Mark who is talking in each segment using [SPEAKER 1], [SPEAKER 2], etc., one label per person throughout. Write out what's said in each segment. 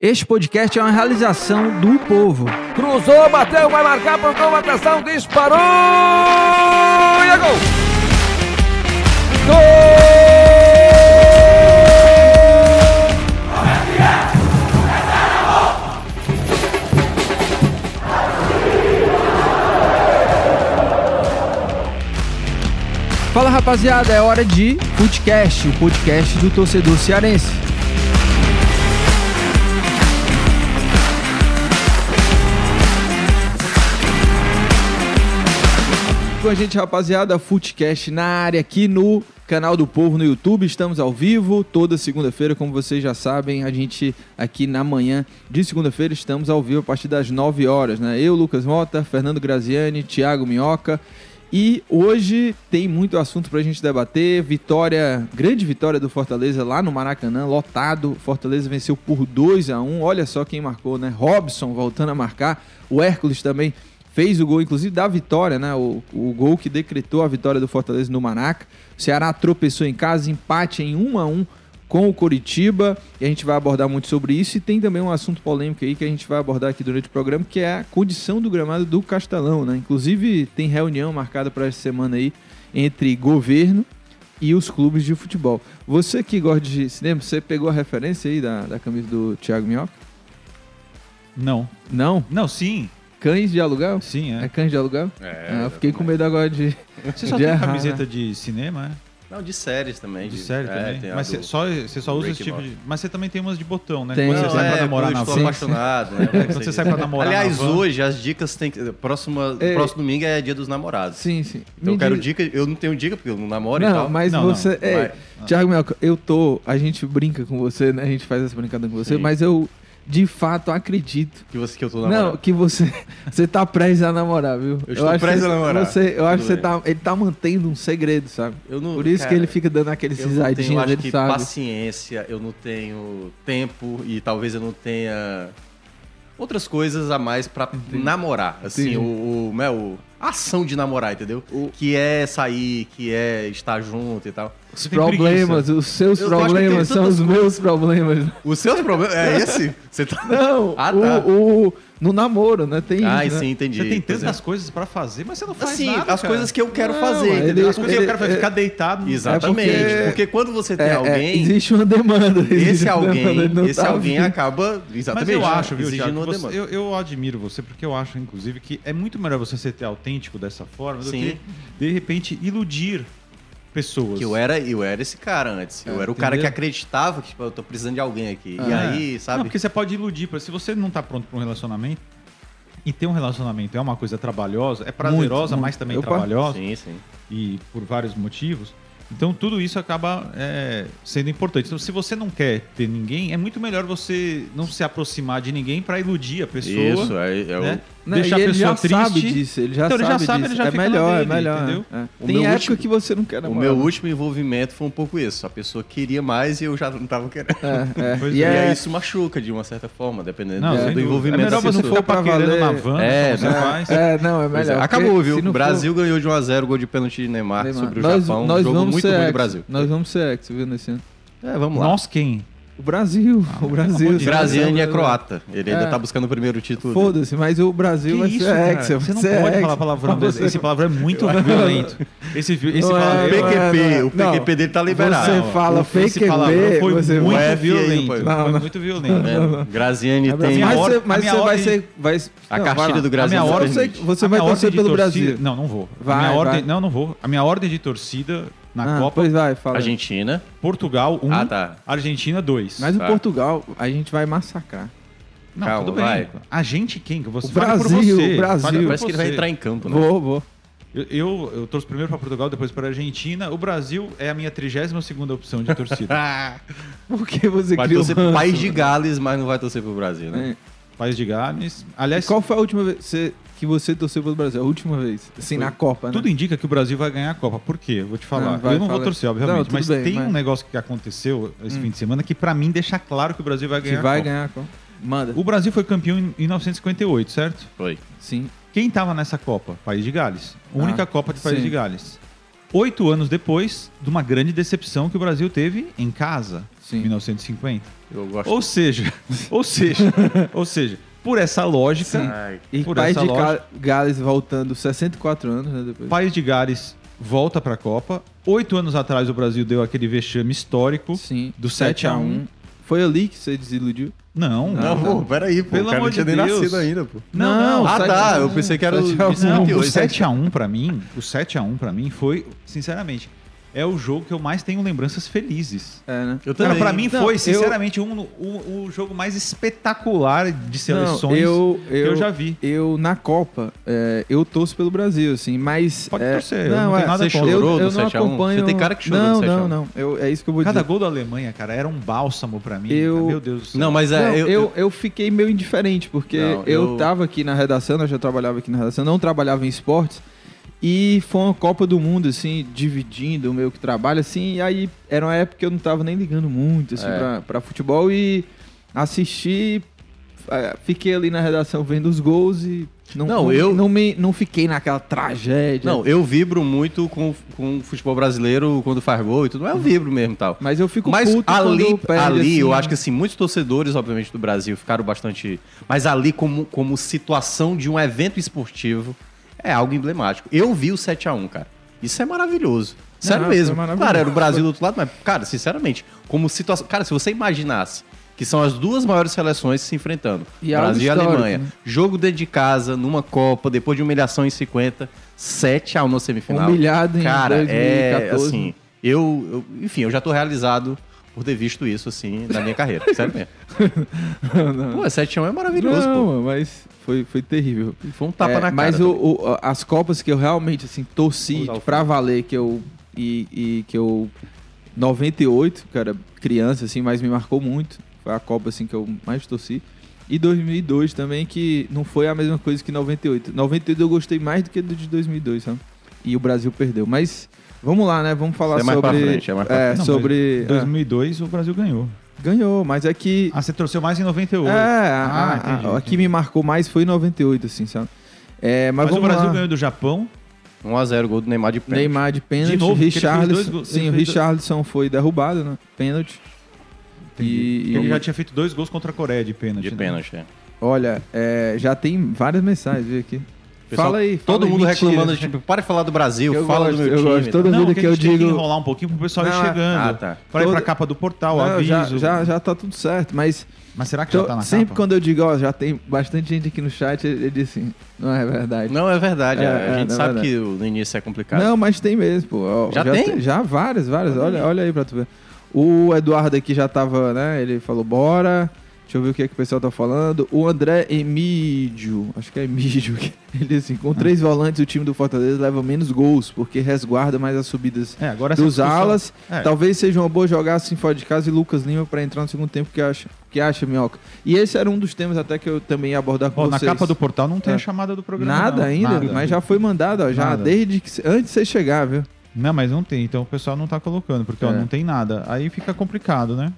[SPEAKER 1] Este podcast é uma realização do povo.
[SPEAKER 2] Cruzou, bateu, vai marcar, pontou, marcação, disparou! E é gol! Gol!
[SPEAKER 1] Fala rapaziada, é hora de podcast, o podcast do torcedor cearense. Com a gente, rapaziada, Footcast na área aqui no canal do Povo no YouTube. Estamos ao vivo toda segunda-feira, como vocês já sabem. A gente aqui na manhã de segunda-feira estamos ao vivo a partir das 9 horas, né? Eu, Lucas Mota, Fernando Graziani, Thiago Minhoca. E hoje tem muito assunto pra gente debater. Vitória, grande vitória do Fortaleza lá no Maracanã, lotado. Fortaleza venceu por 2 a 1. Olha só quem marcou, né? Robson voltando a marcar. O Hércules também fez o gol, inclusive, da vitória, né? O, o gol que decretou a vitória do Fortaleza no Maraca. O Ceará tropeçou em casa, empate em 1 a 1 com o Coritiba. E a gente vai abordar muito sobre isso. E tem também um assunto polêmico aí que a gente vai abordar aqui durante o programa, que é a condição do gramado do Castelão, né? Inclusive, tem reunião marcada para essa semana aí entre governo e os clubes de futebol. Você que gosta de cinema, você pegou a referência aí da, da camisa do Thiago Minhoca?
[SPEAKER 3] Não.
[SPEAKER 1] Não?
[SPEAKER 3] Não, sim.
[SPEAKER 1] Cães de aluguel?
[SPEAKER 3] Sim,
[SPEAKER 1] É
[SPEAKER 3] é.
[SPEAKER 1] cães de aluguel?
[SPEAKER 4] É,
[SPEAKER 1] Ah, eu fiquei com medo agora de.
[SPEAKER 3] Você só
[SPEAKER 1] de né?
[SPEAKER 3] tem
[SPEAKER 1] errar,
[SPEAKER 3] camiseta de cinema, é?
[SPEAKER 4] Não, de séries também.
[SPEAKER 3] De série
[SPEAKER 4] é,
[SPEAKER 3] também.
[SPEAKER 4] tem a
[SPEAKER 3] Mas
[SPEAKER 4] do-
[SPEAKER 3] você só, você só usa
[SPEAKER 4] Rick
[SPEAKER 3] esse tipo
[SPEAKER 4] and
[SPEAKER 3] de. Mas você também tem umas de botão, né?
[SPEAKER 1] Tem.
[SPEAKER 3] Quando
[SPEAKER 4] Não,
[SPEAKER 3] você sai
[SPEAKER 4] é,
[SPEAKER 3] pra namorar
[SPEAKER 4] quando
[SPEAKER 3] na
[SPEAKER 4] estou
[SPEAKER 3] van.
[SPEAKER 4] apaixonado, né?
[SPEAKER 3] Quando você sai pra namorar
[SPEAKER 4] Aliás,
[SPEAKER 3] na van.
[SPEAKER 4] hoje as dicas tem que... Próxima,
[SPEAKER 1] É.
[SPEAKER 4] Próximo domingo é dia dos namorados.
[SPEAKER 1] Sim, sim. Me
[SPEAKER 4] Então eu quero
[SPEAKER 1] diz-
[SPEAKER 4] dica... Eu não tenho dica porque eu não namoro e
[SPEAKER 1] Não,
[SPEAKER 4] tal.
[SPEAKER 1] mas
[SPEAKER 3] Não, não.
[SPEAKER 1] você. É,
[SPEAKER 4] Vai.
[SPEAKER 1] Tiago Melco, eu tô. A gente brinca com você, né? A gente faz essa brincadeira com você,
[SPEAKER 4] Sim.
[SPEAKER 1] mas eu de fato acredito.
[SPEAKER 4] Que, você, que eu tô
[SPEAKER 1] Não,
[SPEAKER 4] namorando.
[SPEAKER 1] que você. Você tá prestes a namorar, viu?
[SPEAKER 4] Eu estou prestes
[SPEAKER 1] que
[SPEAKER 4] a namorar.
[SPEAKER 1] Você, eu acho que você
[SPEAKER 4] Tudo
[SPEAKER 1] tá. Ele tá mantendo um segredo, sabe?
[SPEAKER 4] Eu não
[SPEAKER 1] Por isso que
[SPEAKER 4] cara,
[SPEAKER 1] ele fica dando aqueles
[SPEAKER 4] Eu não tenho,
[SPEAKER 1] risadinhos,
[SPEAKER 4] acho
[SPEAKER 1] ele
[SPEAKER 4] que,
[SPEAKER 1] sabe.
[SPEAKER 4] paciência, eu não tenho tempo e talvez eu não tenha outras coisas a mais pra namorar. Assim,
[SPEAKER 1] Entendi.
[SPEAKER 4] o, o, né, o- a ação de namorar, entendeu?
[SPEAKER 1] O-
[SPEAKER 4] Que é sair, que é estar junto e tal.
[SPEAKER 1] Os
[SPEAKER 3] tem preguiça.
[SPEAKER 1] problemas, os seus
[SPEAKER 4] Eu acho que tem
[SPEAKER 1] problemas são os
[SPEAKER 4] tantas
[SPEAKER 1] meus problemas.
[SPEAKER 4] Os seus problemas. É esse? Você tá.
[SPEAKER 1] Não,
[SPEAKER 4] Ah,
[SPEAKER 1] o-
[SPEAKER 4] tá.
[SPEAKER 1] o, no namoro, né? Tem
[SPEAKER 4] Ai,
[SPEAKER 1] isso, né?
[SPEAKER 4] sim, entendi.
[SPEAKER 3] Você tem
[SPEAKER 4] Pois é.
[SPEAKER 3] tantas coisas pra fazer, mas você não faz
[SPEAKER 4] Assim,
[SPEAKER 3] nada.
[SPEAKER 4] as
[SPEAKER 3] cara.
[SPEAKER 4] coisas que eu quero
[SPEAKER 1] Não,
[SPEAKER 4] fazer,
[SPEAKER 1] ele-
[SPEAKER 4] entendeu?
[SPEAKER 3] As coisas que eu quero
[SPEAKER 1] é-
[SPEAKER 3] fazer, ficar deitado.
[SPEAKER 4] Exatamente.
[SPEAKER 1] É porque-
[SPEAKER 4] porque... quando você tem
[SPEAKER 1] É, é,
[SPEAKER 4] alguém,
[SPEAKER 1] existe uma demanda. existe
[SPEAKER 4] esse
[SPEAKER 1] uma demanda, ele
[SPEAKER 4] alguém,
[SPEAKER 1] não
[SPEAKER 4] esse
[SPEAKER 1] tá
[SPEAKER 4] alguém
[SPEAKER 1] vindo.
[SPEAKER 4] acaba. Exatamente.
[SPEAKER 3] Mas eu acho, viu,
[SPEAKER 4] exigindo
[SPEAKER 3] Thiago?
[SPEAKER 4] uma
[SPEAKER 3] que você-
[SPEAKER 4] demanda.
[SPEAKER 3] eu, eu admiro você, porque eu acho, inclusive, que é muito melhor você ser autêntico dessa forma do
[SPEAKER 4] Sim.
[SPEAKER 3] que, de repente, iludir pessoas.
[SPEAKER 4] Que eu era, eu era esse cara antes. Eu
[SPEAKER 1] Ah,
[SPEAKER 3] É,
[SPEAKER 4] era o cara que
[SPEAKER 3] entendeu?
[SPEAKER 4] acreditava que, tipo, eu tô precisando de alguém aqui. E
[SPEAKER 3] É.
[SPEAKER 4] aí, sabe?
[SPEAKER 3] Não, porque você pode iludir. por exemplo, Se você não tá pronto para um relacionamento, e ter um relacionamento é uma coisa trabalhosa, é prazerosa,
[SPEAKER 1] muito.
[SPEAKER 3] mas também
[SPEAKER 1] Opa.
[SPEAKER 3] trabalhosa,
[SPEAKER 4] Sim, sim.
[SPEAKER 3] e por vários motivos. Então tudo isso acaba é, sendo importante. Então, se você não quer ter ninguém, é muito melhor você não se aproximar de ninguém para iludir a pessoa.
[SPEAKER 4] Isso, é, é o-
[SPEAKER 3] né?
[SPEAKER 1] Não,
[SPEAKER 3] Deixar a
[SPEAKER 1] e ele
[SPEAKER 3] pessoa
[SPEAKER 1] já
[SPEAKER 3] triste.
[SPEAKER 1] sabe disso, ele já
[SPEAKER 3] Então, ele
[SPEAKER 1] sabe
[SPEAKER 3] já sabe,
[SPEAKER 1] disso.
[SPEAKER 3] ele já
[SPEAKER 1] é
[SPEAKER 3] fica na
[SPEAKER 1] melhor, é
[SPEAKER 3] dele,
[SPEAKER 1] melhor.
[SPEAKER 3] entendeu?
[SPEAKER 1] é.
[SPEAKER 4] O
[SPEAKER 1] Tem
[SPEAKER 4] meu
[SPEAKER 1] época
[SPEAKER 4] último-
[SPEAKER 1] que você não quer
[SPEAKER 4] O
[SPEAKER 1] namorar.
[SPEAKER 4] meu último envolvimento foi um pouco isso. A pessoa queria mais e eu já não tava querendo.
[SPEAKER 1] É, é.
[SPEAKER 3] Pois
[SPEAKER 1] E
[SPEAKER 4] E aí
[SPEAKER 1] é,
[SPEAKER 4] isso machuca de uma certa forma, dependendo
[SPEAKER 3] Não,
[SPEAKER 4] do-
[SPEAKER 3] sem
[SPEAKER 4] do
[SPEAKER 3] dúvida.
[SPEAKER 4] envolvimento.
[SPEAKER 3] É melhor
[SPEAKER 4] assim,
[SPEAKER 3] você
[SPEAKER 4] do-
[SPEAKER 1] for
[SPEAKER 3] ficar
[SPEAKER 1] pra
[SPEAKER 3] paquerando
[SPEAKER 1] valer-
[SPEAKER 3] na van,
[SPEAKER 4] É,
[SPEAKER 3] como você
[SPEAKER 4] né?
[SPEAKER 3] faz.
[SPEAKER 1] é, não, é
[SPEAKER 4] Pois
[SPEAKER 1] melhor.
[SPEAKER 4] é,
[SPEAKER 1] porque
[SPEAKER 4] Acabou, viu?
[SPEAKER 1] se não for-
[SPEAKER 4] O Brasil ganhou de 1x0 gol de pênalti de Neymar
[SPEAKER 1] Neymar.
[SPEAKER 4] sobre o
[SPEAKER 1] nós,
[SPEAKER 4] Japão.
[SPEAKER 1] nós
[SPEAKER 4] um jogo
[SPEAKER 1] vamos
[SPEAKER 4] muito
[SPEAKER 1] ser
[SPEAKER 4] ruim
[SPEAKER 1] ex.
[SPEAKER 4] do Brasil.
[SPEAKER 1] Nós vamos ser ex, viu, nesse ano.
[SPEAKER 4] É, vamos lá.
[SPEAKER 3] Nós quem?
[SPEAKER 1] O Brasil, o Brasil.
[SPEAKER 3] amor
[SPEAKER 1] sabe?
[SPEAKER 3] de
[SPEAKER 4] Brasiane é croata. Ele ainda
[SPEAKER 1] É.
[SPEAKER 4] tá buscando o primeiro título. dele.
[SPEAKER 1] Foda-se, mas o Brasil vai ser
[SPEAKER 4] é,
[SPEAKER 3] cara?
[SPEAKER 1] ex.
[SPEAKER 3] Você não
[SPEAKER 1] vai ser
[SPEAKER 3] pode
[SPEAKER 1] ex.
[SPEAKER 3] falar palavrão desse. Esse palavrão é muito violento. Esse, vi- esse
[SPEAKER 1] Não é,
[SPEAKER 3] palavrão-
[SPEAKER 4] O PQP, o
[SPEAKER 1] Não.
[SPEAKER 4] PQP dele tá liberado.
[SPEAKER 1] Você é fala fake
[SPEAKER 3] Esse palavrão foi
[SPEAKER 1] você
[SPEAKER 3] muito
[SPEAKER 4] O F aí,
[SPEAKER 3] violento.
[SPEAKER 4] pô.
[SPEAKER 1] Não,
[SPEAKER 3] foi
[SPEAKER 1] não.
[SPEAKER 3] muito violento.
[SPEAKER 4] Tá vendo? Graziane
[SPEAKER 1] Mas
[SPEAKER 4] tem.
[SPEAKER 3] minha
[SPEAKER 1] você-
[SPEAKER 3] ordem-
[SPEAKER 1] mas
[SPEAKER 3] a minha
[SPEAKER 1] você vai
[SPEAKER 3] ordem-
[SPEAKER 1] ser. Vai...
[SPEAKER 4] A
[SPEAKER 1] não, vai
[SPEAKER 4] cartilha
[SPEAKER 1] lá.
[SPEAKER 4] do
[SPEAKER 3] A
[SPEAKER 4] Graziane.
[SPEAKER 3] minha
[SPEAKER 4] não
[SPEAKER 3] ordem-
[SPEAKER 4] permite.
[SPEAKER 1] Você
[SPEAKER 3] A
[SPEAKER 1] vai
[SPEAKER 3] minha
[SPEAKER 1] torcer
[SPEAKER 3] ordem de
[SPEAKER 1] pelo
[SPEAKER 3] torcida-
[SPEAKER 1] Brasil.
[SPEAKER 3] Não, não vou.
[SPEAKER 1] Vai,
[SPEAKER 3] a minha ordem,
[SPEAKER 1] vai.
[SPEAKER 3] Não, não vou. A minha ordem de torcida na
[SPEAKER 1] Ah,
[SPEAKER 3] Copa,
[SPEAKER 1] Pois vai, fala.
[SPEAKER 4] Argentina.
[SPEAKER 3] Portugal 1,
[SPEAKER 4] Ah, tá.
[SPEAKER 3] Argentina 2.
[SPEAKER 1] Mas o
[SPEAKER 4] Tá.
[SPEAKER 1] Portugal, a gente vai massacrar.
[SPEAKER 3] não,
[SPEAKER 4] Calma,
[SPEAKER 3] tudo bem.
[SPEAKER 4] vai.
[SPEAKER 3] A gente quem? Que Você
[SPEAKER 1] O
[SPEAKER 3] fale por
[SPEAKER 1] Brasil,
[SPEAKER 3] você.
[SPEAKER 1] o Brasil.
[SPEAKER 3] Fale por
[SPEAKER 4] Parece que ele vai
[SPEAKER 3] você.
[SPEAKER 4] entrar em campo, né?
[SPEAKER 1] Vou, vou.
[SPEAKER 3] Eu, eu, eu torço primeiro para Portugal, depois para Argentina. O Brasil é a minha 32ª opção de torcida.
[SPEAKER 4] Ah,
[SPEAKER 1] Por que você
[SPEAKER 4] vai
[SPEAKER 1] criou um
[SPEAKER 4] torcer pro
[SPEAKER 1] ranço?
[SPEAKER 4] País de Gales, mas não vai torcer pro Brasil, né?
[SPEAKER 1] É.
[SPEAKER 3] País de Gales.
[SPEAKER 1] E
[SPEAKER 3] Aliás,
[SPEAKER 1] Qual foi a última vez você- que você torceu pelo Brasil? A última vez? Assim, na Copa, né?
[SPEAKER 3] Tudo indica que o Brasil vai ganhar a Copa. Por quê? Eu Vou te falar.
[SPEAKER 1] Não, vai,
[SPEAKER 3] eu não
[SPEAKER 1] fala.
[SPEAKER 3] vou torcer,
[SPEAKER 1] Não,
[SPEAKER 3] obviamente,
[SPEAKER 1] tudo
[SPEAKER 3] mas
[SPEAKER 1] bem,
[SPEAKER 3] tem
[SPEAKER 1] mas- Hum.
[SPEAKER 3] um negócio que aconteceu esse fim de semana que pra mim deixa claro que o Brasil vai
[SPEAKER 1] que
[SPEAKER 3] ganhar a
[SPEAKER 1] vai
[SPEAKER 3] Copa. Uh,
[SPEAKER 1] ganhar a Copa. Manda.
[SPEAKER 3] O Brasil foi campeão em 1958, certo?
[SPEAKER 4] Foi.
[SPEAKER 1] Sim.
[SPEAKER 3] Quem tava nessa Copa? País de Gales.
[SPEAKER 1] Ah,
[SPEAKER 3] Única Copa de País
[SPEAKER 1] sim.
[SPEAKER 3] de Gales. oito anos depois de uma grande decepção que o Brasil teve em casa,
[SPEAKER 1] Sim.
[SPEAKER 3] em 1950.
[SPEAKER 4] Eu gosto.
[SPEAKER 3] Ou seja, ou seja, ou seja, por essa lógica,
[SPEAKER 4] Ai,
[SPEAKER 1] E
[SPEAKER 3] Por
[SPEAKER 1] País
[SPEAKER 3] essa
[SPEAKER 1] de
[SPEAKER 3] lógica-
[SPEAKER 1] Ga- Gales voltando 64 anos, né? Depois.
[SPEAKER 3] País de Gales volta para a Copa. Oito anos atrás o Brasil deu aquele vexame histórico.
[SPEAKER 1] Sim.
[SPEAKER 3] uh, Do
[SPEAKER 1] 7 a 1. Foi ali que você desiludiu?
[SPEAKER 3] Não,
[SPEAKER 4] não,
[SPEAKER 3] não,
[SPEAKER 4] pô, peraí, pô.
[SPEAKER 3] Pelo
[SPEAKER 4] o cara
[SPEAKER 3] amor
[SPEAKER 4] não tinha
[SPEAKER 3] de
[SPEAKER 4] nem
[SPEAKER 3] Deus.
[SPEAKER 4] nascido ainda, pô.
[SPEAKER 1] Não,
[SPEAKER 4] ah,
[SPEAKER 1] sete
[SPEAKER 4] tá.
[SPEAKER 1] a um.
[SPEAKER 4] Eu pensei que era o
[SPEAKER 1] Sete a um.
[SPEAKER 4] de
[SPEAKER 3] Não, o
[SPEAKER 4] 78.
[SPEAKER 3] 7x1 pra mim, o 7x1 pra mim foi, sinceramente, é o jogo que eu mais tenho lembranças felizes.
[SPEAKER 1] É, né?
[SPEAKER 4] Eu
[SPEAKER 3] Cara,
[SPEAKER 4] também.
[SPEAKER 3] pra mim
[SPEAKER 1] Não,
[SPEAKER 3] foi,
[SPEAKER 1] eu-
[SPEAKER 3] sinceramente, um, o, o jogo mais espetacular de
[SPEAKER 1] Não,
[SPEAKER 3] seleções
[SPEAKER 1] eu, eu,
[SPEAKER 3] que eu já vi.
[SPEAKER 1] Eu, na Copa, é, eu torço pelo Brasil, assim, mas...
[SPEAKER 3] Pode
[SPEAKER 1] é,
[SPEAKER 3] torcer, eu não tenho nada
[SPEAKER 1] você
[SPEAKER 3] contra.
[SPEAKER 4] Chorou
[SPEAKER 1] Eu,
[SPEAKER 4] do
[SPEAKER 1] eu não
[SPEAKER 4] 7 a 1?
[SPEAKER 1] acompanho...
[SPEAKER 4] Você tem cara que chorou
[SPEAKER 1] Não,
[SPEAKER 4] do 7 a
[SPEAKER 1] não,
[SPEAKER 4] 1.
[SPEAKER 1] não. Eu, é isso que eu vou
[SPEAKER 3] Cada
[SPEAKER 1] dizer.
[SPEAKER 3] gol da Alemanha, cara, era um bálsamo pra mim.
[SPEAKER 1] Eu-
[SPEAKER 3] cara. Meu Deus do céu.
[SPEAKER 4] Não, mas é.
[SPEAKER 1] Não,
[SPEAKER 4] eu,
[SPEAKER 1] eu, eu fiquei meio indiferente, porque
[SPEAKER 4] Não,
[SPEAKER 1] eu...
[SPEAKER 4] eu-
[SPEAKER 1] tava aqui na redação, né, eu já trabalhava aqui na redação, não trabalhava em esportes, e foi uma Copa do Mundo, assim, dividindo o meu que trabalho, assim, e aí era uma época que eu não tava nem ligando muito, assim,
[SPEAKER 4] É.
[SPEAKER 1] pra, pra futebol, e assisti, eh, fiquei ali na redação vendo os gols e... Não,
[SPEAKER 4] Não, eu-
[SPEAKER 1] Não, me, não fiquei naquela tragédia.
[SPEAKER 4] Não, eu vibro muito com, com o futebol brasileiro quando faz gol e tudo. Mas eu vibro mesmo e tal.
[SPEAKER 1] Mas eu fico
[SPEAKER 4] Mas
[SPEAKER 1] puto
[SPEAKER 4] ali,
[SPEAKER 1] quando perde,
[SPEAKER 4] ali
[SPEAKER 1] assim,
[SPEAKER 4] eu acho que assim, muitos torcedores, obviamente, do Brasil ficaram bastante. Mas ali, como, como situação de um evento esportivo, é algo emblemático. Eu vi o 7x1, cara. Isso é maravilhoso. Sério
[SPEAKER 1] Não,
[SPEAKER 4] mesmo.
[SPEAKER 1] foi maravilhoso.
[SPEAKER 4] Claro, era o Brasil do outro lado, mas, cara, sinceramente, como situação. Cara, se você imaginasse que são as duas maiores seleções se enfrentando:
[SPEAKER 1] E algo
[SPEAKER 4] Brasil e
[SPEAKER 1] histórico,
[SPEAKER 4] Alemanha.
[SPEAKER 1] né?
[SPEAKER 4] Jogo dentro de casa, numa Copa, depois de humilhação em 50, 7x1 na semifinal.
[SPEAKER 1] Humilhado em
[SPEAKER 4] Cara,
[SPEAKER 1] 2014.
[SPEAKER 4] é assim. Eu, eu- enfim, eu já tô realizado por ter visto isso, assim, na minha carreira. sério mesmo. Pô, 7x1 é maravilhoso,
[SPEAKER 1] não,
[SPEAKER 4] pô.
[SPEAKER 1] mas foi, foi terrível.
[SPEAKER 4] Foi um tapa
[SPEAKER 1] É,
[SPEAKER 4] na cara.
[SPEAKER 1] Mas o- o- as Copas que eu realmente assim, torci
[SPEAKER 4] Usar o
[SPEAKER 1] pra valer, que eu. E, e que eu. 98, cara, criança, assim, mas me marcou muito. Foi a Copa assim, que eu mais torci. E 2002 também, que não foi a mesma coisa que 98. 98 eu gostei mais do que do de 2002, sabe? E o Brasil perdeu. Mas vamos lá, né? Vamos falar
[SPEAKER 4] Isso é mais
[SPEAKER 1] sobre.
[SPEAKER 4] pra frente, é mais pra
[SPEAKER 3] Não, mas
[SPEAKER 1] sobre.
[SPEAKER 3] Em 2002 o Brasil ganhou.
[SPEAKER 1] ah, ganhou, mas é que.
[SPEAKER 3] Ah, você torceu mais em 98.
[SPEAKER 1] É,
[SPEAKER 3] Ah,
[SPEAKER 1] a, a-
[SPEAKER 3] entendi,
[SPEAKER 1] a que
[SPEAKER 3] entendi.
[SPEAKER 1] me marcou mais foi em 98, assim, sabe? É, mas
[SPEAKER 3] mas o
[SPEAKER 1] vamos
[SPEAKER 3] Brasil
[SPEAKER 1] lá.
[SPEAKER 3] ganhou do Japão.
[SPEAKER 4] 1x0 gol do Neymar de pé.
[SPEAKER 1] Neymar de pênalti,
[SPEAKER 3] De novo, porque ele fez dois
[SPEAKER 1] Richarlison.
[SPEAKER 3] gols-
[SPEAKER 1] Sim,
[SPEAKER 3] ele
[SPEAKER 1] o
[SPEAKER 3] fez dois-
[SPEAKER 1] Richarlison foi derrubado, né? Pênalti. E,
[SPEAKER 3] Ele já tinha feito dois gols contra a Coreia de pênalti.
[SPEAKER 4] De
[SPEAKER 3] né?
[SPEAKER 4] pênalti, é.
[SPEAKER 1] Olha, é, já tem várias mensagens viu, aqui.
[SPEAKER 4] Pessoal,
[SPEAKER 1] fala aí. fala
[SPEAKER 4] Todo
[SPEAKER 1] aí,
[SPEAKER 4] mundo
[SPEAKER 1] mentira.
[SPEAKER 4] reclamando, tipo, para de falar do Brasil,
[SPEAKER 1] Eu
[SPEAKER 4] fala
[SPEAKER 1] gosto,
[SPEAKER 4] do meu
[SPEAKER 1] eu
[SPEAKER 4] time.
[SPEAKER 1] gosto, todo-
[SPEAKER 3] Não,
[SPEAKER 1] Duvido
[SPEAKER 3] que
[SPEAKER 1] que
[SPEAKER 3] a
[SPEAKER 1] eu
[SPEAKER 3] gente tem que
[SPEAKER 1] digo-
[SPEAKER 3] enrolar um pouquinho pro pessoal ir
[SPEAKER 1] Não, é-
[SPEAKER 3] chegando.
[SPEAKER 4] Ah, tá.
[SPEAKER 3] Pra ir pra
[SPEAKER 1] Todo-
[SPEAKER 3] capa do portal,
[SPEAKER 1] Não, já,
[SPEAKER 3] aviso.
[SPEAKER 1] já, já tá tudo certo, mas
[SPEAKER 3] Mas será que
[SPEAKER 1] tô-
[SPEAKER 3] já tá na
[SPEAKER 1] sempre
[SPEAKER 3] capa?
[SPEAKER 1] quando eu digo, ó, já tem bastante gente aqui no chat, ele, ele diz assim, não é verdade.
[SPEAKER 4] Não, é verdade.
[SPEAKER 1] É,
[SPEAKER 4] a
[SPEAKER 1] é,
[SPEAKER 4] gente
[SPEAKER 1] não é
[SPEAKER 4] sabe
[SPEAKER 1] verdade.
[SPEAKER 4] que o- no início é complicado.
[SPEAKER 1] Não, mas tem mesmo, pô. Ó,
[SPEAKER 4] Já tem?
[SPEAKER 1] Já várias, várias. Olha, olha aí pra tu ver. O Eduardo aqui já tava, né? Ele falou, bora. Deixa eu ver o que, é que o pessoal tá falando. O André Emídio, acho que é Emídio, que ele disse assim,
[SPEAKER 3] Ah.
[SPEAKER 1] com três volantes o time do Fortaleza leva menos gols, porque resguarda mais as subidas
[SPEAKER 3] É, agora essa
[SPEAKER 1] dos
[SPEAKER 3] discussão-
[SPEAKER 1] alas.
[SPEAKER 3] É.
[SPEAKER 1] Talvez seja uma boa jogar assim fora de casa e Lucas Lima pra entrar no segundo tempo, que acha, que acha Minhoca? E esse era um dos temas até que eu também ia abordar com
[SPEAKER 3] Ó, na
[SPEAKER 1] vocês.
[SPEAKER 3] capa do portal não tem
[SPEAKER 1] É.
[SPEAKER 3] a chamada do programa.
[SPEAKER 1] Nada
[SPEAKER 3] não.
[SPEAKER 1] ainda,
[SPEAKER 3] Nada.
[SPEAKER 1] mas já foi mandado, ó, já
[SPEAKER 3] Nada.
[SPEAKER 1] desde que, antes de você chegar, viu?
[SPEAKER 3] Não, mas não tem, então o pessoal não tá colocando, porque ó,
[SPEAKER 1] É.
[SPEAKER 3] não tem nada. Aí fica complicado, né?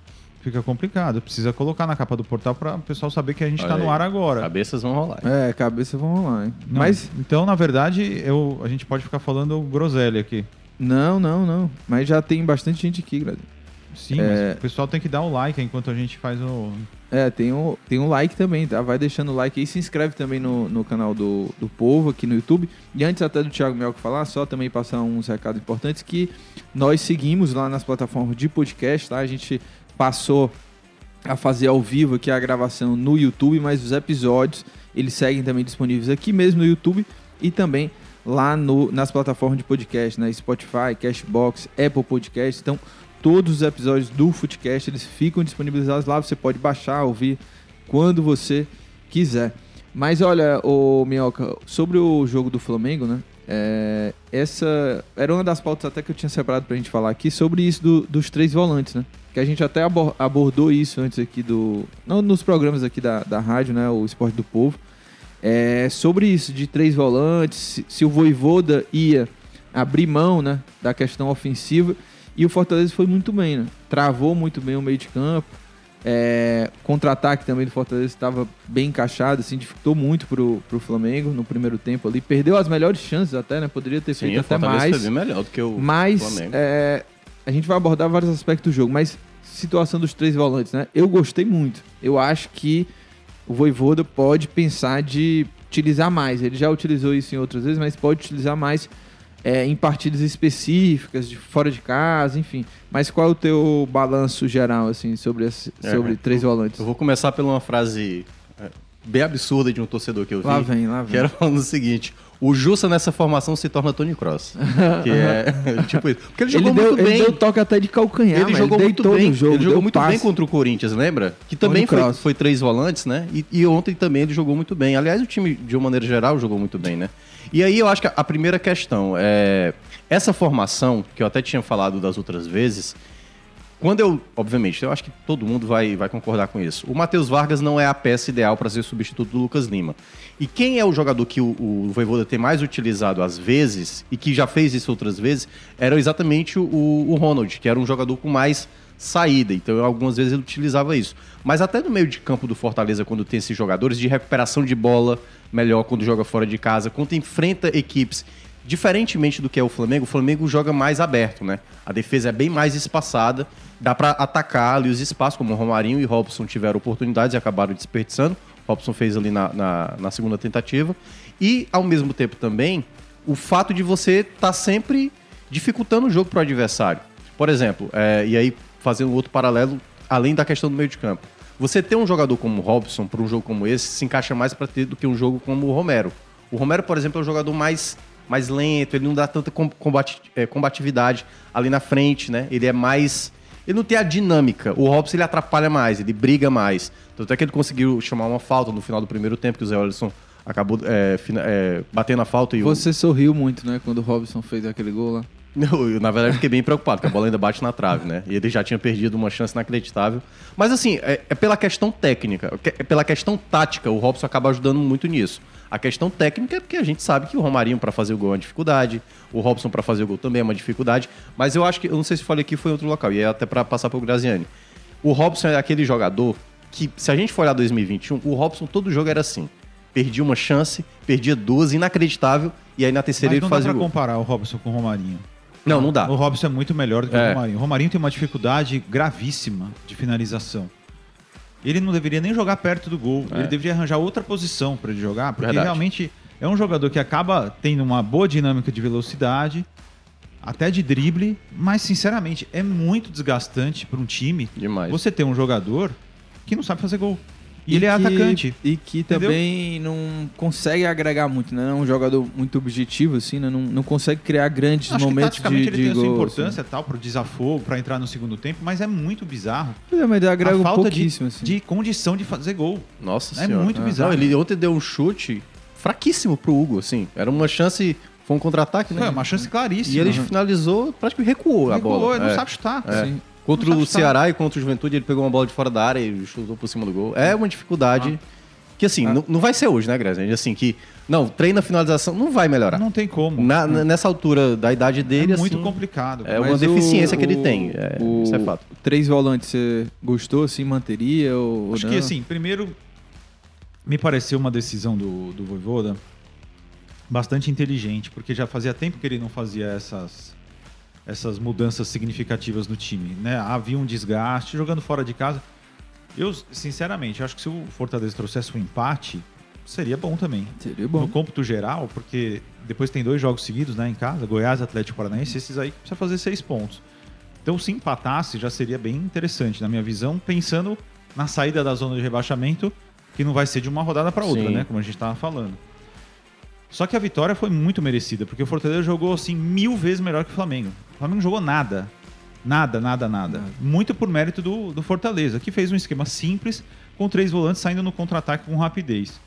[SPEAKER 3] Fica complicado. Precisa colocar na capa do portal pra o pessoal saber que a gente
[SPEAKER 4] Olha
[SPEAKER 3] tá no
[SPEAKER 4] aí.
[SPEAKER 3] ar agora.
[SPEAKER 4] Cabeças vão rolar.
[SPEAKER 1] É, cabeça vamos lá, hein?
[SPEAKER 3] Não,
[SPEAKER 1] Mas
[SPEAKER 3] Então, na verdade, eu, a gente pode ficar falando groselha aqui.
[SPEAKER 1] não, não, não. Mas já tem bastante gente aqui, Grazi.
[SPEAKER 3] Sim, mas o pessoal tem que dar o like enquanto a gente faz o.
[SPEAKER 1] É, tem um, tem um like também, tá? Vai deixando o like aí, se inscreve também no, no canal do, do povo aqui no YouTube. E antes até do Thiago Melco falar, só também passar uns recados importantes que nós seguimos lá nas plataformas de podcast, tá? A gente passou a fazer ao vivo aqui a gravação no YouTube, mas os episódios eles seguem também disponíveis aqui mesmo no YouTube e também lá no, nas plataformas de podcast, né? Spotify, Cashbox, Apple Podcast. Então, todos os episódios do Footcast eles ficam disponibilizados lá. Você pode baixar, ouvir quando você quiser. Mas olha, o Minhoca, sobre o jogo do Flamengo, né? É, essa era uma das pautas até que eu tinha separado pra gente falar aqui sobre isso do- dos três volantes, né? Que a gente até abor- abordou isso antes aqui do. Não, nos programas aqui da, da rádio, né? O Esporte do Povo. É, sobre isso de três volantes, se, se o Voivoda ia abrir mão, né? Da questão ofensiva. E o Fortaleza foi muito bem, né? Travou muito bem o meio de campo. É, Contra-ataque também do Fortaleza estava bem encaixado, assim, dificultou muito pro, pro Flamengo no primeiro tempo ali. Perdeu as melhores chances até, né? Poderia ter feito
[SPEAKER 4] o
[SPEAKER 1] até
[SPEAKER 4] Fortaleza
[SPEAKER 1] mais.
[SPEAKER 4] foi bem melhor do que o
[SPEAKER 1] Mas
[SPEAKER 4] Tipo, Flamengo.
[SPEAKER 1] é, a gente vai abordar vários aspectos do jogo, mas situação dos três volantes, né? Eu gostei muito. Eu acho que o Voivoda pode pensar de utilizar mais. Ele já utilizou isso em outras vezes, mas pode utilizar mais é, em partidas específicas, de fora de casa, enfim. Mas qual é o teu balanço geral, assim, sobre, esse-
[SPEAKER 4] É,
[SPEAKER 1] sobre três volantes?
[SPEAKER 4] Eu vou começar pela uma frase é, bem absurda de um torcedor que eu vi.
[SPEAKER 1] Lá vem, lá
[SPEAKER 4] Que
[SPEAKER 1] vem.
[SPEAKER 4] era falando o seguinte: o Jussa nessa formação se torna Tony Cross. Que é tipo isso. Porque ele
[SPEAKER 1] Ele,
[SPEAKER 4] jogou
[SPEAKER 1] deu,
[SPEAKER 4] muito
[SPEAKER 1] ele
[SPEAKER 4] bem.
[SPEAKER 1] deu toque até de calcanhar,
[SPEAKER 4] Ele
[SPEAKER 1] mas
[SPEAKER 4] jogou muito
[SPEAKER 1] deitou
[SPEAKER 4] bem.
[SPEAKER 1] no jogo,
[SPEAKER 4] ele jogou
[SPEAKER 1] deu
[SPEAKER 4] muito bem
[SPEAKER 1] passe.
[SPEAKER 4] contra o Corinthians, lembra? Que também foi,
[SPEAKER 1] Kroos.
[SPEAKER 4] foi três volantes, né? E, e ontem também ele jogou muito bem. Aliás, o time, de uma maneira geral, jogou muito bem, né? E aí eu acho que a, a primeira questão é. Essa formação, que eu até tinha falado das outras vezes, quando eu. Obviamente, eu acho que todo mundo vai, vai concordar com isso. O Matheus Vargas não é a peça ideal para ser substituto do Lucas Lima. E quem é o jogador que o, o Voivoda tem mais utilizado às vezes, e que já fez isso outras vezes, era exatamente o, o Ronald, que era um jogador com mais saída. Então, algumas vezes ele utilizava isso. Mas até no meio de campo do Fortaleza, quando tem esses jogadores de recuperação de bola melhor quando joga fora de casa, quando enfrenta equipes Diferentemente do que é o Flamengo, o Flamengo joga mais aberto, né? A defesa é bem mais espaçada, dá pra atacar ali os espaços, como o Romarinho e Robson tiveram oportunidades e acabaram desperdiçando. Robson fez ali na, na, na segunda tentativa. E, ao mesmo tempo também, o fato de você estar sempre dificultando o jogo pro adversário. Por exemplo, é, e aí fazendo outro paralelo, além da questão do meio de campo. Você ter um jogador como o Robson para um jogo como esse se encaixa mais para ter do que um jogo como o Romero. O Romero, por exemplo, é um jogador mais, mais lento, ele não dá tanta com- combate, é, combatividade ali na frente, né? Ele é mais. Ele não tem a dinâmica. O Robson ele atrapalha mais, ele briga mais. Tanto é que ele conseguiu chamar uma falta no final do primeiro tempo, que o Zé Olson acabou é, fina- é, batendo a falta e o-
[SPEAKER 1] Você sorriu muito, né, quando o Robson fez aquele gol lá.
[SPEAKER 4] não, eu, na verdade, fiquei bem preocupado, porque a bola ainda bate na trave, né? E ele já tinha perdido uma chance inacreditável. Mas, assim, é, é pela questão técnica, que- é pela questão tática, o Robson acaba ajudando muito nisso. A questão técnica é porque a gente sabe que o Romarinho, pra fazer o gol, é uma dificuldade, o Robson, pra fazer o gol, também é uma dificuldade. Mas eu acho que, eu não sei se falei aqui, foi em outro local, e é até pra passar pro Graziani. O Robson é aquele jogador que, se a gente for olhar 2021, o Robson todo jogo era assim. Perdia uma chance, perdia duas, inacreditável, e aí na
[SPEAKER 3] Mas
[SPEAKER 4] terceira ele
[SPEAKER 3] não dá
[SPEAKER 4] fazia
[SPEAKER 3] pra
[SPEAKER 4] o gol.
[SPEAKER 3] comparar o Robson com o Romarinho.
[SPEAKER 4] Não, não dá.
[SPEAKER 3] O Robson é muito melhor do que
[SPEAKER 4] Tá. É.
[SPEAKER 3] o Romarinho. O Romarinho tem uma dificuldade gravíssima de finalização. Ele não deveria nem jogar perto do gol. Ele deveria arranjar outra posição para ele jogar, porque
[SPEAKER 4] É. Verdade.
[SPEAKER 3] realmente é um jogador que acaba tendo uma boa dinâmica de velocidade, até de drible, mas sinceramente é muito desgastante para um time
[SPEAKER 4] Demais.
[SPEAKER 3] você ter um jogador que não sabe fazer gol. E, ele é
[SPEAKER 1] que-
[SPEAKER 3] atacante.
[SPEAKER 1] E que
[SPEAKER 3] Entendeu?
[SPEAKER 1] também não consegue agregar muito, né? É um jogador muito objetivo, assim, né? Não, não consegue criar grandes
[SPEAKER 3] Acho que
[SPEAKER 1] momentos
[SPEAKER 3] taticamente
[SPEAKER 1] de,
[SPEAKER 3] ele
[SPEAKER 1] de
[SPEAKER 3] tem a
[SPEAKER 1] gol. assim.
[SPEAKER 3] sua importância tal para o desafogo, para entrar no segundo tempo, mas é muito bizarro
[SPEAKER 1] assim. É, Mas ele agrega
[SPEAKER 3] a falta de,
[SPEAKER 1] pouquíssimo, assim.
[SPEAKER 3] de condição de fazer gol.
[SPEAKER 4] Nossa
[SPEAKER 3] É
[SPEAKER 4] senhora.
[SPEAKER 3] muito
[SPEAKER 4] Ah.
[SPEAKER 3] bizarro.
[SPEAKER 4] Não, ele ontem deu um chute fraquíssimo pro Hugo, assim. Era uma chance, foi um contra-ataque, né?
[SPEAKER 3] Foi É uma chance claríssima.
[SPEAKER 4] E ele finalizou, praticamente recuou, a
[SPEAKER 3] Recuou,
[SPEAKER 4] bola.
[SPEAKER 3] ele não
[SPEAKER 4] É.
[SPEAKER 3] sabe chutar. Assim,
[SPEAKER 1] Sim.
[SPEAKER 4] Contra
[SPEAKER 3] não
[SPEAKER 4] o
[SPEAKER 3] sabe tá
[SPEAKER 4] Ceará e contra o Juventude, ele pegou uma bola de fora da área e chutou por cima do gol. É uma dificuldade
[SPEAKER 3] Ah.
[SPEAKER 4] que, assim, não, não vai ser hoje, né, Grazi? Assim, que, não, treina a finalização, não vai melhorar.
[SPEAKER 3] Não tem como.
[SPEAKER 4] Na- na- nessa altura da idade
[SPEAKER 3] é
[SPEAKER 4] dele,
[SPEAKER 3] muito
[SPEAKER 4] assim,
[SPEAKER 3] complicado.
[SPEAKER 4] É
[SPEAKER 3] Mas
[SPEAKER 4] uma
[SPEAKER 1] Mas
[SPEAKER 4] deficiência
[SPEAKER 1] o-
[SPEAKER 4] que ele tem. É,
[SPEAKER 1] o-
[SPEAKER 4] Isso é fato.
[SPEAKER 1] Três volantes, você gostou, assim, manteria ou ou
[SPEAKER 3] Acho
[SPEAKER 1] não?
[SPEAKER 3] que, assim, primeiro, me pareceu uma decisão do, do Voivoda bastante inteligente, porque já fazia tempo que ele não fazia essas, essas mudanças significativas no time. Né? Havia um desgaste, jogando fora de casa. Eu, sinceramente, acho que se o Fortaleza trouxesse um empate, seria bom também.
[SPEAKER 1] Seria
[SPEAKER 3] no
[SPEAKER 1] É bom.
[SPEAKER 3] cômputo geral, porque depois tem dois jogos seguidos, né, em casa, Goiás e Atlético Paranaense, esses aí precisa fazer seis pontos. Então, se empatasse, já seria bem interessante, na minha visão, pensando na saída da zona de rebaixamento, que não vai ser de uma rodada para outra,
[SPEAKER 4] Sim.
[SPEAKER 3] né, como a gente estava falando. Só que a vitória foi muito merecida, porque o Fortaleza jogou assim mil vezes melhor que o Flamengo. O Flamengo não jogou nada. Nada, nada, nada. Muito por mérito do, do Fortaleza, que fez um esquema simples, com três volantes saindo no contra-ataque com rapidez.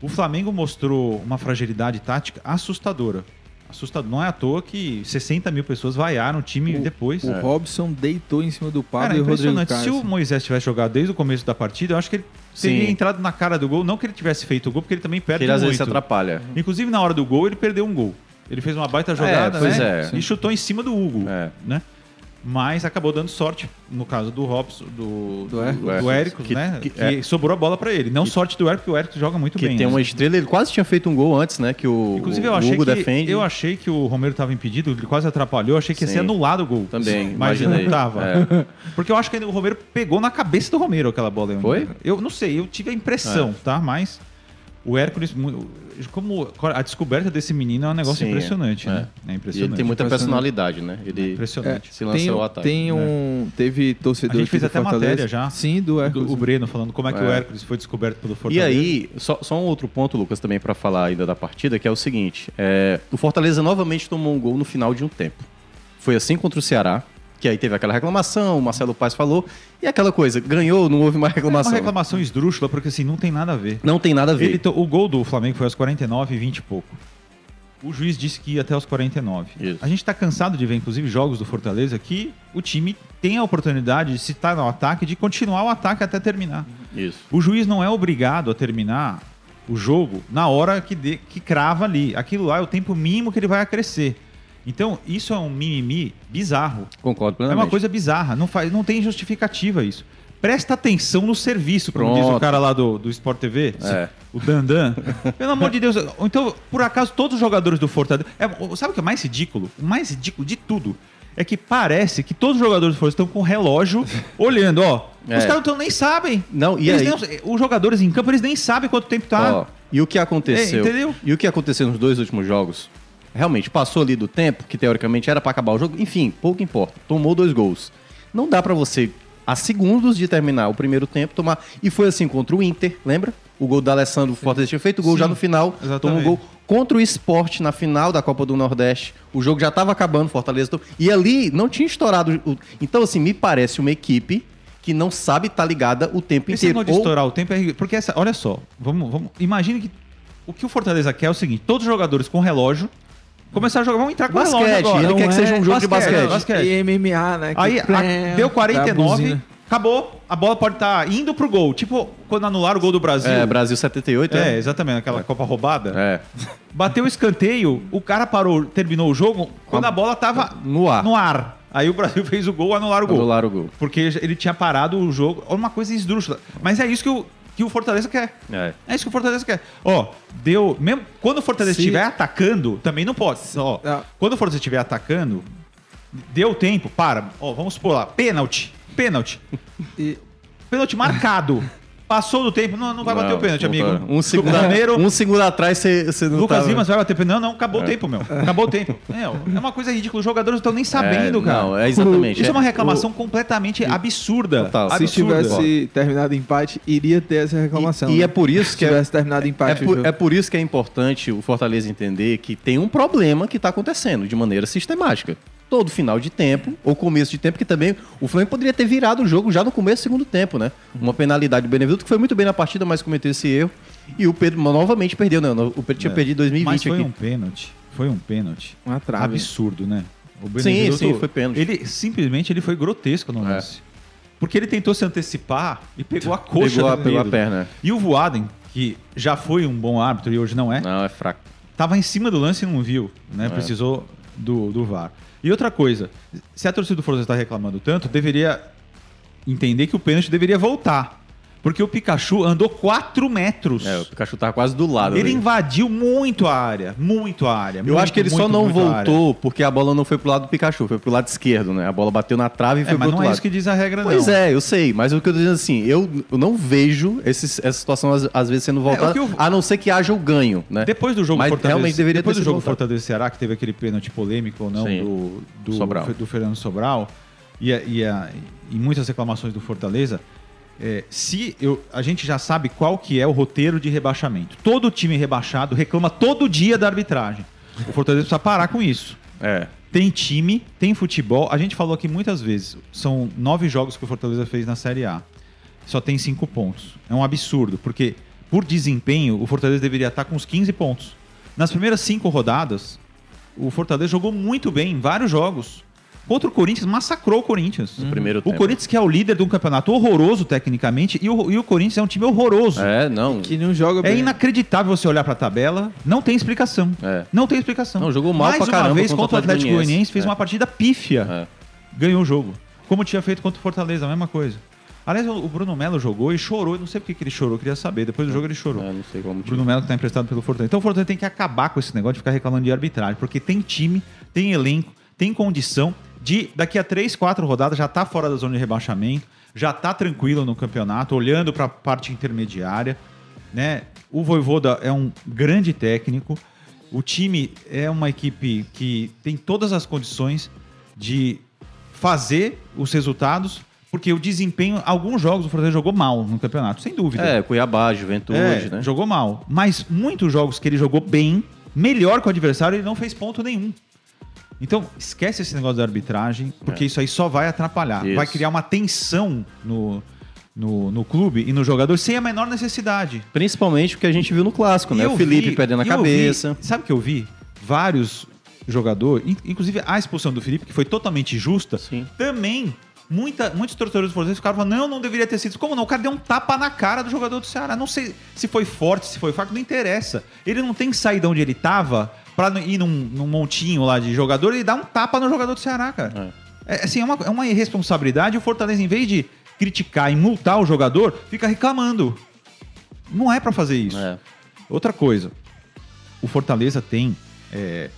[SPEAKER 3] O Flamengo mostrou uma fragilidade tática assustadora. Assustador. Não é à toa que 60 mil pessoas vaiaram o time
[SPEAKER 1] O-
[SPEAKER 3] depois. É.
[SPEAKER 4] É.
[SPEAKER 1] O Robson deitou em cima do Pablo
[SPEAKER 3] Cara, é
[SPEAKER 1] e o Rodrigo
[SPEAKER 3] impressionante.
[SPEAKER 1] Caio.
[SPEAKER 3] Se o
[SPEAKER 1] assim.
[SPEAKER 3] Moisés tivesse jogado desde o começo da partida, eu acho que ele teria
[SPEAKER 4] Sim.
[SPEAKER 3] entrado na cara do gol. Não que ele tivesse feito o gol, porque ele também perde
[SPEAKER 4] Ele às vezes se
[SPEAKER 3] muito. né?
[SPEAKER 4] atrapalha.
[SPEAKER 3] Inclusive, na hora do gol, ele perdeu um gol. Ele fez uma baita jogada
[SPEAKER 4] É, pois
[SPEAKER 3] né?
[SPEAKER 4] é.
[SPEAKER 3] e chutou em cima do Hugo.
[SPEAKER 4] É.
[SPEAKER 3] Né? Mas acabou dando sorte, no caso do Robson, do,
[SPEAKER 1] Do Hércules.
[SPEAKER 4] É,
[SPEAKER 3] do Érico,
[SPEAKER 4] Que-
[SPEAKER 3] né? Que,
[SPEAKER 4] que- é.
[SPEAKER 3] sobrou a bola pra ele. Não sorte do Érico, porque o Érico joga muito
[SPEAKER 4] Que
[SPEAKER 3] bem.
[SPEAKER 4] tem
[SPEAKER 3] né?
[SPEAKER 4] uma estrela, ele quase tinha feito um gol antes, né? Que o,
[SPEAKER 3] Inclusive, eu
[SPEAKER 4] o
[SPEAKER 3] achei,
[SPEAKER 4] Hugo
[SPEAKER 3] que,
[SPEAKER 4] defende.
[SPEAKER 3] eu achei que o Romero estava impedido, ele quase atrapalhou. Eu achei que ia ser
[SPEAKER 4] Sim.
[SPEAKER 3] anulado o gol.
[SPEAKER 4] Também,
[SPEAKER 3] mas
[SPEAKER 4] imaginei.
[SPEAKER 3] não tava.
[SPEAKER 4] É.
[SPEAKER 3] Porque eu acho que o Romero pegou na cabeça do Romero aquela bola. aí.
[SPEAKER 4] Foi? É.
[SPEAKER 3] Eu não sei, eu tive a impressão, tá? Mas o Hércules, mu- como a descoberta desse menino é um negócio
[SPEAKER 4] Sim,
[SPEAKER 3] impressionante,
[SPEAKER 4] é.
[SPEAKER 3] né? É
[SPEAKER 4] E ele
[SPEAKER 3] impressionante. É
[SPEAKER 4] tem muita
[SPEAKER 1] Impressionante.
[SPEAKER 4] personalidade, né? Ele
[SPEAKER 3] Impressionante.
[SPEAKER 4] se lança
[SPEAKER 1] tem, um
[SPEAKER 4] ao ataque. né?
[SPEAKER 1] tem um. Teve torcedor
[SPEAKER 3] A gente
[SPEAKER 1] aqui
[SPEAKER 3] fez
[SPEAKER 1] do
[SPEAKER 3] até
[SPEAKER 1] Fortaleza.
[SPEAKER 3] matéria já.
[SPEAKER 1] Sim, do Hércules.
[SPEAKER 3] Do- o Breno falando como é que
[SPEAKER 4] É.
[SPEAKER 3] o Hércules foi descoberto pelo
[SPEAKER 4] E
[SPEAKER 3] Fortaleza.
[SPEAKER 4] aí, só, só um outro ponto, Lucas, também pra falar ainda da partida, que é o seguinte: é, o Fortaleza novamente tomou um gol no final de um tempo. Foi assim contra o Ceará, que aí teve aquela reclamação, o Marcelo Paz falou, e aquela coisa, ganhou, não houve mais
[SPEAKER 3] É uma
[SPEAKER 4] reclamação.
[SPEAKER 3] reclamação esdrúxula, porque assim, não tem nada a ver.
[SPEAKER 4] Não tem nada a ver.
[SPEAKER 3] Ele to- o gol do Flamengo foi aos 49 e 20 e pouco. O juiz disse que ia até aos 49.
[SPEAKER 4] Isso.
[SPEAKER 3] A gente tá cansado de ver, inclusive, jogos do Fortaleza que o time tem a oportunidade, se tá no ataque, de continuar o ataque até terminar.
[SPEAKER 4] Isso.
[SPEAKER 3] O juiz não é obrigado a terminar o jogo na hora que, dê- que crava ali. Aquilo lá é o tempo mínimo que ele vai acrescer. Então, isso é um mimimi bizarro.
[SPEAKER 4] Concordo
[SPEAKER 3] É
[SPEAKER 4] plenamente.
[SPEAKER 3] uma coisa bizarra, não, faz, não tem justificativa isso. Presta atenção no serviço, como diz o
[SPEAKER 4] Pronto.
[SPEAKER 3] cara lá do, do Sport TV,
[SPEAKER 4] É.
[SPEAKER 3] o Dandan. Pelo amor de Deus, ou então, por acaso, todos os jogadores do Fortaleza. é, o- sabe o que é mais ridículo? O mais ridículo de tudo é que parece que todos os jogadores do Fortaleza estão com o relógio olhando, ó.
[SPEAKER 4] É.
[SPEAKER 3] Os caras tão- nem sabem.
[SPEAKER 4] Não, e
[SPEAKER 3] Eles
[SPEAKER 4] aí?
[SPEAKER 3] nem- os jogadores em campo, eles nem sabem quanto tempo tá.
[SPEAKER 4] Ó, e o que aconteceu?
[SPEAKER 3] É, entendeu?
[SPEAKER 4] E o que aconteceu nos dois últimos jogos? Realmente, passou ali do tempo, que teoricamente era pra acabar o jogo, enfim, pouco importa. Tomou dois gols. Não dá pra você, a segundos de terminar o primeiro tempo, tomar. E foi assim contra o Inter, lembra? O gol do Alessandro o Fortaleza tinha feito o gol
[SPEAKER 3] Sim,
[SPEAKER 4] já no final,
[SPEAKER 3] exatamente.
[SPEAKER 4] tomou um gol contra o Sport na final da Copa do Nordeste. O jogo já tava acabando, Fortaleza. tom- E ali não tinha estourado. o- Então, assim, me parece uma equipe que não sabe estar ligada o tempo
[SPEAKER 3] Esse
[SPEAKER 4] inteiro.
[SPEAKER 3] negócio de
[SPEAKER 4] Ou-
[SPEAKER 3] estourar o tempo é. Porque essa, olha só, vamos, vamos. Imagine que o que o Fortaleza quer é o seguinte: todos os jogadores com relógio começaram a jogar, vão entrar com
[SPEAKER 4] Basquete,
[SPEAKER 3] relógio agora.
[SPEAKER 4] ele
[SPEAKER 3] Não
[SPEAKER 4] quer que
[SPEAKER 3] é-
[SPEAKER 4] seja um jogo de basquete.
[SPEAKER 1] E MMA, né? que
[SPEAKER 3] Aí a-
[SPEAKER 1] plé,
[SPEAKER 3] deu
[SPEAKER 4] Tá
[SPEAKER 1] dá a
[SPEAKER 3] 49,
[SPEAKER 1] buzina.
[SPEAKER 3] acabou, a bola pode estar indo pro gol. Tipo, quando anularam o gol do Brasil.
[SPEAKER 4] É, Brasil 78,
[SPEAKER 3] É,
[SPEAKER 4] é.
[SPEAKER 3] exatamente, aquela Copa roubada.
[SPEAKER 4] É.
[SPEAKER 3] Bateu o escanteio, o cara parou, terminou o jogo quando a bola tava
[SPEAKER 4] No ar.
[SPEAKER 3] no ar. Aí o Brasil fez o gol, anularam o gol.
[SPEAKER 4] Anularam o gol.
[SPEAKER 3] Porque ele tinha parado o jogo. É Uma coisa esdrúxula. Mas é isso que o, que o Fortaleza quer.
[SPEAKER 4] É.
[SPEAKER 3] É isso que o Fortaleza quer. Ó, deu. Mesmo quando o Fortaleza
[SPEAKER 1] Se-
[SPEAKER 3] estiver atacando, também não pode. Ó,
[SPEAKER 1] Ah.
[SPEAKER 3] quando o Fortaleza estiver atacando, deu tempo, para. Ó, vamos supor lá. Pênalti. Pênalti.
[SPEAKER 1] E-
[SPEAKER 3] Pênalti marcado. Passou do tempo. Não, não vai bater o pênalti, amigo.
[SPEAKER 4] Um segundo,
[SPEAKER 3] Primeiro,
[SPEAKER 4] um segundo atrás você você não tá- É.
[SPEAKER 3] Lucas
[SPEAKER 4] tava-
[SPEAKER 3] Limas vai bater pênalti. Não, não, acabou o tempo, meu. Acabou o tempo. É, é uma coisa ridícula. Os jogadores não estão nem sabendo,
[SPEAKER 4] É,
[SPEAKER 3] cara.
[SPEAKER 4] Não, é exatamente.
[SPEAKER 3] tá Isso é uma reclamação completamente absurda.
[SPEAKER 4] Total.
[SPEAKER 1] Se
[SPEAKER 3] absurda.
[SPEAKER 1] tivesse terminado empate, iria ter essa reclamação.
[SPEAKER 4] E, e
[SPEAKER 1] né?
[SPEAKER 4] é por isso que
[SPEAKER 1] Se
[SPEAKER 4] é,
[SPEAKER 1] tivesse terminado
[SPEAKER 4] é,
[SPEAKER 1] empate. o
[SPEAKER 4] por,
[SPEAKER 1] jogo.
[SPEAKER 4] é por isso que é importante o Fortaleza entender que tem um problema que está acontecendo de maneira sistemática. Todo final de tempo, ou começo de tempo, que também o Flamengo poderia ter virado o jogo já no começo do segundo tempo, né? Uma penalidade do Benevenuto, que foi muito bem na partida, mas cometeu esse erro. E o Pedro novamente perdeu, né? O Pedro tinha perdido em 2020
[SPEAKER 3] É. Mas foi
[SPEAKER 4] aqui.
[SPEAKER 3] um pênalti. Foi um pênalti.
[SPEAKER 1] Uma trave.
[SPEAKER 3] Absurdo, né? O
[SPEAKER 4] sim, foi pênalti.
[SPEAKER 3] Ele simplesmente ele foi grotesco no
[SPEAKER 4] É.
[SPEAKER 3] lance. Porque ele tentou se antecipar e pegou a coxa
[SPEAKER 4] Pegou a-
[SPEAKER 3] do
[SPEAKER 4] pegou a
[SPEAKER 3] dedo.
[SPEAKER 4] perna.
[SPEAKER 3] E o Voaden, que já foi um bom árbitro e hoje não é,
[SPEAKER 4] Não, é fraco.
[SPEAKER 3] tava em cima do lance e não viu, né? Precisou do, do VAR. E outra coisa, se a torcida do Fortaleza está reclamando tanto, deveria entender que o pênalti deveria voltar. Porque o Pikachu andou 4 metros.
[SPEAKER 4] É, o Pikachu tava quase do lado.
[SPEAKER 3] Ele
[SPEAKER 4] ali.
[SPEAKER 3] invadiu muito a área, muito a área.
[SPEAKER 4] Eu acho que ele só não voltou porque a bola não foi pro lado do Pikachu, foi pro lado esquerdo, né? A bola bateu na trave e
[SPEAKER 3] É,
[SPEAKER 4] foi pro
[SPEAKER 3] mas
[SPEAKER 4] outro
[SPEAKER 3] não é
[SPEAKER 4] lado.
[SPEAKER 3] isso que diz a regra, não.
[SPEAKER 4] Pois é, eu sei, mas o que eu tô dizendo assim, eu, eu não vejo esses- essa situação às, às vezes sendo
[SPEAKER 3] É, o
[SPEAKER 4] voltada,
[SPEAKER 3] que eu-
[SPEAKER 4] a não ser que haja o ganho, né?
[SPEAKER 3] Depois do jogo
[SPEAKER 4] Mas
[SPEAKER 3] Fortaleza,
[SPEAKER 4] realmente deveria
[SPEAKER 3] depois
[SPEAKER 4] ter
[SPEAKER 3] do
[SPEAKER 4] sido
[SPEAKER 3] jogo
[SPEAKER 4] voltado.
[SPEAKER 3] Fortaleza e Ceará, que teve aquele pênalti polêmico ou não
[SPEAKER 4] Sim.
[SPEAKER 3] do, do,
[SPEAKER 4] Sobral.
[SPEAKER 3] Fe- do Fernando Sobral e, a- e, a- e muitas reclamações do Fortaleza, é, se eu, a gente já sabe qual que é o roteiro de rebaixamento. Todo time rebaixado reclama todo dia da arbitragem. O Fortaleza precisa parar com isso.
[SPEAKER 4] É.
[SPEAKER 3] Tem time, tem futebol. A gente falou aqui muitas vezes. São nove jogos que o Fortaleza fez na Série A. Só tem cinco pontos. É um absurdo, porque por desempenho, o Fortaleza deveria estar com uns 15 pontos. Nas primeiras cinco rodadas, o Fortaleza jogou muito bem em vários jogos. Contra o Corinthians, massacrou o Corinthians.
[SPEAKER 4] No primeiro
[SPEAKER 3] o
[SPEAKER 4] tempo.
[SPEAKER 3] Corinthians, que é o líder de um campeonato horroroso tecnicamente, e o, e o Corinthians é um time horroroso.
[SPEAKER 4] É, não.
[SPEAKER 1] Que não joga
[SPEAKER 3] É
[SPEAKER 1] bem.
[SPEAKER 3] inacreditável você olhar pra tabela, não tem explicação.
[SPEAKER 4] É.
[SPEAKER 3] Não tem explicação.
[SPEAKER 4] Não, jogou mal
[SPEAKER 3] Mais
[SPEAKER 4] pra
[SPEAKER 3] uma
[SPEAKER 4] caramba
[SPEAKER 3] vez
[SPEAKER 4] contra
[SPEAKER 3] contra o Atlético Goianiense, fez
[SPEAKER 4] É.
[SPEAKER 3] uma partida pífia.
[SPEAKER 4] É.
[SPEAKER 3] ganhou o jogo. Como tinha feito contra o Fortaleza, a mesma coisa. Aliás, o o Bruno Melo jogou e chorou. Eu não sei por que que ele chorou, eu queria saber. Depois do jogo ele chorou.
[SPEAKER 4] É, não sei como.
[SPEAKER 3] Bruno Melo que tá emprestado pelo Fortaleza. Então o Fortaleza tem que acabar com esse negócio de ficar reclamando de arbitragem, porque tem time, tem elenco, tem condição de daqui a três, quatro rodadas já tá fora da zona de rebaixamento, já tá tranquilo no campeonato, olhando para a parte intermediária, né? O Voivoda é um grande técnico. O time é uma equipe que tem todas as condições de fazer os resultados, porque o desempenho, alguns jogos o Fortaleza jogou mal no campeonato, sem dúvida.
[SPEAKER 4] É, Cuiabá, Juventude,
[SPEAKER 3] É,
[SPEAKER 4] né?
[SPEAKER 3] Jogou mal. Mas muitos jogos que ele jogou bem, melhor que o adversário, ele não fez ponto nenhum. Então, esquece esse negócio da arbitragem, porque isso aí só vai atrapalhar.
[SPEAKER 4] É. Isso.
[SPEAKER 3] Vai criar uma tensão no, no, no clube e no jogador sem a menor necessidade.
[SPEAKER 4] Principalmente o que a gente viu no clássico,
[SPEAKER 3] E
[SPEAKER 4] né? O
[SPEAKER 3] eu
[SPEAKER 4] Felipe
[SPEAKER 3] vi-
[SPEAKER 4] perdendo a
[SPEAKER 3] e eu
[SPEAKER 4] cabeça.
[SPEAKER 3] vi- sabe o que eu vi? Vários jogadores, in- inclusive a expulsão do Felipe, que foi totalmente justa,
[SPEAKER 4] Sim.
[SPEAKER 3] também. Muita, muitos torcedores do Fortaleza ficaram falando, não, não deveria ter sido. Como não? O cara deu um tapa na cara do jogador do Ceará. Não sei se foi forte, se foi fraco, não interessa. Ele não tem que sair de onde ele tava pra n- ir num, num montinho lá de jogador e dar um tapa no jogador do Ceará, cara. É, assim, é uma, é uma irresponsabilidade. O Fortaleza, em vez de criticar e multar o jogador, fica reclamando. Não é pra fazer isso.
[SPEAKER 4] É.
[SPEAKER 3] Outra coisa, o Fortaleza tem é,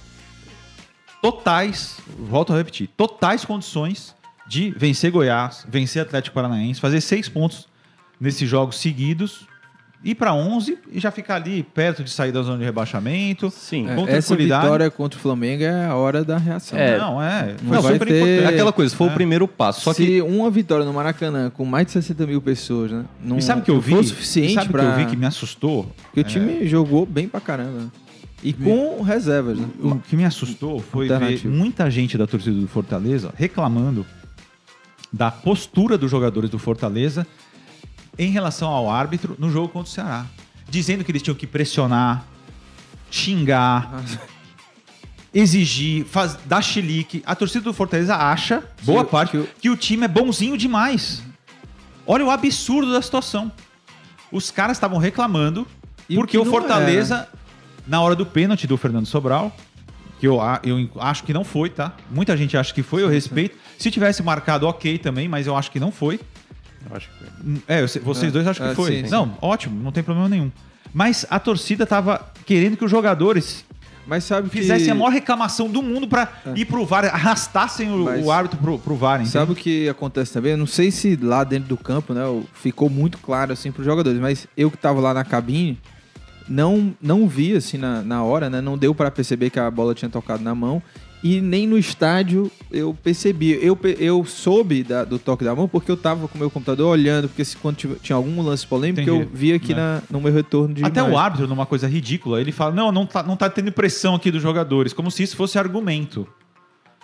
[SPEAKER 3] totais, volto a repetir, totais condições de vencer Goiás, vencer Atlético Paranaense, fazer seis pontos nesses jogos seguidos, ir para 11 e já ficar ali perto de sair da zona de rebaixamento.
[SPEAKER 4] Sim.
[SPEAKER 1] É,
[SPEAKER 3] Com
[SPEAKER 1] essa
[SPEAKER 3] tranquilidade.
[SPEAKER 1] vitória contra o Flamengo é a hora da reação. né?
[SPEAKER 4] É,
[SPEAKER 3] Não, é, foi
[SPEAKER 1] Não vai
[SPEAKER 3] super
[SPEAKER 1] ter-
[SPEAKER 3] importante.
[SPEAKER 4] Aquela coisa,
[SPEAKER 3] É.
[SPEAKER 4] foi o primeiro passo. Só
[SPEAKER 1] Só Se
[SPEAKER 4] que.
[SPEAKER 1] uma vitória no Maracanã com mais de 60 mil pessoas, né? Não
[SPEAKER 3] E sabe o que eu vi?
[SPEAKER 1] Foi o
[SPEAKER 3] E
[SPEAKER 1] suficiente
[SPEAKER 3] sabe o
[SPEAKER 1] pra...
[SPEAKER 3] que eu vi que me É. assustou?
[SPEAKER 1] Porque o time jogou bem pra caramba. E com reservas, né?
[SPEAKER 3] O que me assustou foi ver
[SPEAKER 1] Alternativo.
[SPEAKER 3] muita gente da torcida do Fortaleza reclamando da postura dos jogadores do Fortaleza em relação ao árbitro no jogo contra o Ceará. Dizendo que eles tinham que pressionar, xingar, exigir, faz, dar chilique. A torcida do Fortaleza acha, boa
[SPEAKER 1] o-
[SPEAKER 3] parte,
[SPEAKER 1] que o-
[SPEAKER 3] que o time é bonzinho demais. Olha o absurdo da situação. Os caras estavam reclamando
[SPEAKER 1] E o
[SPEAKER 3] porque
[SPEAKER 1] que
[SPEAKER 3] o
[SPEAKER 1] não
[SPEAKER 3] Fortaleza, na hora do pênalti do Fernando Sobral, que eu, a- eu en- acho que não foi, tá? Muita gente acha que foi, eu respeito. Se tivesse marcado, ok também, mas eu acho que não foi.
[SPEAKER 4] Acho que-
[SPEAKER 3] Hum, É, eu sei- vocês
[SPEAKER 1] É,
[SPEAKER 3] dois acham que
[SPEAKER 1] é,
[SPEAKER 3] foi.
[SPEAKER 1] sim, sim.
[SPEAKER 3] não, ótimo, não tem problema nenhum. Mas a torcida tava querendo que os jogadores
[SPEAKER 1] Mas sabe que... É.
[SPEAKER 3] fizessem a maior reclamação do mundo pra ir pro VAR, arrastassem o,
[SPEAKER 1] Mas-
[SPEAKER 3] o árbitro pro, pro VAR, entende?
[SPEAKER 1] Sabe o que acontece também? Eu não sei se lá dentro do campo, né, o- ficou muito claro assim para os jogadores, mas eu que tava lá na cabine não não vi assim na, na hora, né? Não deu para perceber que a bola tinha tocado na mão e nem no estádio eu percebi. Eu, pe- eu soube da- do toque da mão porque eu tava com o meu computador olhando, porque se quando tive- tinha algum lance polêmico
[SPEAKER 3] Entendi.
[SPEAKER 1] eu vi aqui
[SPEAKER 3] É.
[SPEAKER 1] na, no meu retorno de
[SPEAKER 3] Até
[SPEAKER 1] imagem.
[SPEAKER 3] o árbitro, numa coisa ridícula, ele fala: não, não tá, não tá tendo pressão aqui dos jogadores, como se isso fosse argumento.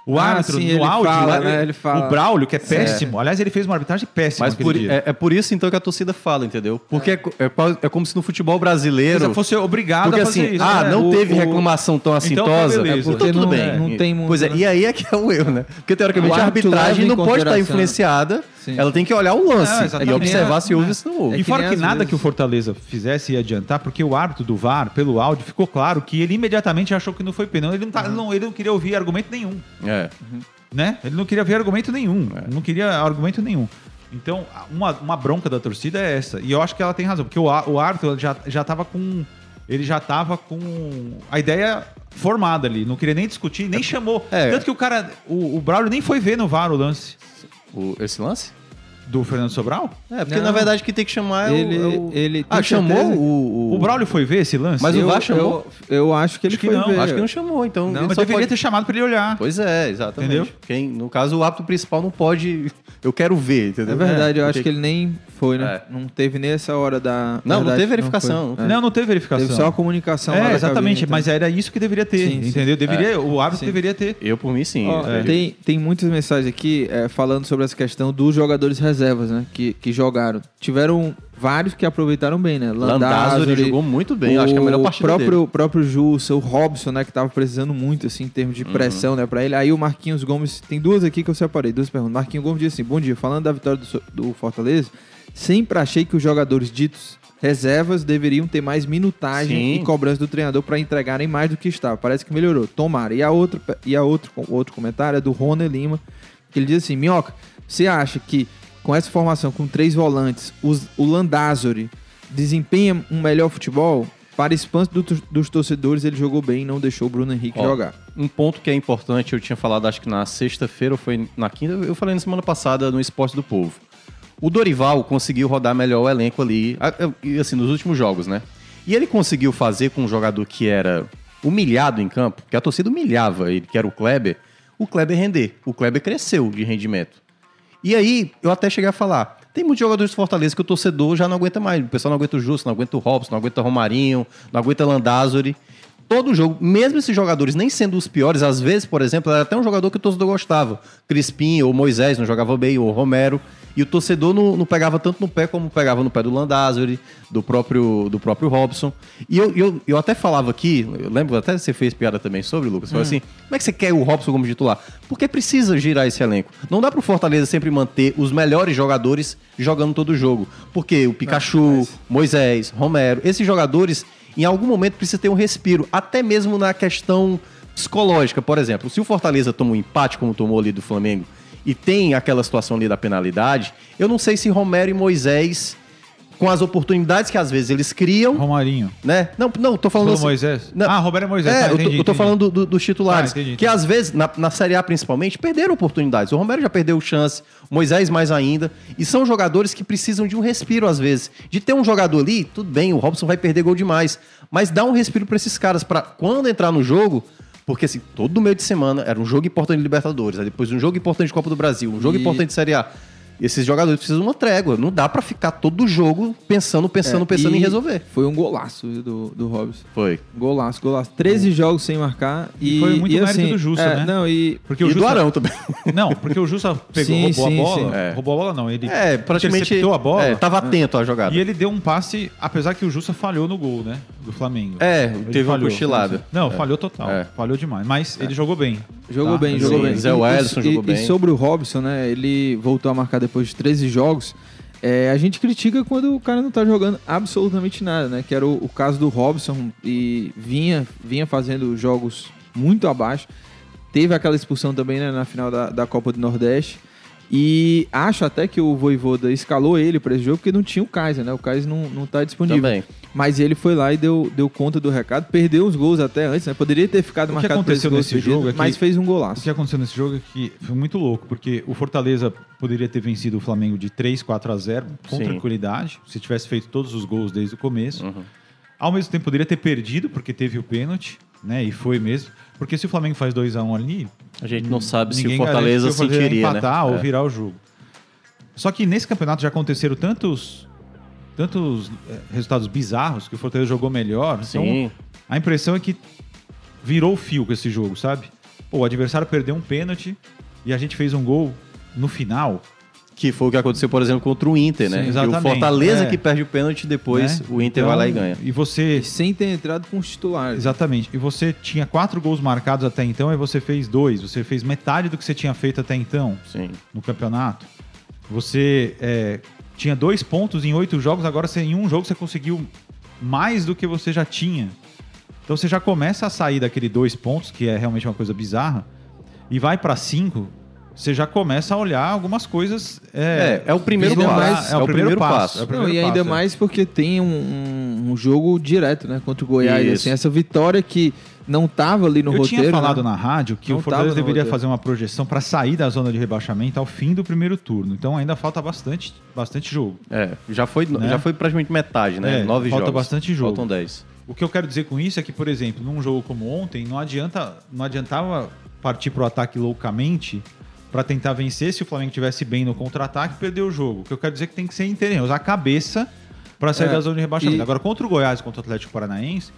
[SPEAKER 3] O
[SPEAKER 1] Ah,
[SPEAKER 3] árbitro,
[SPEAKER 1] sim,
[SPEAKER 3] no
[SPEAKER 1] ele
[SPEAKER 3] áudio,
[SPEAKER 1] fala,
[SPEAKER 3] o-
[SPEAKER 1] né? Ele fala.
[SPEAKER 3] o Braulio, que é péssimo. Aliás, ele fez uma arbitragem péssima.
[SPEAKER 4] Mas
[SPEAKER 3] aquele
[SPEAKER 4] por-
[SPEAKER 3] dia.
[SPEAKER 4] é, é por isso então que a torcida fala, entendeu? Porque é, co- é pa- é como se no futebol brasileiro.
[SPEAKER 1] é
[SPEAKER 3] Se fosse obrigado
[SPEAKER 4] Porque
[SPEAKER 3] a fazer
[SPEAKER 4] assim,
[SPEAKER 3] isso.
[SPEAKER 4] ah,
[SPEAKER 3] né?
[SPEAKER 4] não
[SPEAKER 1] o-
[SPEAKER 4] teve
[SPEAKER 1] o- Então tá
[SPEAKER 4] reclamação tão
[SPEAKER 3] beleza.
[SPEAKER 4] assintosa. é
[SPEAKER 3] É
[SPEAKER 1] porque
[SPEAKER 4] então, tudo
[SPEAKER 1] não-
[SPEAKER 4] bem.
[SPEAKER 1] não tem muito,
[SPEAKER 4] Pois é,
[SPEAKER 1] né?
[SPEAKER 4] e aí é que é o erro, né? Porque
[SPEAKER 1] O
[SPEAKER 4] teoricamente a
[SPEAKER 1] árbitro leva
[SPEAKER 4] arbitragem
[SPEAKER 1] em
[SPEAKER 4] não pode estar
[SPEAKER 1] consideração.
[SPEAKER 4] influenciada.
[SPEAKER 1] Sim.
[SPEAKER 4] Ela tem que olhar o lance
[SPEAKER 3] Ah, exatamente.
[SPEAKER 4] e observar se houve
[SPEAKER 3] É.
[SPEAKER 4] ou se não houve.
[SPEAKER 1] É
[SPEAKER 3] e
[SPEAKER 1] que
[SPEAKER 3] fora
[SPEAKER 1] nem
[SPEAKER 3] que
[SPEAKER 1] às
[SPEAKER 3] nada
[SPEAKER 1] vezes.
[SPEAKER 3] que o Fortaleza fizesse ia adiantar, porque o árbitro do VAR, pelo áudio, ficou claro que ele imediatamente achou que não foi pênalti. Ele não, tá- não- ele não queria ouvir argumento nenhum.
[SPEAKER 4] É.
[SPEAKER 3] né? Ele não queria ver argumento nenhum. Não queria argumento nenhum. Então, uma, uma bronca da torcida é essa. E eu acho que ela tem razão, porque o, Ar- o Arthur já, já tava com. Ele já tava com a ideia formada ali. Não queria nem discutir, nem chamou.
[SPEAKER 4] é.
[SPEAKER 3] Tanto que o cara. O, o Braulio nem foi ver no VAR o lance
[SPEAKER 4] O- esse lance?
[SPEAKER 3] do Fernando Sobral.
[SPEAKER 4] É, porque
[SPEAKER 1] Não.
[SPEAKER 4] na verdade quem tem que chamar é o-
[SPEAKER 1] Ele-
[SPEAKER 4] é o.
[SPEAKER 1] ele- tem
[SPEAKER 4] ah, chamou
[SPEAKER 1] certeza?
[SPEAKER 4] o,
[SPEAKER 3] O Braulio foi ver esse lance?
[SPEAKER 4] Mas o
[SPEAKER 1] eu,
[SPEAKER 4] VAR chamou?
[SPEAKER 1] Eu, eu acho que ele
[SPEAKER 3] Acho que
[SPEAKER 1] foi
[SPEAKER 3] não,
[SPEAKER 1] ver.
[SPEAKER 4] Acho que não chamou, então.
[SPEAKER 1] Não,
[SPEAKER 4] ele
[SPEAKER 3] mas
[SPEAKER 4] só
[SPEAKER 3] deveria
[SPEAKER 4] pode-
[SPEAKER 3] ter chamado pra ele olhar.
[SPEAKER 4] Pois é, exatamente.
[SPEAKER 3] Entendeu?
[SPEAKER 4] Quem, no caso, o árbitro principal não pode. Eu quero ver, entendeu?
[SPEAKER 1] É verdade, eu
[SPEAKER 4] É,
[SPEAKER 1] acho que ele nem foi, né?
[SPEAKER 4] É.
[SPEAKER 1] Não teve nem essa hora da.
[SPEAKER 4] Não, não
[SPEAKER 1] verdade,
[SPEAKER 4] teve verificação,
[SPEAKER 1] foi.
[SPEAKER 4] não
[SPEAKER 1] É.
[SPEAKER 3] Não, não teve verificação.
[SPEAKER 1] Teve só a comunicação. lá
[SPEAKER 3] é,
[SPEAKER 1] da
[SPEAKER 3] exatamente,
[SPEAKER 1] cabine,
[SPEAKER 4] né?
[SPEAKER 3] mas era isso que deveria ter,
[SPEAKER 1] Sim, sim.
[SPEAKER 3] entendeu? Deveria,
[SPEAKER 4] É.
[SPEAKER 3] O árbitro
[SPEAKER 1] Sim.
[SPEAKER 3] deveria ter.
[SPEAKER 4] Eu, por mim, sim.
[SPEAKER 1] Então, Ó,
[SPEAKER 4] É.
[SPEAKER 1] tem, tem muitas mensagens aqui é, falando sobre essa questão dos jogadores reservas, né? Que, que jogaram. Tiveram vários que aproveitaram bem, né?
[SPEAKER 4] Landázuri
[SPEAKER 1] Landázuri,
[SPEAKER 4] jogou muito bem, acho que é a melhor partida
[SPEAKER 1] próprio,
[SPEAKER 4] dele.
[SPEAKER 1] O próprio Jussa, o Robson, né? Que tava precisando muito, assim, em termos
[SPEAKER 4] Uhum.
[SPEAKER 1] de pressão, né? Pra ele. Aí o Marquinhos Gomes... Tem duas aqui que eu separei, duas perguntas. Marquinhos Gomes diz assim, bom dia, falando da vitória do, so- do Fortaleza, sempre achei que os jogadores ditos reservas deveriam ter mais minutagem
[SPEAKER 4] Sim.
[SPEAKER 1] e cobrança do treinador para entregarem mais do que estava. Parece que melhorou. Tomara. E a outra, e a outro, outro comentário é do Rony Lima, Que ele diz assim: Minhoca, você acha que com essa formação, com três volantes, os- o Landázuri desempenha um melhor futebol? Para espanto do tor- dos torcedores, ele jogou bem e não deixou o Bruno Henrique
[SPEAKER 4] Ó,
[SPEAKER 1] jogar.
[SPEAKER 4] Um ponto que é importante, eu tinha falado, acho que na sexta-feira ou foi na quinta, eu falei na semana passada no Esporte do Povo. O Dorival conseguiu rodar melhor o elenco ali, a- a- e assim, nos últimos jogos, né? E ele conseguiu fazer com um jogador que era humilhado em campo, que a torcida humilhava ele, que era o Kleber, o Kleber render. O Kleber cresceu de rendimento. E aí, eu até cheguei a falar. Tem muitos jogadores do Fortaleza que o torcedor já não aguenta mais. O pessoal não aguenta o Justo, não aguenta o Robson, não aguenta o Romarinho, não aguenta o Landázuri. Todo jogo, mesmo esses jogadores nem sendo os piores, às vezes, por exemplo, era até um jogador que o torcedor gostava. Crispim ou Moisés não jogava bem, ou Romero. E o torcedor não, não pegava tanto no pé como pegava no pé do Landázuri, do próprio, do próprio Robson. E eu, eu, eu até falava aqui, eu lembro até você fez piada também sobre, Lucas, falou assim, como é que você quer o Robson como titular? Porque precisa girar esse elenco. Não dá pro Fortaleza sempre manter os melhores jogadores jogando todo jogo. Porque o Pikachu, Moisés, Romero, esses jogadores, em algum momento precisa ter um respiro, até mesmo na questão psicológica, por exemplo. Se o Fortaleza toma um empate, como tomou ali do Flamengo, e tem aquela situação ali da penalidade, eu não sei se Romero e Moisés, com as oportunidades que às vezes eles criam,
[SPEAKER 3] Romarinho.
[SPEAKER 4] né? Não, não, tô falando
[SPEAKER 3] Você falou Moisés? Ah, Roberto é Moisés,
[SPEAKER 4] É,
[SPEAKER 3] tá,
[SPEAKER 4] eu, tô,
[SPEAKER 3] entendi,
[SPEAKER 4] eu tô
[SPEAKER 3] entendi.
[SPEAKER 4] falando do- dos titulares.
[SPEAKER 3] Tá, entendi,
[SPEAKER 4] que
[SPEAKER 3] entendi.
[SPEAKER 4] às vezes, na, na Série A principalmente, perderam oportunidades. O Romero já perdeu chance, o Moisés mais ainda. E são jogadores que precisam de um respiro às vezes. De ter um jogador ali, tudo bem, o Robson vai perder gol demais. Mas dá um respiro pra esses caras, pra quando entrar no jogo... Porque assim, todo meio de semana era um jogo importante de Libertadores, aí depois um jogo importante de Copa do Brasil, um jogo
[SPEAKER 1] E-
[SPEAKER 4] importante de Série A. Esses jogadores precisam de uma trégua. Não dá pra ficar todo jogo pensando, pensando, pensando
[SPEAKER 1] É, E
[SPEAKER 4] em resolver.
[SPEAKER 1] Foi um golaço do, do Robson.
[SPEAKER 4] Foi.
[SPEAKER 1] Golaço, golaço. 13 jogos sem marcar e.
[SPEAKER 3] E foi muito
[SPEAKER 1] e,
[SPEAKER 3] mérito do Jussa,
[SPEAKER 1] é,
[SPEAKER 3] né?
[SPEAKER 1] Não, e.
[SPEAKER 3] Porque
[SPEAKER 4] E
[SPEAKER 3] o
[SPEAKER 4] o do
[SPEAKER 3] Justa-
[SPEAKER 4] Arão também.
[SPEAKER 3] Não, porque o Jussa pegou,
[SPEAKER 1] Sim,
[SPEAKER 3] roubou
[SPEAKER 1] sim,
[SPEAKER 3] a bola.
[SPEAKER 1] sim.
[SPEAKER 4] É.
[SPEAKER 3] Roubou a bola não, ele
[SPEAKER 4] É, praticamente.
[SPEAKER 3] interceptou a bola.
[SPEAKER 4] É, tava atento à jogada.
[SPEAKER 3] E ele deu um passe, apesar que o Jussa falhou no gol, né? Do Flamengo.
[SPEAKER 4] É,
[SPEAKER 3] Ele
[SPEAKER 4] teve uma
[SPEAKER 3] falhou.
[SPEAKER 4] cochilada.
[SPEAKER 3] Não,
[SPEAKER 4] É.
[SPEAKER 3] falhou total.
[SPEAKER 4] É.
[SPEAKER 3] Falhou demais. Mas ele jogou bem.
[SPEAKER 1] Jogou
[SPEAKER 3] Tá,
[SPEAKER 1] bem, jogou
[SPEAKER 4] sim.
[SPEAKER 1] bem.
[SPEAKER 4] é Zé
[SPEAKER 1] E-
[SPEAKER 4] Wellison
[SPEAKER 1] e,
[SPEAKER 4] jogou
[SPEAKER 1] e
[SPEAKER 4] bem.
[SPEAKER 1] sobre o Robson, né? Ele voltou a marcar depois de 13 jogos. É, a gente critica quando o cara não tá jogando absolutamente nada, né? Que era o, o caso do Robson e vinha, vinha fazendo jogos muito abaixo. Teve aquela expulsão também né, na final da, da Copa do Nordeste. E acho até que o Voivoda escalou ele pra esse jogo porque não tinha o Kaiser, né? O Kaiser não, não tá disponível.
[SPEAKER 4] Também.
[SPEAKER 1] Mas ele foi lá e deu, deu conta do recado, perdeu os gols até antes, né? Poderia ter ficado
[SPEAKER 3] O que
[SPEAKER 1] marcado por esses
[SPEAKER 3] aconteceu
[SPEAKER 1] gols
[SPEAKER 3] nesse
[SPEAKER 1] perdidos,
[SPEAKER 3] jogo é que-
[SPEAKER 1] mas fez um
[SPEAKER 3] O
[SPEAKER 1] golaço.
[SPEAKER 3] que aconteceu nesse jogo é que foi muito louco, porque o Fortaleza poderia ter vencido o Flamengo de 3, 4 a 0 com
[SPEAKER 4] Sim. Uhum.
[SPEAKER 3] tranquilidade, se tivesse feito todos os gols desde o começo. Ao mesmo tempo poderia ter perdido, porque teve o pênalti, né? E foi mesmo. Porque se o Flamengo faz 2 a 1 ali,
[SPEAKER 4] A gente não sabe se o
[SPEAKER 3] ninguém
[SPEAKER 4] Fortaleza
[SPEAKER 3] garante que o Fortaleza
[SPEAKER 4] sentiria, né?
[SPEAKER 3] empatar ou
[SPEAKER 4] É.
[SPEAKER 3] virar o jogo. Só que nesse campeonato já aconteceram tantos tantos eh, resultados bizarros que o Fortaleza jogou melhor. Então,
[SPEAKER 4] Sim.
[SPEAKER 3] a impressão é que virou o fio com esse jogo, sabe? Pô, o adversário perdeu um pênalti e a gente fez um gol no final.
[SPEAKER 4] Que foi o que aconteceu, por exemplo, contra o Inter, né?
[SPEAKER 3] Sim,
[SPEAKER 4] E o
[SPEAKER 3] exatamente.
[SPEAKER 4] Fortaleza
[SPEAKER 3] É.
[SPEAKER 4] que perde o pênalti, depois
[SPEAKER 3] né?
[SPEAKER 4] o Inter
[SPEAKER 3] Então,
[SPEAKER 4] vai lá e ganha.
[SPEAKER 3] E você.
[SPEAKER 1] Sem ter entrado com os titulares.
[SPEAKER 3] Exatamente. E você tinha quatro gols marcados até então e você fez dois. Você fez metade do que você tinha feito até então
[SPEAKER 4] Sim.
[SPEAKER 3] no campeonato. Você é, tinha dois pontos em oito jogos, agora você, em um jogo você conseguiu mais do que você já tinha. Então você já começa a sair daquele dois pontos, que é realmente uma coisa bizarra, e vai para cinco, você já começa a olhar algumas coisas.
[SPEAKER 4] É, é o primeiro
[SPEAKER 1] ainda
[SPEAKER 4] passo.
[SPEAKER 1] mais-
[SPEAKER 4] é o primeiro passo.
[SPEAKER 3] é o
[SPEAKER 1] Não,
[SPEAKER 3] primeiro
[SPEAKER 1] e ainda
[SPEAKER 3] passo, é.
[SPEAKER 1] mais porque tem um, um- um jogo direto, né? Contra o Goiás.
[SPEAKER 4] Isso.
[SPEAKER 1] Assim, essa vitória que não tava ali no
[SPEAKER 3] Eu
[SPEAKER 1] roteiro.
[SPEAKER 3] tinha falado
[SPEAKER 1] né?
[SPEAKER 3] na rádio que
[SPEAKER 1] Não
[SPEAKER 3] o Fortaleza
[SPEAKER 1] tava no
[SPEAKER 3] deveria
[SPEAKER 1] roteiro.
[SPEAKER 3] fazer uma projeção para sair da zona de rebaixamento ao fim do primeiro turno. Então ainda falta bastante, bastante jogo.
[SPEAKER 4] É, já foi,
[SPEAKER 3] Né?
[SPEAKER 4] já foi praticamente metade, né?
[SPEAKER 3] É,
[SPEAKER 4] Nove
[SPEAKER 3] falta
[SPEAKER 4] jogos.
[SPEAKER 3] bastante jogo.
[SPEAKER 4] Faltam dez.
[SPEAKER 3] O que eu quero dizer com isso é que, por exemplo, num jogo como ontem, não adianta, não adiantava partir pro ataque loucamente para tentar vencer se o Flamengo tivesse bem no contra-ataque, perder o jogo. O que eu quero dizer é que tem que ser inteiro, usar a cabeça para sair
[SPEAKER 1] É,
[SPEAKER 3] da zona de rebaixamento.
[SPEAKER 1] e-
[SPEAKER 3] Agora contra o Goiás, contra o Atlético Paranaense,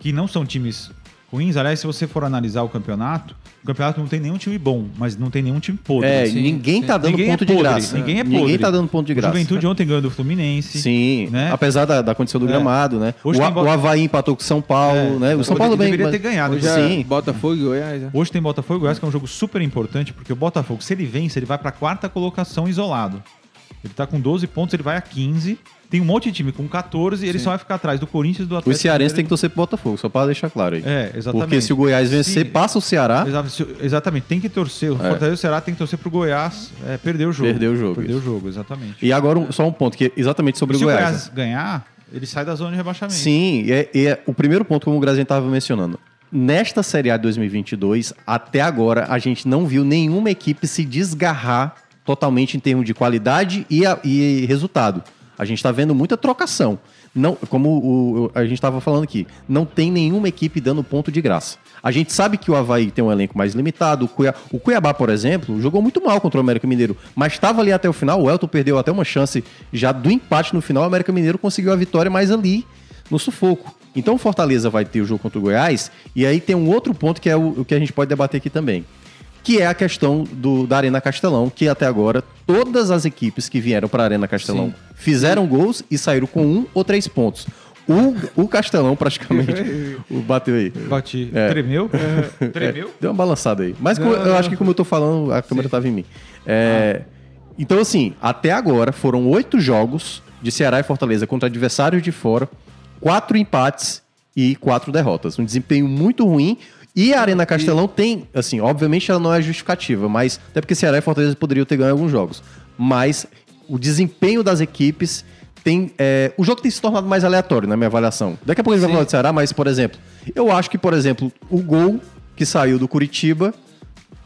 [SPEAKER 3] que não são times ruins, aliás, se você for analisar o campeonato, o campeonato não tem nenhum time bom, mas não tem nenhum time podre. assim.
[SPEAKER 4] É,
[SPEAKER 1] sim,
[SPEAKER 4] ninguém
[SPEAKER 1] sim.
[SPEAKER 4] tá dando
[SPEAKER 3] Ninguém é
[SPEAKER 4] ponto de
[SPEAKER 3] podre,
[SPEAKER 4] graça.
[SPEAKER 3] ninguém é
[SPEAKER 4] Ninguém
[SPEAKER 3] podre.
[SPEAKER 4] tá dando ponto de
[SPEAKER 3] o
[SPEAKER 4] graça.
[SPEAKER 3] Juventude ontem ganhou do Fluminense.
[SPEAKER 4] Sim,
[SPEAKER 3] né?
[SPEAKER 4] apesar da, da condição do
[SPEAKER 3] É.
[SPEAKER 4] gramado, né?
[SPEAKER 3] Hoje
[SPEAKER 4] o,
[SPEAKER 3] tem
[SPEAKER 4] A-
[SPEAKER 3] Bo-
[SPEAKER 4] o Havaí empatou com o São Paulo,
[SPEAKER 3] É,
[SPEAKER 4] né? O
[SPEAKER 3] poderia-
[SPEAKER 4] São Paulo bem,
[SPEAKER 3] deveria
[SPEAKER 4] mas-
[SPEAKER 3] ter ganhado.
[SPEAKER 1] Hoje é
[SPEAKER 4] né? Sim.
[SPEAKER 1] Botafogo e Goiás, né?
[SPEAKER 3] Hoje tem Botafogo e Goiás, que é um jogo super importante, porque o Botafogo, se ele vence, ele vai para quarta colocação isolado. Ele tá com 12 pontos, ele vai a 15. Tem um monte de time com 14 e ele só vai ficar atrás do Corinthians e do
[SPEAKER 4] Os
[SPEAKER 3] Atlético.
[SPEAKER 4] cearenses têm
[SPEAKER 3] Mineiro.
[SPEAKER 4] que torcer pro Botafogo, só pra deixar claro aí.
[SPEAKER 3] É, exatamente.
[SPEAKER 4] Porque se o Goiás vencer,
[SPEAKER 3] Se-
[SPEAKER 4] passa o Ceará.
[SPEAKER 3] Exa- se- Exatamente, tem que torcer. O Fortaleza e o Ceará tem que torcer pro Goiás é, perder o jogo.
[SPEAKER 4] Perder o jogo,
[SPEAKER 3] Perder
[SPEAKER 4] isso.
[SPEAKER 3] o jogo, exatamente.
[SPEAKER 4] E agora um- só um ponto, que é exatamente sobre
[SPEAKER 3] se
[SPEAKER 4] o
[SPEAKER 3] o
[SPEAKER 4] Goiás.
[SPEAKER 3] Goiás ganhar, ele sai da zona de rebaixamento.
[SPEAKER 4] Sim, e é, e é o primeiro ponto, como o Grazinho estava mencionando. Nesta Série A de 2022, até agora, a gente não viu nenhuma equipe se desgarrar totalmente em termos de qualidade e, a- e resultado. A gente está vendo muita trocação. Não, como o- o- a gente estava falando aqui, não tem nenhuma equipe dando ponto de graça. A gente sabe que o Havaí tem um elenco mais limitado. O, Cuiabá, o Cuiabá, por exemplo, jogou muito mal contra o América Mineiro, mas estava ali até o final. O Elton perdeu até uma chance já do empate no final. O América Mineiro conseguiu a vitória, mas ali no sufoco. Então o Fortaleza vai ter o jogo contra o Goiás, e aí tem um outro ponto que é o, o que a gente pode debater aqui também, que é a questão do, da Arena Castelão, que até agora todas as equipes que vieram para a Arena Castelão
[SPEAKER 1] Sim.
[SPEAKER 4] fizeram gols e saíram com um ou três pontos. O, o Castelão praticamente o bateu aí.
[SPEAKER 3] Bati.
[SPEAKER 4] É.
[SPEAKER 3] Tremeu? Tremeu?
[SPEAKER 4] Deu uma balançada aí. Mas co- eu acho que como eu tô falando, a câmera tava em mim. É, Então, assim, até agora foram oito jogos de Ceará e Fortaleza contra adversários de fora, quatro empates e quatro derrotas. Um desempenho muito ruim. E a Arena Castelão tem, assim, obviamente ela não é justificativa, mas até porque Ceará e Fortaleza poderiam ter ganho alguns jogos. Mas o desempenho das equipes tem. é, o jogo tem se tornado mais aleatório, na minha avaliação. Daqui a pouco a gente vai falar do Ceará, mas, por exemplo, eu acho que, por exemplo, o gol que saiu do Curitiba,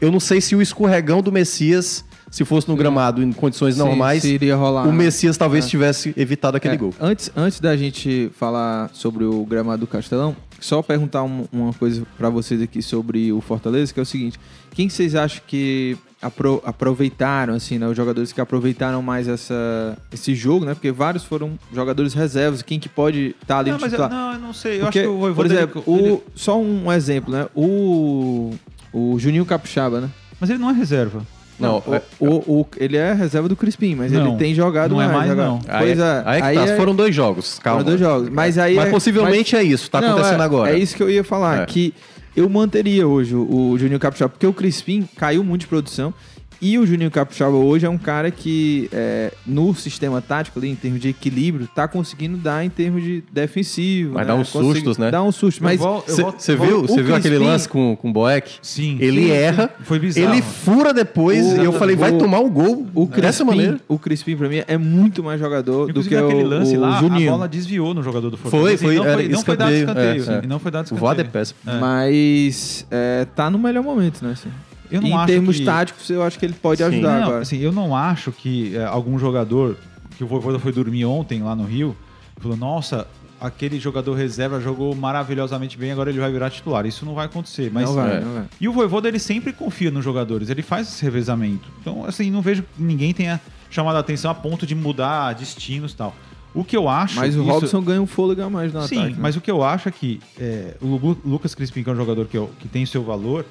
[SPEAKER 4] eu não sei se o escorregão do Messias, se fosse no gramado em condições
[SPEAKER 1] Sim,
[SPEAKER 4] normais,
[SPEAKER 1] se iria rolar.
[SPEAKER 4] o Messias talvez tivesse evitado aquele
[SPEAKER 1] É,
[SPEAKER 4] gol.
[SPEAKER 1] Antes, antes da gente falar sobre o gramado do Castelão, só perguntar um- uma coisa pra vocês aqui sobre o Fortaleza, que é o seguinte: quem que vocês acham que apro- aproveitaram, assim, né? Os jogadores que aproveitaram mais essa, esse jogo, né? Porque vários foram jogadores reservas. Quem que pode estar ali
[SPEAKER 3] Não,
[SPEAKER 1] no
[SPEAKER 3] mas eu,
[SPEAKER 1] titular?
[SPEAKER 3] não, eu não sei. Eu
[SPEAKER 1] Porque,
[SPEAKER 3] acho que o
[SPEAKER 1] por
[SPEAKER 3] Voivoda...
[SPEAKER 1] exemplo,
[SPEAKER 3] ele- ele-
[SPEAKER 1] o, só um exemplo, né? O, o Juninho Capixaba, né?
[SPEAKER 3] Mas ele não é reserva.
[SPEAKER 4] Não,
[SPEAKER 1] o,
[SPEAKER 4] é-
[SPEAKER 1] o- o- ele é reserva do Crispim, mas
[SPEAKER 3] Não,
[SPEAKER 1] ele tem jogado
[SPEAKER 3] não é mais,
[SPEAKER 1] agora.
[SPEAKER 3] não.
[SPEAKER 1] Pois é,
[SPEAKER 4] Aí, aí que tá,
[SPEAKER 1] é-
[SPEAKER 4] foram dois jogos, calma.
[SPEAKER 1] foram dois jogos. Mas aí
[SPEAKER 4] Mas
[SPEAKER 1] é-
[SPEAKER 4] possivelmente é isso, tá
[SPEAKER 1] Não,
[SPEAKER 4] acontecendo
[SPEAKER 1] é-
[SPEAKER 4] agora.
[SPEAKER 1] É isso que eu ia falar,
[SPEAKER 4] É.
[SPEAKER 1] que eu manteria hoje o, o Juninho Capixaba, porque o Crispim caiu muito de produção e o Juninho Capixaba hoje é um cara que, é, no sistema tático ali, em termos de equilíbrio, tá conseguindo dar em termos de defensivo.
[SPEAKER 4] Mas dá uns
[SPEAKER 1] Consegui-
[SPEAKER 4] sustos, né?
[SPEAKER 1] Dá um susto, mas...
[SPEAKER 3] vol- eu volto-
[SPEAKER 4] Você
[SPEAKER 3] vol-
[SPEAKER 4] viu,
[SPEAKER 1] o
[SPEAKER 4] cê viu aquele
[SPEAKER 1] Crispim-
[SPEAKER 4] lance com, com o Boeck?
[SPEAKER 3] Sim.
[SPEAKER 4] Ele
[SPEAKER 3] Sim, sim.
[SPEAKER 4] erra,
[SPEAKER 3] Foi bizarro.
[SPEAKER 4] ele fura depois
[SPEAKER 1] O-
[SPEAKER 4] e eu falei, vai
[SPEAKER 1] o-
[SPEAKER 4] tomar um gol
[SPEAKER 1] O
[SPEAKER 4] dessa
[SPEAKER 1] Crispim,
[SPEAKER 4] maneira.
[SPEAKER 1] o Crispim, pra mim, é muito mais jogador
[SPEAKER 3] Inclusive,
[SPEAKER 1] do que
[SPEAKER 3] naquele
[SPEAKER 1] o,
[SPEAKER 3] lance
[SPEAKER 1] o
[SPEAKER 3] lá,
[SPEAKER 1] Juninho. é,
[SPEAKER 3] a bola desviou no jogador do Fortaleza.
[SPEAKER 4] foi,
[SPEAKER 3] e não
[SPEAKER 4] era
[SPEAKER 3] foi, não foi dado
[SPEAKER 4] escanteio,
[SPEAKER 3] escanteio.
[SPEAKER 4] é,
[SPEAKER 3] sim,
[SPEAKER 4] é.
[SPEAKER 3] E não foi dado
[SPEAKER 4] O
[SPEAKER 3] escanteio.
[SPEAKER 4] Voada é péssimo.
[SPEAKER 3] É.
[SPEAKER 1] Mas é, tá no melhor momento, né? assim.
[SPEAKER 3] Eu não
[SPEAKER 1] em
[SPEAKER 3] acho
[SPEAKER 1] termos
[SPEAKER 3] que-
[SPEAKER 1] táticos, eu acho que ele pode
[SPEAKER 4] Sim.
[SPEAKER 1] ajudar
[SPEAKER 3] não,
[SPEAKER 1] agora.
[SPEAKER 3] assim, eu não acho que é, algum jogador que o Voivoda foi dormir ontem lá no Rio falou, nossa, aquele jogador reserva jogou maravilhosamente bem, agora ele vai virar titular. Isso não vai acontecer. Mas
[SPEAKER 1] não vai,
[SPEAKER 4] é.
[SPEAKER 1] não vai.
[SPEAKER 3] E o Voivoda, ele sempre confia nos jogadores, ele faz esse revezamento. Então, assim, não vejo que ninguém tenha chamado a atenção a ponto de mudar destinos e tal. O que eu acho...
[SPEAKER 1] Mas o
[SPEAKER 3] isso-
[SPEAKER 1] Robson ganha um fôlego a mais no
[SPEAKER 3] Sim,
[SPEAKER 1] ataque. né?
[SPEAKER 3] mas o que eu acho é que é, o Lu- Lucas Crispim, que é um jogador que, eu- que tem seu valor,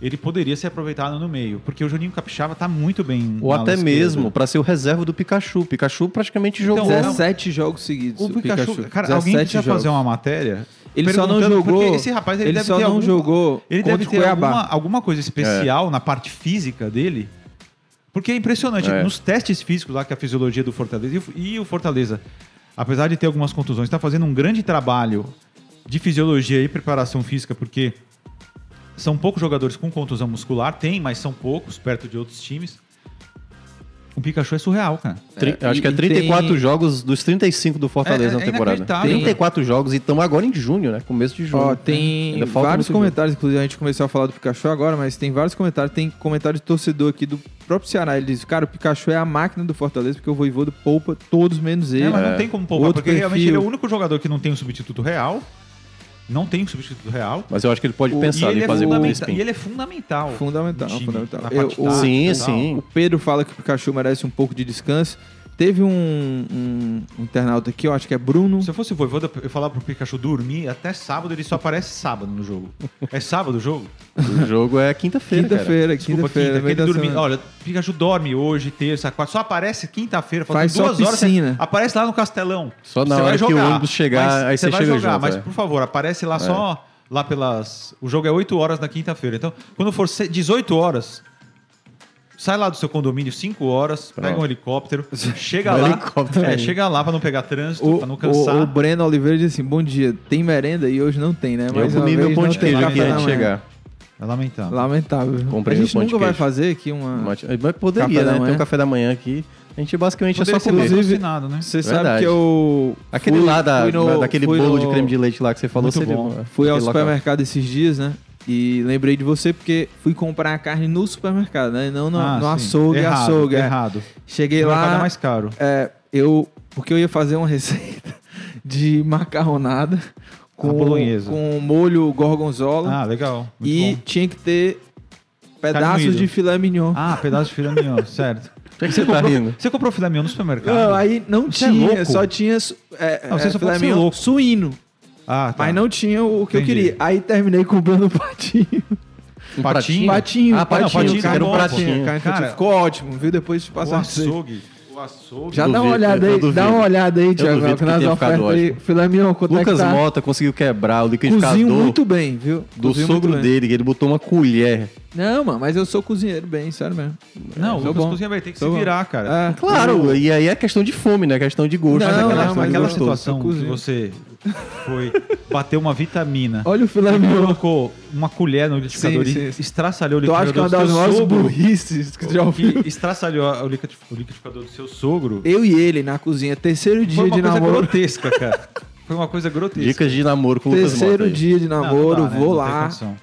[SPEAKER 3] ele poderia ser aproveitado no meio, porque o Juninho Capixaba tá muito bem.
[SPEAKER 4] Ou
[SPEAKER 3] na ala
[SPEAKER 4] até
[SPEAKER 3] esquerda.
[SPEAKER 4] mesmo pra ser o reserva do Pikachu. Pikachu praticamente
[SPEAKER 3] Então,
[SPEAKER 4] jogou.
[SPEAKER 1] 17 jogos seguidos.
[SPEAKER 3] O Pikachu, cara,
[SPEAKER 1] 17
[SPEAKER 3] alguém precisa
[SPEAKER 1] jogos.
[SPEAKER 3] fazer uma matéria.
[SPEAKER 1] Ele só não
[SPEAKER 3] perguntando, porque
[SPEAKER 1] jogou-
[SPEAKER 3] Esse rapaz, ele,
[SPEAKER 1] Ele
[SPEAKER 3] deve
[SPEAKER 1] só
[SPEAKER 3] ter
[SPEAKER 1] não
[SPEAKER 3] algum-
[SPEAKER 1] jogou
[SPEAKER 3] Ele
[SPEAKER 1] contra
[SPEAKER 3] deve
[SPEAKER 1] o
[SPEAKER 3] ter
[SPEAKER 1] Cuiabá. É.
[SPEAKER 3] alguma, alguma coisa especial na parte física dele. Porque é impressionante.
[SPEAKER 4] É.
[SPEAKER 3] Nos testes físicos lá que a fisiologia do Fortaleza. e o- E o Fortaleza, apesar de ter algumas contusões, está fazendo um grande trabalho de fisiologia e preparação física, porque são poucos jogadores com contusão muscular. Tem, mas são poucos, perto de outros times. O Pikachu é surreal, cara.
[SPEAKER 4] Tri-
[SPEAKER 1] É,
[SPEAKER 4] acho
[SPEAKER 1] e-
[SPEAKER 4] que é
[SPEAKER 1] e
[SPEAKER 4] 34
[SPEAKER 1] tem-
[SPEAKER 4] jogos dos 35 do Fortaleza
[SPEAKER 3] É, é
[SPEAKER 4] na temporada.
[SPEAKER 3] inacreditável,
[SPEAKER 4] 34 jogos e estamos agora em junho, né? Começo de junho.
[SPEAKER 1] Ó, tem
[SPEAKER 4] Ainda falta
[SPEAKER 1] vários
[SPEAKER 4] muito jogo.
[SPEAKER 1] comentários, inclusive a gente começou a falar do Pikachu agora, mas tem vários comentários. Tem comentário de torcedor aqui do próprio Ceará. Ele diz: Cara, o Pikachu é a máquina do Fortaleza, porque o Voivodo poupa todos menos ele.
[SPEAKER 3] É, mas não tem como poupar,
[SPEAKER 1] Outro
[SPEAKER 3] porque realmente
[SPEAKER 1] perfil.
[SPEAKER 3] ele é o único jogador que não tem um substituto real. Não tem um substituto real.
[SPEAKER 4] Mas eu acho que ele pode
[SPEAKER 1] O-
[SPEAKER 4] pensar
[SPEAKER 3] e, ele
[SPEAKER 4] em
[SPEAKER 3] é
[SPEAKER 4] fazer o
[SPEAKER 3] fundamenta-
[SPEAKER 4] Crispim.
[SPEAKER 3] e ele é fundamental.
[SPEAKER 1] Fundamental,
[SPEAKER 3] no time,
[SPEAKER 1] é fundamental.
[SPEAKER 3] na
[SPEAKER 1] Eu-
[SPEAKER 3] parte
[SPEAKER 1] o-
[SPEAKER 3] tática
[SPEAKER 4] Sim,
[SPEAKER 3] e tal.
[SPEAKER 4] sim.
[SPEAKER 1] O Pedro fala que o Pikachu merece um pouco de descanso. Teve um, um internauta aqui, eu acho que é Bruno.
[SPEAKER 3] Se eu fosse o Voivoda, eu falar pro Pikachu dormir até sábado, ele só aparece sábado no jogo. É sábado o jogo?
[SPEAKER 4] O jogo é quinta-feira. cara.
[SPEAKER 1] Quinta-feira,
[SPEAKER 3] Desculpa,
[SPEAKER 1] quinta-feira.
[SPEAKER 3] quinta, que
[SPEAKER 1] meio
[SPEAKER 3] ele
[SPEAKER 1] da
[SPEAKER 3] dorme.
[SPEAKER 1] semana.
[SPEAKER 3] Olha, Pikachu dorme hoje, terça, quarta, só aparece quinta-feira,
[SPEAKER 1] Faz
[SPEAKER 3] faltando
[SPEAKER 1] só
[SPEAKER 3] duas horas.
[SPEAKER 1] piscina.
[SPEAKER 3] você Aparece lá no Castelão.
[SPEAKER 4] Só na
[SPEAKER 3] Você
[SPEAKER 4] hora
[SPEAKER 3] vai
[SPEAKER 4] que o ônibus chegar,
[SPEAKER 3] mas
[SPEAKER 4] aí você
[SPEAKER 3] vai
[SPEAKER 4] chega
[SPEAKER 3] jogar,
[SPEAKER 4] junto,
[SPEAKER 3] mas
[SPEAKER 4] é.
[SPEAKER 3] por favor, aparece lá só lá pelas. O jogo é 8 horas na quinta-feira. Então, quando for se- 18 horas, Sai lá do seu condomínio 5 horas, pega um helicóptero, chega lá.
[SPEAKER 4] Um helicóptero
[SPEAKER 3] é,
[SPEAKER 4] aí.
[SPEAKER 3] chega lá pra não pegar trânsito,
[SPEAKER 1] O,
[SPEAKER 3] pra não cansar.
[SPEAKER 1] o- o Breno Oliveira disse assim: bom dia, tem merenda e hoje não tem, né? Mais
[SPEAKER 4] eu
[SPEAKER 1] uma
[SPEAKER 4] comi meu
[SPEAKER 1] vez,
[SPEAKER 4] pão
[SPEAKER 1] não
[SPEAKER 4] de
[SPEAKER 1] tem
[SPEAKER 4] queijo
[SPEAKER 3] lá
[SPEAKER 4] aqui
[SPEAKER 1] café da
[SPEAKER 4] antes de
[SPEAKER 1] manhã.
[SPEAKER 4] chegar.
[SPEAKER 3] É lamentável.
[SPEAKER 1] Lamentável.
[SPEAKER 4] Comprei
[SPEAKER 1] a
[SPEAKER 4] meu
[SPEAKER 1] gente
[SPEAKER 4] pão de
[SPEAKER 1] nunca vai
[SPEAKER 4] queijo.
[SPEAKER 1] fazer aqui uma.
[SPEAKER 4] Mas poderia,
[SPEAKER 1] Café da
[SPEAKER 4] né? Tem
[SPEAKER 1] manhã.
[SPEAKER 4] um café da manhã aqui. A gente basicamente
[SPEAKER 3] Poderia
[SPEAKER 4] é só
[SPEAKER 3] ser
[SPEAKER 4] comer.
[SPEAKER 3] patrocinado, né?
[SPEAKER 1] Você sabe
[SPEAKER 4] Verdade.
[SPEAKER 1] que eu.
[SPEAKER 4] Aquele
[SPEAKER 1] fui-
[SPEAKER 4] lá da,
[SPEAKER 1] fui no-
[SPEAKER 4] da- daquele
[SPEAKER 1] fui
[SPEAKER 4] bolo
[SPEAKER 1] no-
[SPEAKER 4] de creme de leite lá que você falou
[SPEAKER 3] Muito
[SPEAKER 4] seria
[SPEAKER 3] bom.
[SPEAKER 4] bom.
[SPEAKER 1] Fui ao
[SPEAKER 4] Aquele local.
[SPEAKER 1] supermercado esses dias, né? E lembrei de você porque fui comprar a carne no supermercado, né? E Não no,
[SPEAKER 3] Ah,
[SPEAKER 1] no
[SPEAKER 3] sim.
[SPEAKER 1] açougue,
[SPEAKER 3] errado,
[SPEAKER 1] açougue. é.
[SPEAKER 3] Errado.
[SPEAKER 1] Cheguei
[SPEAKER 3] Vai
[SPEAKER 1] lá,
[SPEAKER 3] pagar mais caro.
[SPEAKER 1] é, eu porque eu ia fazer uma receita de macarronada com
[SPEAKER 3] bolonhesa.
[SPEAKER 1] com molho gorgonzola
[SPEAKER 3] Ah, legal. Muito
[SPEAKER 1] e
[SPEAKER 3] bom.
[SPEAKER 1] tinha que ter pedaços
[SPEAKER 3] moída.
[SPEAKER 1] de filé mignon.
[SPEAKER 3] Ah, pedaço de filé mignon, certo.
[SPEAKER 4] Por que que você tá rindo?
[SPEAKER 3] Você comprou filé mignon no supermercado?
[SPEAKER 1] Não, aí não
[SPEAKER 3] Você é
[SPEAKER 1] tinha,
[SPEAKER 3] louco?
[SPEAKER 1] só tinha su- é,
[SPEAKER 3] Ah, você
[SPEAKER 1] é,
[SPEAKER 3] só
[SPEAKER 1] filé
[SPEAKER 3] pode ser
[SPEAKER 1] mignon
[SPEAKER 3] louco.
[SPEAKER 1] suíno,
[SPEAKER 3] Ah, tá.
[SPEAKER 1] mas não tinha o que eu
[SPEAKER 3] Entendi.
[SPEAKER 1] queria. Aí terminei comprando o patinho.
[SPEAKER 4] Um
[SPEAKER 3] Patinho?
[SPEAKER 1] Patinho,
[SPEAKER 4] Ah, patinho,
[SPEAKER 3] patinho,
[SPEAKER 4] era um
[SPEAKER 3] bom,
[SPEAKER 4] pratinho.
[SPEAKER 1] Cara,
[SPEAKER 3] Cara,
[SPEAKER 1] ficou ótimo, viu? Depois de
[SPEAKER 3] O
[SPEAKER 1] passar
[SPEAKER 3] açougue. O açougue.
[SPEAKER 1] Já dá
[SPEAKER 4] Duvido,
[SPEAKER 1] uma olhada
[SPEAKER 4] eu
[SPEAKER 1] aí,
[SPEAKER 4] duvido.
[SPEAKER 1] dá uma olhada aí, Thiago,
[SPEAKER 4] duvido que
[SPEAKER 1] nas
[SPEAKER 4] tenha ficado
[SPEAKER 1] ofertas aí.
[SPEAKER 4] ótimo.
[SPEAKER 1] Filé mignon, quanto é
[SPEAKER 4] Lucas
[SPEAKER 1] que tá?
[SPEAKER 4] Mota conseguiu quebrar o liquidificador
[SPEAKER 1] Cozinho muito bem, viu?
[SPEAKER 4] do
[SPEAKER 1] Cozinho muito
[SPEAKER 4] sogro
[SPEAKER 1] bem.
[SPEAKER 4] dele, que ele botou uma colher.
[SPEAKER 1] Não, mano, mas eu sou cozinheiro bem, sério mesmo.
[SPEAKER 3] Não, o
[SPEAKER 1] Sou
[SPEAKER 3] Lucas
[SPEAKER 1] bom.
[SPEAKER 3] Cozinha vai ter que
[SPEAKER 1] Sou
[SPEAKER 3] se
[SPEAKER 1] bom.
[SPEAKER 3] virar, cara.
[SPEAKER 1] Ah,
[SPEAKER 4] Claro, e aí é questão de fome, né? É questão de gosto.
[SPEAKER 1] Não,
[SPEAKER 4] né?
[SPEAKER 1] não,
[SPEAKER 4] Aquela
[SPEAKER 1] mas é
[SPEAKER 4] questão
[SPEAKER 1] aquela
[SPEAKER 4] de
[SPEAKER 3] Aquela
[SPEAKER 4] gostoso.
[SPEAKER 3] situação que
[SPEAKER 1] cozinho.
[SPEAKER 3] você foi bater uma vitamina,
[SPEAKER 1] Olha o filé mignon.
[SPEAKER 3] colocou uma colher no liquidificador
[SPEAKER 1] Sim,
[SPEAKER 3] e
[SPEAKER 1] sim, sim.
[SPEAKER 3] estraçalhou o
[SPEAKER 1] Eu acho que é
[SPEAKER 3] liquidificador
[SPEAKER 1] uma das
[SPEAKER 3] do
[SPEAKER 1] maiores
[SPEAKER 3] seu sogro.
[SPEAKER 1] burrices que já ouvi.
[SPEAKER 3] Que estraçalhou o liquidi- o liquidificador do seu sogro.
[SPEAKER 1] Eu e ele na cozinha, terceiro
[SPEAKER 3] Foi
[SPEAKER 1] dia
[SPEAKER 3] uma
[SPEAKER 1] de
[SPEAKER 3] coisa
[SPEAKER 1] namoro.
[SPEAKER 3] grotesca, cara. Foi uma coisa grotesca.
[SPEAKER 4] Dicas de namoro com o Lucas Mota.
[SPEAKER 1] Terceiro
[SPEAKER 4] aí.
[SPEAKER 1] dia de
[SPEAKER 3] Não, não
[SPEAKER 1] namoro,
[SPEAKER 3] dá, né?
[SPEAKER 1] vou
[SPEAKER 3] Não tem
[SPEAKER 1] lá.
[SPEAKER 3] condição.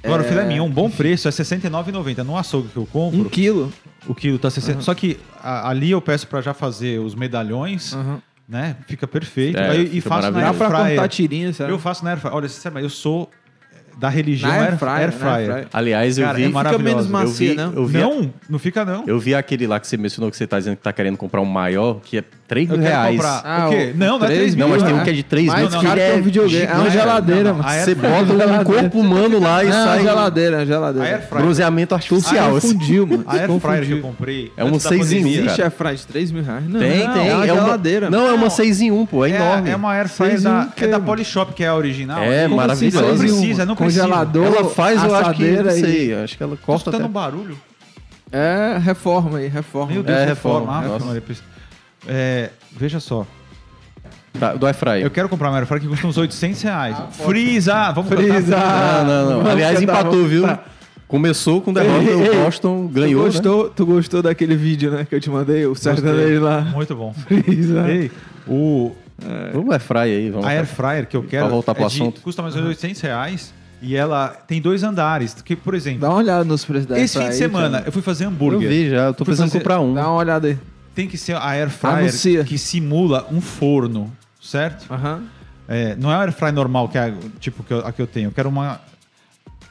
[SPEAKER 3] Agora, o filé mignon, um bom preço, é R$ 69,90. No açougue que eu compro,
[SPEAKER 1] Um quilo.
[SPEAKER 3] o quilo tá 60. Só que a- ali eu peço pra já fazer os medalhões,
[SPEAKER 1] Aham.
[SPEAKER 3] né? Fica perfeito.
[SPEAKER 4] É,
[SPEAKER 3] Aí- e
[SPEAKER 4] fica
[SPEAKER 3] faço na
[SPEAKER 1] Dá
[SPEAKER 3] air
[SPEAKER 4] maravilhoso.
[SPEAKER 1] pra contar
[SPEAKER 3] fryer.
[SPEAKER 1] tirinha, sabe?
[SPEAKER 3] Eu faço na air fryer. Olha, sinceramente, eu sou da religião
[SPEAKER 1] na
[SPEAKER 3] air,
[SPEAKER 1] air fryer.
[SPEAKER 3] air
[SPEAKER 1] na
[SPEAKER 3] fryer.
[SPEAKER 4] Aliás, eu
[SPEAKER 3] Cara,
[SPEAKER 4] vi.
[SPEAKER 3] é maravilhoso.
[SPEAKER 1] Fica menos
[SPEAKER 4] eu vi,
[SPEAKER 1] macia, né?
[SPEAKER 4] eu vi,
[SPEAKER 3] Não, não fica não.
[SPEAKER 4] eu vi aquele lá que você mencionou que você tá dizendo que tá querendo comprar um maior, que é 3
[SPEAKER 3] Eu
[SPEAKER 4] mil
[SPEAKER 3] quero
[SPEAKER 4] reais.
[SPEAKER 3] comprar. o quê? Não, não é três
[SPEAKER 4] Não,
[SPEAKER 3] mil,
[SPEAKER 4] mas tem
[SPEAKER 3] né?
[SPEAKER 4] um que é de 3 mil.
[SPEAKER 1] Mais
[SPEAKER 3] Não, não,
[SPEAKER 1] caro
[SPEAKER 3] não.
[SPEAKER 1] que um videogame. É uma
[SPEAKER 3] Gigante.
[SPEAKER 1] geladeira,
[SPEAKER 3] Não, não.
[SPEAKER 1] mano.
[SPEAKER 3] A air
[SPEAKER 4] Você bota um corpo humano lá e
[SPEAKER 1] Não,
[SPEAKER 4] sai um
[SPEAKER 1] geladeira, é uma
[SPEAKER 3] A
[SPEAKER 1] geladeira.
[SPEAKER 3] air fryer,
[SPEAKER 4] bronzeamento artificial. assim.
[SPEAKER 1] Confundiu, mano.
[SPEAKER 3] a air fryer que eu
[SPEAKER 1] é Confundiu.
[SPEAKER 3] comprei.
[SPEAKER 4] É um
[SPEAKER 3] antes da
[SPEAKER 4] seis em um,
[SPEAKER 3] pandemia,
[SPEAKER 4] cara.
[SPEAKER 1] Existe air fryer de 3 mil reais? Não,
[SPEAKER 4] Tem,
[SPEAKER 1] não,
[SPEAKER 4] tem.
[SPEAKER 1] É uma geladeira.
[SPEAKER 4] Não, é uma
[SPEAKER 3] Não.
[SPEAKER 4] 6 em 1, pô. É, enorme.
[SPEAKER 3] É, uma air fryer
[SPEAKER 1] Seis em um
[SPEAKER 3] da,
[SPEAKER 1] que,
[SPEAKER 3] é da
[SPEAKER 1] mano?
[SPEAKER 3] Polishop, que é a original.
[SPEAKER 4] É,
[SPEAKER 3] Como
[SPEAKER 1] Como assim, seis
[SPEAKER 4] maravilhosa. Não
[SPEAKER 1] em um?
[SPEAKER 3] precisa, não precisa.
[SPEAKER 1] Congelador,
[SPEAKER 4] Ela faz, eu acho que, não
[SPEAKER 1] assadeira e-
[SPEAKER 4] sei, acho que ela corta
[SPEAKER 3] Tá
[SPEAKER 4] até.
[SPEAKER 3] dando barulho?
[SPEAKER 1] É, reforma aí, reforma.
[SPEAKER 3] Meu Deus,
[SPEAKER 4] É,
[SPEAKER 3] reforma.
[SPEAKER 4] reforma.
[SPEAKER 3] Ah,
[SPEAKER 4] Nossa.
[SPEAKER 3] Maria, preciso- É, veja só,
[SPEAKER 4] Tá, do
[SPEAKER 1] É
[SPEAKER 4] airfryer.
[SPEAKER 3] eu quero comprar uma airfryer que custa uns 800 reais.
[SPEAKER 4] Ah,
[SPEAKER 3] Freeza! Vamos cantar
[SPEAKER 1] Freeza!
[SPEAKER 4] Não, não, não.
[SPEAKER 1] Vamos
[SPEAKER 4] Aliás,
[SPEAKER 1] cantar,
[SPEAKER 4] empatou,
[SPEAKER 1] vamos
[SPEAKER 4] viu?
[SPEAKER 1] cantar.
[SPEAKER 4] Começou com derrota,
[SPEAKER 1] Ei, ei,
[SPEAKER 4] o Boston
[SPEAKER 1] tu
[SPEAKER 4] ganhou, né?
[SPEAKER 1] gostou, tu gostou daquele vídeo, né, que eu te mandei? O sertanejo lá.
[SPEAKER 3] Muito bom.
[SPEAKER 1] Freeza.
[SPEAKER 3] Ei, o,
[SPEAKER 4] Vamos airfryer aí, vamos.
[SPEAKER 3] a air fryer que eu quero é
[SPEAKER 4] Pra voltar pro
[SPEAKER 3] de-
[SPEAKER 4] assunto.
[SPEAKER 3] custa mais ou menos 800 reais e ela tem dois andares. Que, por exemplo,
[SPEAKER 1] Dá uma olhada nos preços da
[SPEAKER 3] esse
[SPEAKER 1] air
[SPEAKER 3] fim de
[SPEAKER 1] fryer,
[SPEAKER 3] semana
[SPEAKER 1] cara.
[SPEAKER 3] eu fui fazer
[SPEAKER 4] Eu
[SPEAKER 3] hambúrguer.
[SPEAKER 4] vi já, eu tô
[SPEAKER 3] Fui
[SPEAKER 4] precisando
[SPEAKER 3] fazer-
[SPEAKER 4] comprar um.
[SPEAKER 1] Dá uma olhada aí.
[SPEAKER 3] Tem que ser a air fryer
[SPEAKER 1] Anuncia.
[SPEAKER 3] que simula um forno, certo?
[SPEAKER 1] Aham.
[SPEAKER 3] É, não é a air fryer normal que é a, tipo que eu, a que eu tenho. Eu quero uma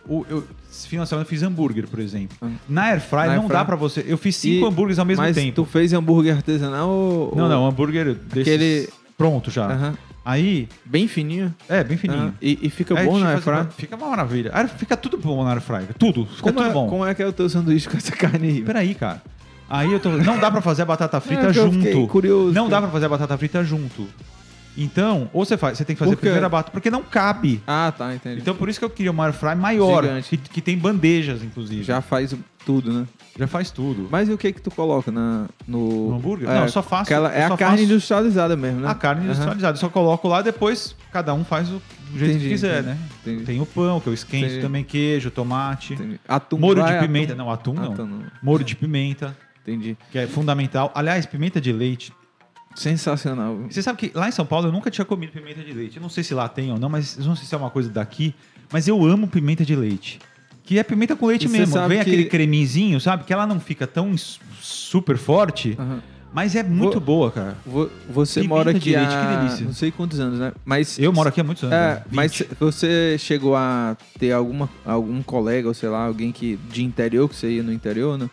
[SPEAKER 3] o, eu esse final de semana eu fiz hambúrguer, por exemplo. Na air fryer
[SPEAKER 1] Hum. Na air
[SPEAKER 3] não
[SPEAKER 1] fryer.
[SPEAKER 3] dá pra você. Eu fiz cinco
[SPEAKER 1] E-
[SPEAKER 3] hambúrgueres ao mesmo
[SPEAKER 1] Mas
[SPEAKER 3] tempo.
[SPEAKER 1] tu fez hambúrguer artesanal ou...
[SPEAKER 3] Não,
[SPEAKER 1] ou-
[SPEAKER 3] não, um hambúrguer desses
[SPEAKER 1] Aquele-
[SPEAKER 3] pronto já.
[SPEAKER 1] Aham.
[SPEAKER 3] Aí,
[SPEAKER 1] Bem fininho.
[SPEAKER 3] é bem fininho. É,
[SPEAKER 1] Aham. E, e fica
[SPEAKER 3] Aí a
[SPEAKER 1] bom
[SPEAKER 3] gente
[SPEAKER 1] na air
[SPEAKER 3] faz uma-
[SPEAKER 1] fryer?
[SPEAKER 3] Fica uma maravilha. Air- Fica tudo bom na air fryer. Tudo. Fica
[SPEAKER 1] Como
[SPEAKER 3] tudo
[SPEAKER 1] é,
[SPEAKER 3] bom.
[SPEAKER 1] como é que é o teu sanduíche com essa carne aí?
[SPEAKER 3] Peraí, cara. Aí eu tô. Não dá pra fazer a batata frita
[SPEAKER 1] É que eu fiquei
[SPEAKER 3] junto.
[SPEAKER 1] curioso,
[SPEAKER 3] não dá
[SPEAKER 1] cara.
[SPEAKER 3] pra fazer a batata frita junto. Então, ou você faz, você tem que fazer
[SPEAKER 1] Por quê?
[SPEAKER 3] primeiro a batata, porque não cabe.
[SPEAKER 1] Ah, tá, entendi.
[SPEAKER 3] Então por isso que eu queria uma air fryer maior,
[SPEAKER 1] Gigante.
[SPEAKER 3] que, que tem bandejas, inclusive.
[SPEAKER 1] Já faz tudo, né?
[SPEAKER 3] Já faz tudo.
[SPEAKER 1] Mas e o que que tu coloca na, no...
[SPEAKER 3] No Um hambúrguer?
[SPEAKER 1] É,
[SPEAKER 3] Não, eu só faço-
[SPEAKER 1] aquela- é
[SPEAKER 3] eu
[SPEAKER 1] a
[SPEAKER 3] só
[SPEAKER 1] carne
[SPEAKER 3] faço-
[SPEAKER 1] industrializada mesmo, né?
[SPEAKER 3] A carne
[SPEAKER 1] Aham.
[SPEAKER 3] industrializada. Eu Só coloco lá, depois cada um faz o do jeito
[SPEAKER 1] Entendi,
[SPEAKER 3] que quiser,
[SPEAKER 1] entendi,
[SPEAKER 3] né?
[SPEAKER 1] entendi.
[SPEAKER 3] Tem o pão, que eu esquento
[SPEAKER 1] Entendi.
[SPEAKER 3] também, queijo, tomate.
[SPEAKER 1] Entendi. Atum
[SPEAKER 3] Molho
[SPEAKER 1] vai,
[SPEAKER 3] de
[SPEAKER 1] atum- Ah,
[SPEAKER 3] pimenta. Não, atum não.
[SPEAKER 1] Atum não.
[SPEAKER 3] Molho de pimenta,
[SPEAKER 1] Entendi.
[SPEAKER 3] que é fundamental. Aliás, pimenta de leite.
[SPEAKER 1] Sensacional.
[SPEAKER 3] Você sabe que lá em São Paulo eu nunca tinha comido pimenta de leite. Eu não sei se lá tem ou não, mas eu não sei se é uma coisa daqui. Mas eu amo pimenta de leite. Que é pimenta com leite
[SPEAKER 1] E você
[SPEAKER 3] mesmo.
[SPEAKER 1] sabe
[SPEAKER 3] Vem
[SPEAKER 1] que-
[SPEAKER 3] aquele creminzinho, sabe? Que ela não fica tão s- super forte,
[SPEAKER 1] Aham.
[SPEAKER 3] mas é muito
[SPEAKER 1] Vou-
[SPEAKER 3] boa, cara.
[SPEAKER 1] Vo- Você
[SPEAKER 3] Pimenta
[SPEAKER 1] mora aqui
[SPEAKER 3] de leite,
[SPEAKER 1] há
[SPEAKER 3] que delícia.
[SPEAKER 1] não sei quantos anos, né? Mas
[SPEAKER 3] Eu moro aqui há muitos anos.
[SPEAKER 1] É,
[SPEAKER 3] né?
[SPEAKER 1] mas
[SPEAKER 3] 20.
[SPEAKER 1] cê- você chegou a ter alguma algum colega ou sei lá, alguém que de interior que você ia no interior, né?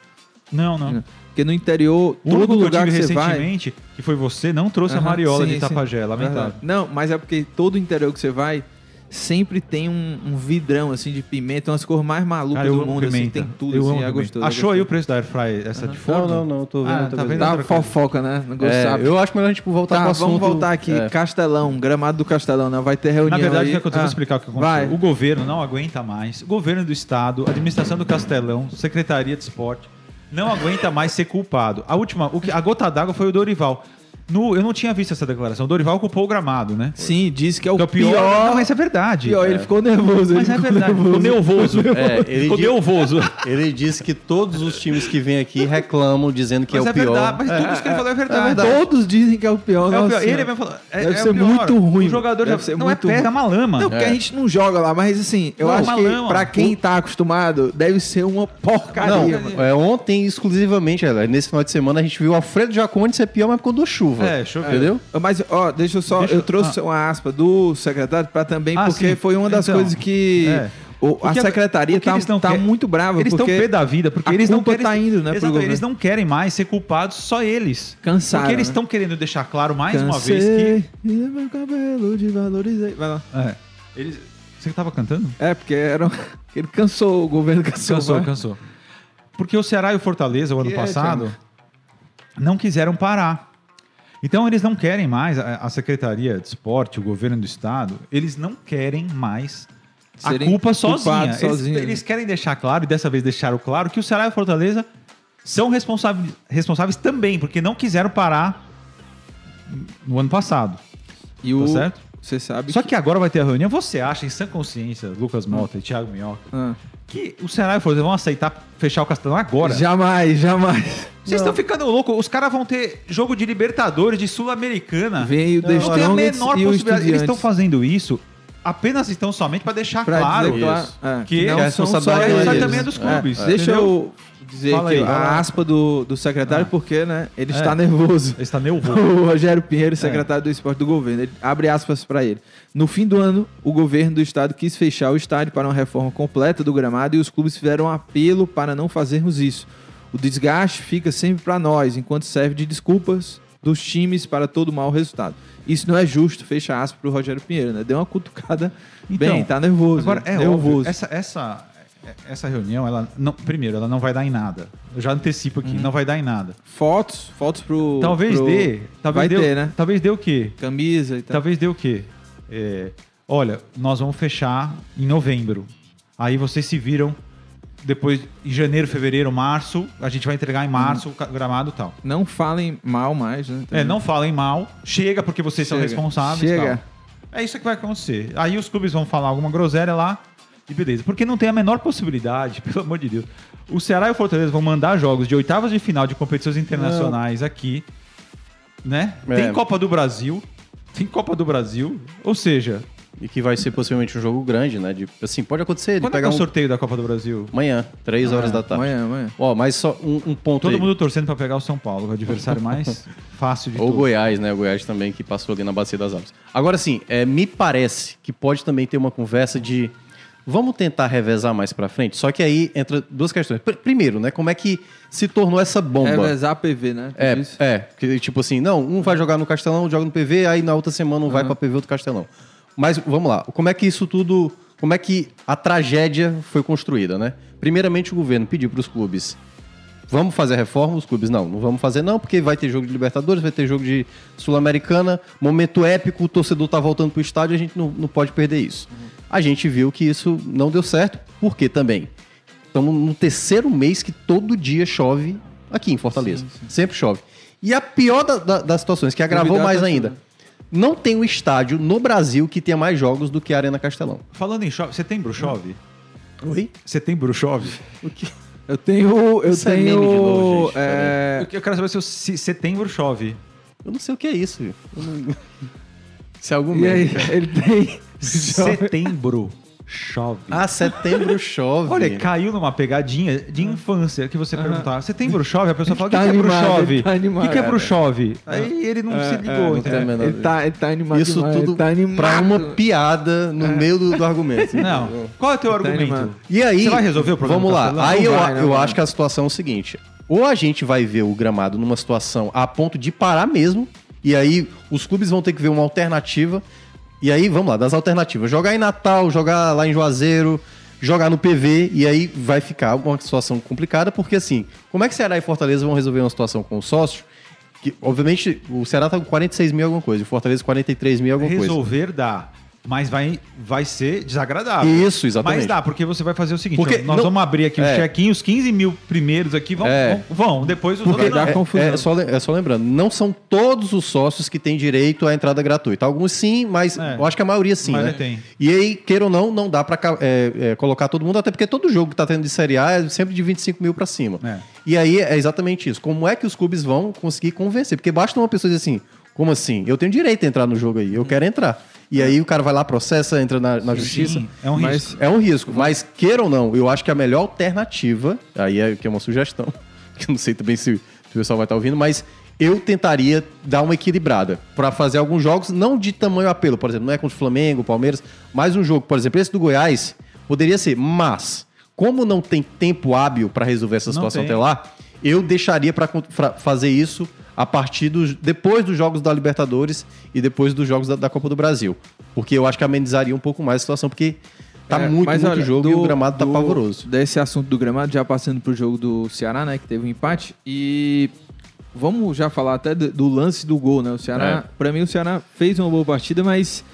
[SPEAKER 3] Não, não.
[SPEAKER 1] Porque no interior,
[SPEAKER 3] O
[SPEAKER 1] todo
[SPEAKER 3] único
[SPEAKER 1] lugar
[SPEAKER 3] que
[SPEAKER 1] que,
[SPEAKER 3] eu tive
[SPEAKER 1] você vai,
[SPEAKER 3] recentemente, que foi você, não trouxe
[SPEAKER 1] Aham,
[SPEAKER 3] a mariola
[SPEAKER 1] sim,
[SPEAKER 3] de Itapajé,
[SPEAKER 1] sim.
[SPEAKER 3] lamentável.
[SPEAKER 1] Verdade. Não, mas é porque todo interior que você vai sempre tem um, um vidrão assim de pimenta, umas cores mais malucas
[SPEAKER 3] Cara, eu
[SPEAKER 1] do
[SPEAKER 3] amo
[SPEAKER 1] mundo, assim,
[SPEAKER 3] pimenta.
[SPEAKER 1] tem tudo,
[SPEAKER 3] eu
[SPEAKER 1] assim,
[SPEAKER 3] amo
[SPEAKER 1] é
[SPEAKER 3] pimenta.
[SPEAKER 1] gostoso.
[SPEAKER 3] Achou
[SPEAKER 1] é
[SPEAKER 3] aí o
[SPEAKER 1] gostoso.
[SPEAKER 3] preço da Air Fry, essa de forno?
[SPEAKER 4] Não, não, não, tô vendo.
[SPEAKER 3] Ah,
[SPEAKER 4] tô
[SPEAKER 3] tá
[SPEAKER 4] vendo.
[SPEAKER 3] vendo?
[SPEAKER 1] Tá
[SPEAKER 3] outra coisa.
[SPEAKER 1] fofoca, né? Não
[SPEAKER 4] É,
[SPEAKER 1] gostava.
[SPEAKER 4] eu acho melhor a gente voltar
[SPEAKER 1] Tá,
[SPEAKER 4] pro
[SPEAKER 1] vamos
[SPEAKER 4] assunto.
[SPEAKER 1] voltar aqui.
[SPEAKER 4] É.
[SPEAKER 1] Castelão, gramado do Castelão, né? Vai ter reunião
[SPEAKER 3] Na verdade, o
[SPEAKER 1] aí.
[SPEAKER 3] que aconteceu?
[SPEAKER 1] Ah,
[SPEAKER 3] Vou explicar o que aconteceu.
[SPEAKER 1] Vai.
[SPEAKER 3] O governo não aguenta mais. O governo do estado, a administração do Castelão, Secretaria de Esporte, não aguenta mais ser culpado. A última, o que, a gota d'água foi o Dorival. No, eu não tinha visto essa declaração. O Dorival culpou o gramado, né?
[SPEAKER 1] Sim, disse que é o,
[SPEAKER 3] Que é o pior. Não, mas é verdade.
[SPEAKER 1] pior, ele ficou nervoso.
[SPEAKER 3] Mas
[SPEAKER 1] ele
[SPEAKER 3] é
[SPEAKER 1] ficou
[SPEAKER 3] verdade.
[SPEAKER 1] nervoso.
[SPEAKER 3] Ficou nervoso.
[SPEAKER 4] É, ele
[SPEAKER 3] Ficou
[SPEAKER 4] diz-
[SPEAKER 3] nervoso.
[SPEAKER 4] Ele disse que todos os times que vêm aqui reclamam dizendo que
[SPEAKER 3] Mas
[SPEAKER 4] é
[SPEAKER 3] é,
[SPEAKER 4] o pior.
[SPEAKER 3] verdade. Mas tudo isso que ele falou é
[SPEAKER 1] É
[SPEAKER 3] verdade.
[SPEAKER 1] verdade. Todos dizem que é o pior.
[SPEAKER 3] É o pior.
[SPEAKER 1] nossa
[SPEAKER 3] Ele
[SPEAKER 1] senhora.
[SPEAKER 3] vai falar. É,
[SPEAKER 1] Deve
[SPEAKER 3] é
[SPEAKER 1] ser
[SPEAKER 3] o pior.
[SPEAKER 1] muito ruim.
[SPEAKER 3] O jogador
[SPEAKER 1] Deve
[SPEAKER 3] já-
[SPEAKER 1] ser
[SPEAKER 3] não
[SPEAKER 1] muito
[SPEAKER 3] é pedra,
[SPEAKER 1] ruim.
[SPEAKER 3] é uma lama.
[SPEAKER 1] Não, porque a gente não joga lá, mas assim, eu
[SPEAKER 3] Não,
[SPEAKER 1] acho
[SPEAKER 3] malão,
[SPEAKER 1] que pra
[SPEAKER 3] ó.
[SPEAKER 1] quem tá acostumado, deve ser uma
[SPEAKER 4] Não,
[SPEAKER 1] porcaria, mano.
[SPEAKER 4] é, ontem exclusivamente, galera, nesse final de semana a gente viu o Alfredo Jacone ser pior, mas por causa da chuva.
[SPEAKER 3] É, choveu.
[SPEAKER 4] Entendeu?
[SPEAKER 1] Mas, ó, deixa eu só.
[SPEAKER 3] Deixa
[SPEAKER 1] eu
[SPEAKER 3] eu-
[SPEAKER 1] trouxe uma aspa do secretário pra também,
[SPEAKER 3] Ah,
[SPEAKER 1] porque
[SPEAKER 3] sim.
[SPEAKER 1] foi uma das
[SPEAKER 3] Então,
[SPEAKER 1] coisas que.
[SPEAKER 3] é.
[SPEAKER 1] o-
[SPEAKER 3] O
[SPEAKER 1] a
[SPEAKER 3] que-
[SPEAKER 1] secretaria
[SPEAKER 3] o que
[SPEAKER 1] tá,
[SPEAKER 3] eles não
[SPEAKER 1] tá
[SPEAKER 3] quer-
[SPEAKER 1] muito brava.
[SPEAKER 3] Eles estão
[SPEAKER 1] porque
[SPEAKER 3] pé da vida, porque
[SPEAKER 1] a
[SPEAKER 3] eles não
[SPEAKER 1] culpa
[SPEAKER 3] querem.
[SPEAKER 1] tá indo, né, pro
[SPEAKER 3] Exato,
[SPEAKER 1] governo.
[SPEAKER 3] eles não querem mais ser culpados, só eles.
[SPEAKER 1] Cansaram,
[SPEAKER 3] Porque eles
[SPEAKER 1] né?
[SPEAKER 3] estão querendo deixar claro mais uma
[SPEAKER 1] Cansei
[SPEAKER 3] vez
[SPEAKER 1] de meu cabelo de valorizei. Vai lá.
[SPEAKER 3] que. É, eles... Você que tava cantando?
[SPEAKER 1] É, porque era. Ele cansou, o governo cansou. né?
[SPEAKER 3] Cansou,
[SPEAKER 1] vai.
[SPEAKER 3] cansou. Então, né? Porque o Ceará e o Fortaleza, o ano
[SPEAKER 1] é,
[SPEAKER 3] passado, não quiseram parar. Então eles não querem mais, a a Secretaria de Esporte, o governo do Estado, eles não querem mais
[SPEAKER 1] Serem
[SPEAKER 3] a culpa
[SPEAKER 1] culpados
[SPEAKER 3] sozinha. Eles-
[SPEAKER 1] sozinhos.
[SPEAKER 3] Eles, querem deixar claro, e dessa vez deixaram claro, que o Ceará e o Fortaleza são responsáveis, responsáveis também, porque não quiseram parar no ano passado.
[SPEAKER 1] E o.
[SPEAKER 3] Tá certo?
[SPEAKER 1] Você sabe.
[SPEAKER 3] Só que agora vai ter a reunião. Você acha, em sã consciência, Lucas Mota e Thiago Minhoca,
[SPEAKER 1] Ah.
[SPEAKER 3] que o Ceará e o Fortaleza vão aceitar fechar o Castelão agora?
[SPEAKER 1] Jamais, jamais.
[SPEAKER 3] Vocês
[SPEAKER 1] Não.
[SPEAKER 3] estão ficando loucos. Os caras vão ter jogo de Libertadores, de Sul-Americana.
[SPEAKER 1] Vem o The
[SPEAKER 3] Não tem a
[SPEAKER 1] Strongest
[SPEAKER 3] menor
[SPEAKER 1] e o
[SPEAKER 3] possibilidade. Eles estão
[SPEAKER 1] Estudiantes.
[SPEAKER 3] fazendo isso apenas então somente para deixar
[SPEAKER 1] Pra
[SPEAKER 3] claro
[SPEAKER 1] dizer claro, é,
[SPEAKER 3] que,
[SPEAKER 1] que não
[SPEAKER 3] a
[SPEAKER 1] são só
[SPEAKER 3] responsabilidade
[SPEAKER 1] eles.
[SPEAKER 3] é também é dos clubes.
[SPEAKER 1] É, Deixa
[SPEAKER 3] entendeu?
[SPEAKER 1] eu dizer
[SPEAKER 3] Fala
[SPEAKER 1] aqui
[SPEAKER 3] aí, vai
[SPEAKER 1] a
[SPEAKER 3] lá. Ah. É.
[SPEAKER 1] aspa do, do secretário, porque né, ele está nervoso.
[SPEAKER 3] Ele está nervoso.
[SPEAKER 1] O Rogério
[SPEAKER 3] É.
[SPEAKER 1] Pinheiro, secretário do esporte do governo, ele abre aspas para ele. No fim do ano, o governo do estado quis fechar o estádio para uma reforma completa do gramado e os clubes fizeram um apelo para não fazermos isso. O desgaste fica sempre para nós, enquanto serve de desculpas dos times para todo mau resultado. Isso não é justo, fecha aspas para o Rogério Pinheiro, né? Deu uma cutucada bem, tá nervoso.
[SPEAKER 3] Então, Agora, é
[SPEAKER 1] nervoso.
[SPEAKER 3] óbvio, essa, essa, essa reunião, ela não, primeiro, ela não vai dar em nada. Eu já antecipo aqui, não vai dar em nada.
[SPEAKER 1] Fotos, fotos Uhum. pro.
[SPEAKER 3] Talvez
[SPEAKER 1] pro...
[SPEAKER 3] dê... Talvez
[SPEAKER 1] Vai
[SPEAKER 3] dê,
[SPEAKER 1] ter, né?
[SPEAKER 3] Talvez dê o quê?
[SPEAKER 1] Camisa e tal.
[SPEAKER 3] Talvez dê o quê? É, olha, nós vamos fechar em novembro. Aí vocês se viram depois em janeiro, fevereiro, março. A gente vai entregar em março o ca- gramado e tal.
[SPEAKER 1] Não falem mal mais, né?
[SPEAKER 3] É, não falem mal. Chega porque vocês são
[SPEAKER 1] Chega.
[SPEAKER 3] responsáveis. e
[SPEAKER 1] Chega.
[SPEAKER 3] Tal. É isso que vai acontecer. Aí os clubes vão falar alguma groselha lá e beleza. Porque não tem a menor possibilidade, pelo amor de Deus. O Ceará e o Fortaleza vão mandar jogos de oitavas de final de competições internacionais aqui, né?
[SPEAKER 4] É.
[SPEAKER 3] Tem Copa do Brasil. Tem Copa do Brasil. Ou seja,
[SPEAKER 4] E que vai ser possivelmente um jogo grande, né? De, assim, pode acontecer de
[SPEAKER 3] quando é que é
[SPEAKER 4] pegar
[SPEAKER 3] o
[SPEAKER 4] um...
[SPEAKER 3] sorteio da Copa do Brasil?
[SPEAKER 4] amanhã, três horas da
[SPEAKER 3] tá.
[SPEAKER 4] tarde.
[SPEAKER 1] Amanhã, amanhã.
[SPEAKER 4] Ó, mas só um, um ponto
[SPEAKER 3] Todo
[SPEAKER 4] aí.
[SPEAKER 3] mundo torcendo pra pegar o São Paulo, o adversário mais fácil de
[SPEAKER 4] Ou
[SPEAKER 3] todos.
[SPEAKER 4] Goiás, né? O Goiás também que passou ali na Bacia das Almas. Agora sim, é, me parece que pode também ter uma conversa de vamos tentar revezar mais pra frente. Só que aí entra duas questões. Pr- primeiro, né? Como é que se tornou essa bomba?
[SPEAKER 1] É lesar PV, né? Tu
[SPEAKER 4] É,
[SPEAKER 1] disse?
[SPEAKER 4] é, que, tipo assim, não, um vai jogar no Castelão, joga no PV, aí na outra semana um vai pra PV outro Castelão. Mas vamos lá, como é que isso tudo, como é que a tragédia foi construída, né? Primeiramente o governo pediu pros clubes, vamos fazer reforma, os clubes não, não vamos fazer não, porque vai ter jogo de Libertadores, vai ter jogo de Sul-Americana, momento épico, o torcedor tá voltando pro estádio, a gente não, não pode perder isso. A gente viu que isso não deu certo, por quê também? Estamos no terceiro mês que todo dia chove aqui em Fortaleza. Sempre chove. E a pior da- da- das situações, que agravou
[SPEAKER 1] Duvidar
[SPEAKER 4] mais
[SPEAKER 1] tá
[SPEAKER 4] ainda.
[SPEAKER 1] tudo.
[SPEAKER 4] Não tem um estádio no Brasil que tenha mais jogos do que a Arena Castelão.
[SPEAKER 3] Falando em chove, setembro chove?
[SPEAKER 4] Oi?
[SPEAKER 3] Setembro chove?
[SPEAKER 1] Eu tenho. Eu
[SPEAKER 4] Isso é
[SPEAKER 1] tenho.
[SPEAKER 4] meme de novo, gente,
[SPEAKER 1] é,
[SPEAKER 3] Eu quero saber se, o- se setembro chove.
[SPEAKER 4] Eu não sei o que é isso. viu? Eu não- Isso é algum
[SPEAKER 1] E aí,
[SPEAKER 4] meme.
[SPEAKER 1] ele tem.
[SPEAKER 3] Setembro chove.
[SPEAKER 4] Ah, setembro chove.
[SPEAKER 3] Olha, caiu numa pegadinha de infância que você perguntava. Setembro chove? A pessoa fala, o que,
[SPEAKER 1] Tá
[SPEAKER 3] que é pro
[SPEAKER 1] animado,
[SPEAKER 3] chove?
[SPEAKER 1] ele tá
[SPEAKER 3] O que, que é
[SPEAKER 1] animado.
[SPEAKER 3] pro chove? Aí ele não se ligou,
[SPEAKER 4] é,
[SPEAKER 3] entendeu?
[SPEAKER 4] não
[SPEAKER 1] Ele tá, ele tá animado.
[SPEAKER 4] isso
[SPEAKER 1] demais,
[SPEAKER 4] tudo
[SPEAKER 1] ele tá animado. É.
[SPEAKER 4] pra uma piada no meio do, do argumento.
[SPEAKER 3] Não. Qual é o teu
[SPEAKER 1] animado.
[SPEAKER 3] argumento?
[SPEAKER 4] E aí,
[SPEAKER 3] Você vai resolver o problema
[SPEAKER 4] vamos
[SPEAKER 3] do
[SPEAKER 4] lá.
[SPEAKER 3] Castelão?
[SPEAKER 4] Aí
[SPEAKER 1] Não
[SPEAKER 4] eu,
[SPEAKER 1] vai, não
[SPEAKER 4] eu
[SPEAKER 1] vai.
[SPEAKER 4] acho que a situação é o seguinte: ou a gente vai ver o gramado numa situação a ponto de parar mesmo, e aí os clubes vão ter que ver uma alternativa. E aí, vamos lá, das alternativas: jogar em Natal, jogar lá em Juazeiro, jogar no PV, e aí vai ficar uma situação complicada, porque assim, como é que Ceará e Fortaleza vão resolver uma situação com o sócio? Que, obviamente, o Ceará tá com 46 mil alguma coisa, o Fortaleza 43 mil alguma coisa.
[SPEAKER 3] Resolver dá. Mas vai, vai ser desagradável.
[SPEAKER 4] Isso, exatamente.
[SPEAKER 3] Mas dá, porque você vai fazer o seguinte:
[SPEAKER 4] Porque
[SPEAKER 3] ó, nós
[SPEAKER 4] não-
[SPEAKER 3] vamos abrir aqui o
[SPEAKER 4] É.
[SPEAKER 3] check-in, os 15 mil primeiros aqui vão,
[SPEAKER 4] É.
[SPEAKER 3] vão, vão, depois os
[SPEAKER 4] Porque
[SPEAKER 3] outros não.
[SPEAKER 1] dá
[SPEAKER 4] é,
[SPEAKER 1] confusão.
[SPEAKER 4] é só, le- é só lembrando, não são todos os sócios que têm direito à entrada gratuita. Alguns sim, mas
[SPEAKER 3] É.
[SPEAKER 4] eu acho que a maioria sim,
[SPEAKER 3] Mas
[SPEAKER 4] né?
[SPEAKER 3] tem.
[SPEAKER 4] E aí, queira ou não, não dá pra ca- é, é, colocar todo mundo, até porque todo jogo que tá tendo de Série A é sempre de 25 mil pra cima.
[SPEAKER 3] É.
[SPEAKER 4] E aí é exatamente isso. Como é que os clubes vão conseguir convencer? Porque basta uma pessoa dizer assim, como assim? Eu tenho direito a entrar no jogo aí, eu quero entrar. E aí o cara vai lá, processa, entra na, na justiça.
[SPEAKER 3] Sim, é um
[SPEAKER 1] Mas-
[SPEAKER 3] risco.
[SPEAKER 4] É um risco, mas queira ou não, eu acho que a melhor alternativa, aí é que é uma sugestão, que eu não sei também se, se o pessoal vai estar ouvindo, mas eu tentaria dar uma equilibrada pra fazer alguns jogos, não de tamanho apelo, por exemplo, não é contra o Flamengo, Palmeiras, mas um jogo, por exemplo, esse do Goiás, poderia ser, mas como não tem tempo hábil pra resolver essa
[SPEAKER 3] Não
[SPEAKER 4] situação
[SPEAKER 3] tem.
[SPEAKER 4] até lá, eu deixaria pra con- pra fazer isso a partir dos depois dos jogos da Libertadores e depois dos jogos da, da Copa do Brasil, porque eu acho que amenizaria um pouco mais a situação, porque Tá
[SPEAKER 1] É,
[SPEAKER 4] muito,
[SPEAKER 1] mas
[SPEAKER 4] muito
[SPEAKER 1] olha,
[SPEAKER 4] jogo e
[SPEAKER 1] do-
[SPEAKER 4] o gramado tá
[SPEAKER 1] do-
[SPEAKER 4] pavoroso.
[SPEAKER 1] Desse assunto do gramado, já passando pro jogo do Ceará, né? Que teve um empate. E vamos já falar até do, do lance do gol, né? O Ceará,
[SPEAKER 4] É.
[SPEAKER 1] pra mim, o Ceará fez uma boa partida, mas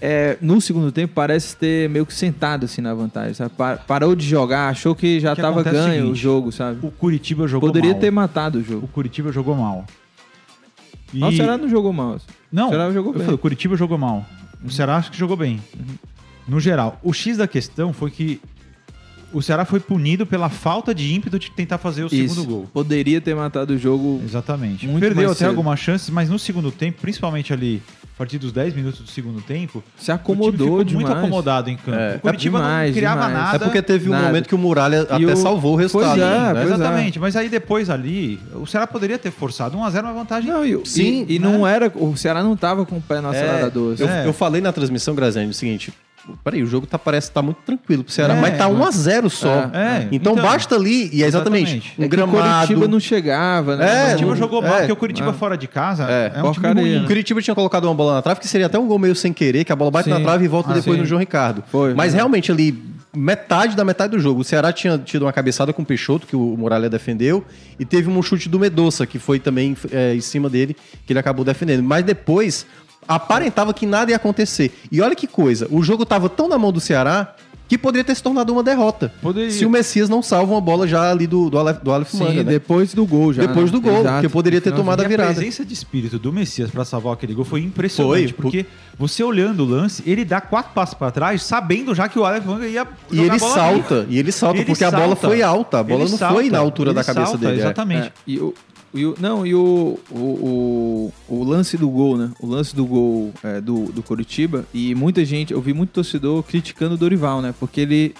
[SPEAKER 1] é, no segundo tempo parece ter meio que sentado assim na vantagem, sabe? Pa- parou de jogar, achou que já
[SPEAKER 3] O que
[SPEAKER 1] tava
[SPEAKER 3] acontece é o
[SPEAKER 1] ganho o
[SPEAKER 3] seguinte,
[SPEAKER 1] jogo, sabe?
[SPEAKER 3] O Curitiba jogou
[SPEAKER 1] Poderia
[SPEAKER 3] mal.
[SPEAKER 1] ter matado o jogo.
[SPEAKER 3] O Curitiba jogou mal. E...
[SPEAKER 1] Mas o Ceará não jogou mal. assim.
[SPEAKER 3] Não,
[SPEAKER 1] O Ceará jogou bem.
[SPEAKER 3] eu
[SPEAKER 1] Uhum.
[SPEAKER 3] falei, o Curitiba jogou mal. O Ceará acho que jogou bem. No geral, o X da questão foi que o Ceará foi punido pela falta de ímpeto de tentar fazer o
[SPEAKER 1] Isso.
[SPEAKER 3] segundo gol.
[SPEAKER 1] Poderia ter matado o jogo.
[SPEAKER 3] Exatamente.
[SPEAKER 1] Muito mais
[SPEAKER 3] Perdeu até
[SPEAKER 1] cedo.
[SPEAKER 3] algumas chances, mas no segundo tempo, principalmente ali a partir dos 10 minutos do segundo tempo,
[SPEAKER 1] Se
[SPEAKER 3] o time
[SPEAKER 1] acomodou
[SPEAKER 3] ficou
[SPEAKER 1] demais.
[SPEAKER 3] muito acomodado em campo.
[SPEAKER 4] É.
[SPEAKER 3] o Curitiba
[SPEAKER 1] Demais,
[SPEAKER 3] não criava
[SPEAKER 1] demais.
[SPEAKER 3] nada. Ah,
[SPEAKER 4] É porque teve um
[SPEAKER 1] nada.
[SPEAKER 4] momento que o Muralha até
[SPEAKER 1] o-
[SPEAKER 4] salvou o
[SPEAKER 1] Pois
[SPEAKER 4] resultado.
[SPEAKER 1] é,
[SPEAKER 4] né?
[SPEAKER 1] pois
[SPEAKER 3] Exatamente, mas aí depois ali, o Ceará poderia ter forçado 1x0 uma vantagem.
[SPEAKER 1] Não, e, e-
[SPEAKER 4] Sim,
[SPEAKER 1] e, não era. O Ceará não tava com o pé no acelerador.
[SPEAKER 4] eu,
[SPEAKER 1] sabe?
[SPEAKER 3] É.
[SPEAKER 4] eu falei na transmissão, Graziani, o seguinte. Peraí, o jogo tá, parece que tá muito tranquilo pro Ceará,
[SPEAKER 3] É.
[SPEAKER 4] mas tá 1x0 só.
[SPEAKER 3] É. É.
[SPEAKER 4] Então,
[SPEAKER 3] Então,
[SPEAKER 4] basta ali, e é exatamente,
[SPEAKER 3] exatamente.
[SPEAKER 1] É
[SPEAKER 4] um
[SPEAKER 1] que O
[SPEAKER 4] gramado.
[SPEAKER 1] Curitiba não chegava, né?
[SPEAKER 4] É,
[SPEAKER 1] Não-
[SPEAKER 3] O Curitiba jogou mal,
[SPEAKER 4] é,
[SPEAKER 3] porque o Curitiba
[SPEAKER 1] é.
[SPEAKER 3] fora de casa
[SPEAKER 4] É,
[SPEAKER 3] é, um time
[SPEAKER 1] porcaria,
[SPEAKER 3] ruim.
[SPEAKER 4] O Curitiba tinha colocado uma bola na trave, que seria até um gol meio sem querer, que a bola bate
[SPEAKER 1] Sim.
[SPEAKER 4] na trave e volta
[SPEAKER 1] Ah,
[SPEAKER 4] depois
[SPEAKER 1] sim.
[SPEAKER 4] no João Ricardo.
[SPEAKER 1] Foi, É.
[SPEAKER 4] Mas
[SPEAKER 1] foi.
[SPEAKER 4] realmente ali, metade da metade do jogo, o Ceará tinha tido uma cabeçada com o Peixoto, que o Muralha defendeu, e teve um chute do Medoça, que foi também é, em cima dele, que ele acabou defendendo. Mas depois, aparentava que nada ia acontecer. E olha que coisa, o jogo estava tão na mão do Ceará que poderia ter se tornado uma derrota.
[SPEAKER 3] Poderia.
[SPEAKER 4] Se o Messias não salva uma bola já ali do, do Aleph, do Aleph
[SPEAKER 1] Sim,
[SPEAKER 4] Manga, né?
[SPEAKER 1] depois do gol já. né?
[SPEAKER 4] Depois do gol, porque poderia ter
[SPEAKER 1] Então,
[SPEAKER 4] tomado a
[SPEAKER 3] E
[SPEAKER 4] virada.
[SPEAKER 3] A presença de espírito do Messias pra salvar aquele gol foi impressionante,
[SPEAKER 4] Foi.
[SPEAKER 3] porque você olhando o lance, ele dá quatro passos pra trás, sabendo já que o Alex Manga ia
[SPEAKER 4] E
[SPEAKER 3] jogar
[SPEAKER 4] ele
[SPEAKER 3] a bola
[SPEAKER 4] salta, e ele salta,
[SPEAKER 3] Ele
[SPEAKER 4] porque a bola
[SPEAKER 3] salta.
[SPEAKER 4] foi alta, a bola
[SPEAKER 3] Ele
[SPEAKER 4] não
[SPEAKER 3] salta,
[SPEAKER 4] foi na altura
[SPEAKER 3] ele
[SPEAKER 4] da cabeça
[SPEAKER 3] salta,
[SPEAKER 4] dele. é.
[SPEAKER 3] Exatamente.
[SPEAKER 1] É, e o, e o- não, e o, o, o, o lance do gol, né? O lance do gol é, do, do Curitiba. E muita gente, eu vi muito torcedor criticando o Dorival, né? Porque ele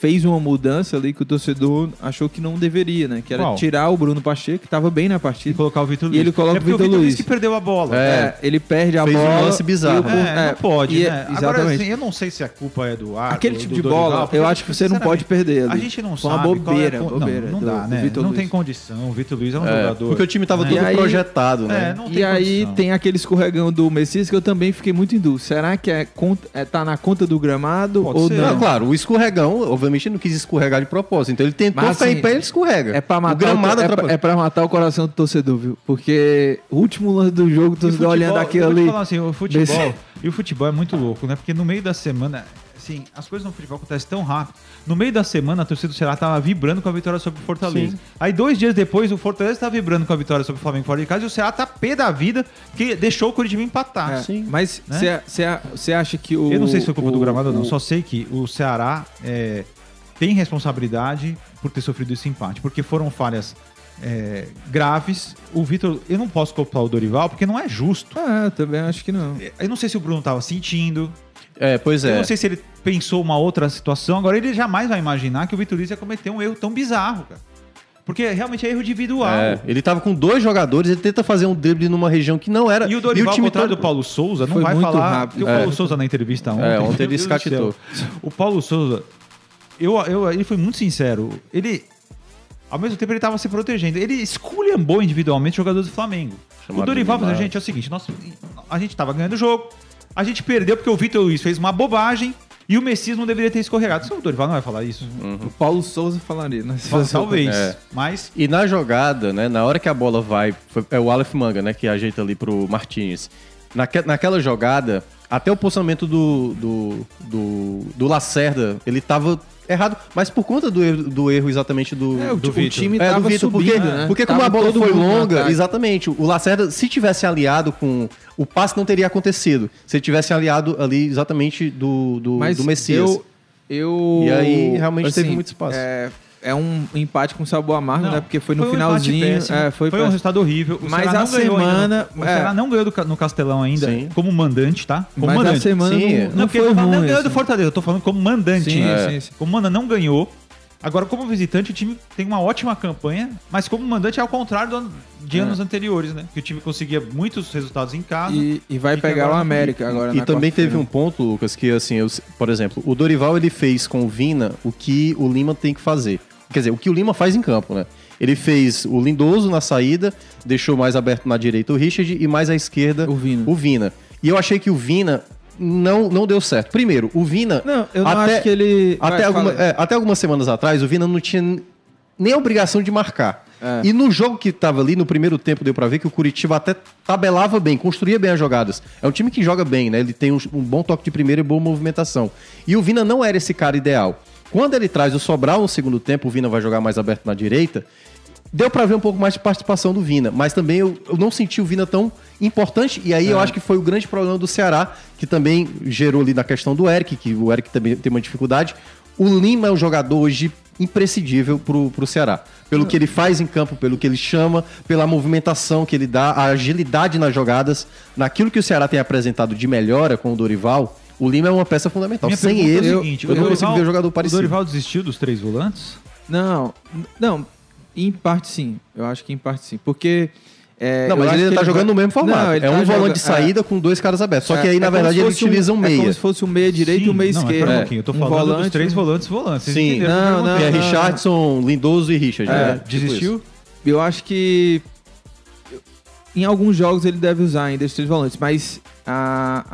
[SPEAKER 1] fez uma mudança ali que o torcedor achou que não deveria, né? Que era
[SPEAKER 3] Qual?
[SPEAKER 1] tirar o Bruno Pacheco, que tava bem na
[SPEAKER 3] E
[SPEAKER 1] partida.
[SPEAKER 3] colocar o Vitor
[SPEAKER 1] E
[SPEAKER 3] Luiz.
[SPEAKER 1] ele coloca
[SPEAKER 3] é porque
[SPEAKER 1] o Vitor Luiz.
[SPEAKER 3] que perdeu a bola.
[SPEAKER 1] É, ele perde a
[SPEAKER 4] Fez um
[SPEAKER 1] bola.
[SPEAKER 4] lance bizarro.
[SPEAKER 1] e o-
[SPEAKER 3] É,
[SPEAKER 1] é,
[SPEAKER 3] não pode,
[SPEAKER 1] e é-
[SPEAKER 3] né? Agora,
[SPEAKER 1] Exatamente.
[SPEAKER 3] assim, eu não sei se a culpa é do Arco,
[SPEAKER 1] Aquele tipo
[SPEAKER 3] do
[SPEAKER 1] de
[SPEAKER 3] Dorival,
[SPEAKER 1] bola,
[SPEAKER 3] porque,
[SPEAKER 1] eu acho que você não pode
[SPEAKER 3] sinceramente,
[SPEAKER 1] perder.
[SPEAKER 3] A
[SPEAKER 1] Edu.
[SPEAKER 3] gente não
[SPEAKER 1] Foi
[SPEAKER 3] sabe.
[SPEAKER 1] Uma
[SPEAKER 3] qual é a
[SPEAKER 1] bobeira,
[SPEAKER 3] con-
[SPEAKER 1] bobeira.
[SPEAKER 3] Não, não
[SPEAKER 1] do-
[SPEAKER 3] dá,
[SPEAKER 1] do
[SPEAKER 3] né?
[SPEAKER 1] Vitor
[SPEAKER 3] Não
[SPEAKER 1] Luiz.
[SPEAKER 3] tem condição. O Vitor Luiz é um
[SPEAKER 4] É,
[SPEAKER 3] jogador. né?
[SPEAKER 4] Porque o time tava
[SPEAKER 1] E
[SPEAKER 4] todo
[SPEAKER 1] aí-
[SPEAKER 4] projetado,
[SPEAKER 3] É,
[SPEAKER 4] né?
[SPEAKER 3] não tem
[SPEAKER 1] E aí
[SPEAKER 3] condição.
[SPEAKER 1] tem aquele escorregão do Messias que eu também fiquei muito em dúvida. Será que é, cont- é- tá na conta do gramado
[SPEAKER 3] Pode
[SPEAKER 1] ou
[SPEAKER 3] ser.
[SPEAKER 1] não?
[SPEAKER 4] Não, claro, o escorregão, obviamente, não quis escorregar de propósito. Então ele tentou
[SPEAKER 1] Mas,
[SPEAKER 4] ficar
[SPEAKER 1] assim,
[SPEAKER 4] em pé, ele escorrega.
[SPEAKER 1] É pra, matar
[SPEAKER 4] o gramado
[SPEAKER 1] o, é, pra-
[SPEAKER 4] atrapalha.
[SPEAKER 1] é pra matar o coração do torcedor, viu? Porque o último lance do jogo, o
[SPEAKER 3] E o
[SPEAKER 1] torcedor
[SPEAKER 3] futebol-
[SPEAKER 1] olhando aquilo
[SPEAKER 3] eu vou te
[SPEAKER 1] ali.
[SPEAKER 3] falar assim, o futebol,
[SPEAKER 1] Desse-
[SPEAKER 3] E o futebol é muito louco, né? Porque no meio da semana, assim, as coisas no futebol acontecem tão rápido. No meio da semana, a torcida do Ceará tava vibrando com a vitória sobre o Fortaleza. Aí dois dias depois, o Fortaleza tá vibrando com a vitória sobre o Flamengo fora de casa e o Ceará tá pé da vida, porque deixou o Curitiba empatar.
[SPEAKER 1] É,
[SPEAKER 4] sim.
[SPEAKER 1] Mas
[SPEAKER 3] Né?
[SPEAKER 1] você acha que o.
[SPEAKER 3] Eu não sei se foi culpa
[SPEAKER 1] o-
[SPEAKER 3] do gramado ou não,
[SPEAKER 1] o-
[SPEAKER 3] só sei que o Ceará é, tem responsabilidade por ter sofrido esse empate, porque foram falhas é, graves. O Vitor, eu não posso culpar o Dorival, porque não é justo.
[SPEAKER 1] Ah, eu também acho que não.
[SPEAKER 3] Eu não sei se o Bruno tava sentindo,
[SPEAKER 4] É, pois
[SPEAKER 3] eu
[SPEAKER 4] é.
[SPEAKER 3] não sei se ele pensou uma outra situação. Agora, ele jamais vai imaginar que o Vitor Luiz ia cometer um erro tão bizarro, cara. Porque realmente é erro individual.
[SPEAKER 4] É, ele tava com dois jogadores, ele tenta fazer um drible numa região que não era.
[SPEAKER 3] E o Dorival, ao contrário
[SPEAKER 4] todo-
[SPEAKER 3] do Paulo Souza, não
[SPEAKER 1] Foi
[SPEAKER 3] vai
[SPEAKER 1] muito
[SPEAKER 3] falar...
[SPEAKER 1] rápido.
[SPEAKER 3] Porque o
[SPEAKER 4] É.
[SPEAKER 3] Paulo Souza, na entrevista ontem...
[SPEAKER 4] É, ontem ele
[SPEAKER 3] meu Deus do
[SPEAKER 4] escaquetou.
[SPEAKER 3] céu. O Paulo Souza, eu, eu, ele foi muito sincero. Ele... Ao mesmo tempo, ele estava se protegendo. Ele esculhambou individualmente jogadores do Flamengo.
[SPEAKER 4] Chamaram
[SPEAKER 3] o Dorival
[SPEAKER 4] de
[SPEAKER 3] falou,
[SPEAKER 4] Neymar.
[SPEAKER 3] gente, é o seguinte, nós, a gente estava ganhando o jogo, a gente perdeu porque o Vitor Luiz fez uma bobagem e o Messias não deveria ter escorregado. O Dorival não vai falar isso.
[SPEAKER 1] O Paulo Souza falaria, né? Se
[SPEAKER 3] Tal-
[SPEAKER 1] fosse-
[SPEAKER 3] Talvez,
[SPEAKER 4] É.
[SPEAKER 3] mas...
[SPEAKER 4] E na jogada, né, na hora que a bola vai, foi- é o Aleph Manga, né, que ajeita ali pro Martinez. Naque, naquela jogada, Até o posicionamento do, do, do, do Lacerda, ele tava errado, mas por conta do erro, do erro exatamente do,
[SPEAKER 1] É, o,
[SPEAKER 4] do
[SPEAKER 1] ti- o
[SPEAKER 4] Vitor.
[SPEAKER 1] time
[SPEAKER 4] É,
[SPEAKER 1] tava
[SPEAKER 4] do Vitor,
[SPEAKER 1] subindo,
[SPEAKER 4] porque,
[SPEAKER 1] né?
[SPEAKER 4] porque como
[SPEAKER 1] Tava
[SPEAKER 4] a bola
[SPEAKER 1] todo
[SPEAKER 4] foi
[SPEAKER 1] mundo no
[SPEAKER 4] longa,
[SPEAKER 1] ataque.
[SPEAKER 4] exatamente, o Lacerda, se tivesse aliado com... O passe não teria acontecido, se ele tivesse aliado ali exatamente do, do,
[SPEAKER 1] Mas
[SPEAKER 4] do Messias.
[SPEAKER 1] Eu, eu-
[SPEAKER 4] E aí, realmente, teve muito espaço.
[SPEAKER 1] É, é um empate com sabor amargo,
[SPEAKER 3] Não,
[SPEAKER 1] né? Porque foi no
[SPEAKER 3] um
[SPEAKER 1] finalzinho.
[SPEAKER 3] empate péssimo,
[SPEAKER 1] é,
[SPEAKER 3] foi,
[SPEAKER 1] foi
[SPEAKER 3] um
[SPEAKER 1] péssimo.
[SPEAKER 3] resultado horrível. O
[SPEAKER 1] Mas
[SPEAKER 3] Ceará
[SPEAKER 1] a
[SPEAKER 3] não ganhou
[SPEAKER 1] semana-
[SPEAKER 3] ainda. O
[SPEAKER 1] é.
[SPEAKER 3] Ceará não ganhou do ca- no Castelão ainda
[SPEAKER 4] Sim.
[SPEAKER 3] como mandante, tá? Como
[SPEAKER 1] Mas a
[SPEAKER 3] mandante.
[SPEAKER 1] semana
[SPEAKER 4] Sim,
[SPEAKER 1] né? não,
[SPEAKER 4] não,
[SPEAKER 1] não
[SPEAKER 3] porque
[SPEAKER 1] foi
[SPEAKER 3] não, não
[SPEAKER 1] ruim.
[SPEAKER 3] ganhou do
[SPEAKER 1] assim.
[SPEAKER 3] Fortaleza, eu tô falando como mandante.
[SPEAKER 1] Sim,
[SPEAKER 3] É.
[SPEAKER 1] sim, sim.
[SPEAKER 3] Como mandante não ganhou. Agora, como visitante, o time tem uma ótima campanha, mas como mandante é ao contrário do ano- de
[SPEAKER 1] É.
[SPEAKER 3] anos anteriores, né? Que o time conseguia muitos resultados em casa.
[SPEAKER 1] E, e vai
[SPEAKER 3] E que
[SPEAKER 1] pegar o
[SPEAKER 3] agora não-
[SPEAKER 1] América agora tá
[SPEAKER 4] E
[SPEAKER 1] na
[SPEAKER 4] também teve um
[SPEAKER 1] quarta-feira.
[SPEAKER 4] ponto, Lucas, que assim, eu- por exemplo, o Dorival ele fez com o Vina o que o Lima tem que fazer. Quer dizer, o que o Lima faz em campo, né? Ele fez o Lindoso na saída, deixou mais aberto na direita o Richard e mais à esquerda
[SPEAKER 1] O Vina.
[SPEAKER 4] E eu achei que o Vina não, não deu certo. Primeiro, o Vina.
[SPEAKER 1] Não, eu não acho que ele.
[SPEAKER 4] Até,
[SPEAKER 1] Vai,
[SPEAKER 4] alguma-
[SPEAKER 1] fala aí.
[SPEAKER 4] é, até algumas semanas atrás, o Vina não tinha nem a obrigação de marcar.
[SPEAKER 1] É.
[SPEAKER 4] E no jogo que tava ali, no primeiro tempo, deu pra ver que o Curitiba até tabelava bem, construía bem as jogadas. É um time que joga bem, né? Ele tem um, um bom toque de primeira e boa movimentação. E o Vina não era esse cara ideal. Quando ele traz o Sobral no segundo tempo, o Vina vai jogar mais aberto na direita. Deu pra ver um pouco mais de participação do Vina, mas também eu, eu não senti o Vina tão importante. E aí eu acho que foi o grande problema do Ceará, que também gerou ali na questão do Eric, que o Eric também tem uma dificuldade. O Lima é um jogador hoje imprescindível pro, pro Ceará. Pelo que ele faz em campo, pelo que ele chama, pela movimentação que ele dá, a agilidade nas jogadas. Naquilo que o Ceará tem apresentado de melhora com o Dorival, o Lima é uma peça fundamental.
[SPEAKER 3] Minha
[SPEAKER 4] Sem
[SPEAKER 3] pergunta é o
[SPEAKER 4] ele,
[SPEAKER 3] seguinte,
[SPEAKER 4] eu,
[SPEAKER 3] o
[SPEAKER 4] não
[SPEAKER 3] Dorival-
[SPEAKER 4] consigo ver um jogador
[SPEAKER 3] O
[SPEAKER 4] parecido.
[SPEAKER 3] Dorival desistiu dos três volantes?
[SPEAKER 1] Não, não, em parte sim. Eu acho que em parte sim. Porque. é,
[SPEAKER 4] Não,
[SPEAKER 1] eu
[SPEAKER 4] mas
[SPEAKER 1] acho
[SPEAKER 4] ele
[SPEAKER 1] que
[SPEAKER 4] tá jogando
[SPEAKER 1] vai-
[SPEAKER 4] no mesmo formato.
[SPEAKER 1] Não, ele
[SPEAKER 4] é
[SPEAKER 1] tá
[SPEAKER 4] um volante
[SPEAKER 1] joga-
[SPEAKER 4] de saída com dois caras abertos. Só que aí,
[SPEAKER 1] É
[SPEAKER 4] na
[SPEAKER 1] como
[SPEAKER 4] verdade,
[SPEAKER 1] se
[SPEAKER 4] ele
[SPEAKER 1] fosse um-
[SPEAKER 4] utiliza um
[SPEAKER 1] É como
[SPEAKER 4] meia.
[SPEAKER 1] se fosse um meia direito e um meia
[SPEAKER 3] não, mas
[SPEAKER 1] esquerda.
[SPEAKER 3] pera um
[SPEAKER 1] É.
[SPEAKER 3] pouquinho, eu tô
[SPEAKER 1] Um
[SPEAKER 3] falando dos
[SPEAKER 1] volante,
[SPEAKER 3] três volantes volantes. Vocês
[SPEAKER 4] Sim.
[SPEAKER 3] entenderam o que
[SPEAKER 1] Não,
[SPEAKER 3] eu perguntei.
[SPEAKER 1] não,
[SPEAKER 4] Que é
[SPEAKER 1] não.
[SPEAKER 4] Richardson, Lindoso e Richard.
[SPEAKER 1] É,
[SPEAKER 4] né?
[SPEAKER 3] desistiu?
[SPEAKER 1] Eu acho que em alguns jogos ele deve usar ainda esses três volantes, mas a-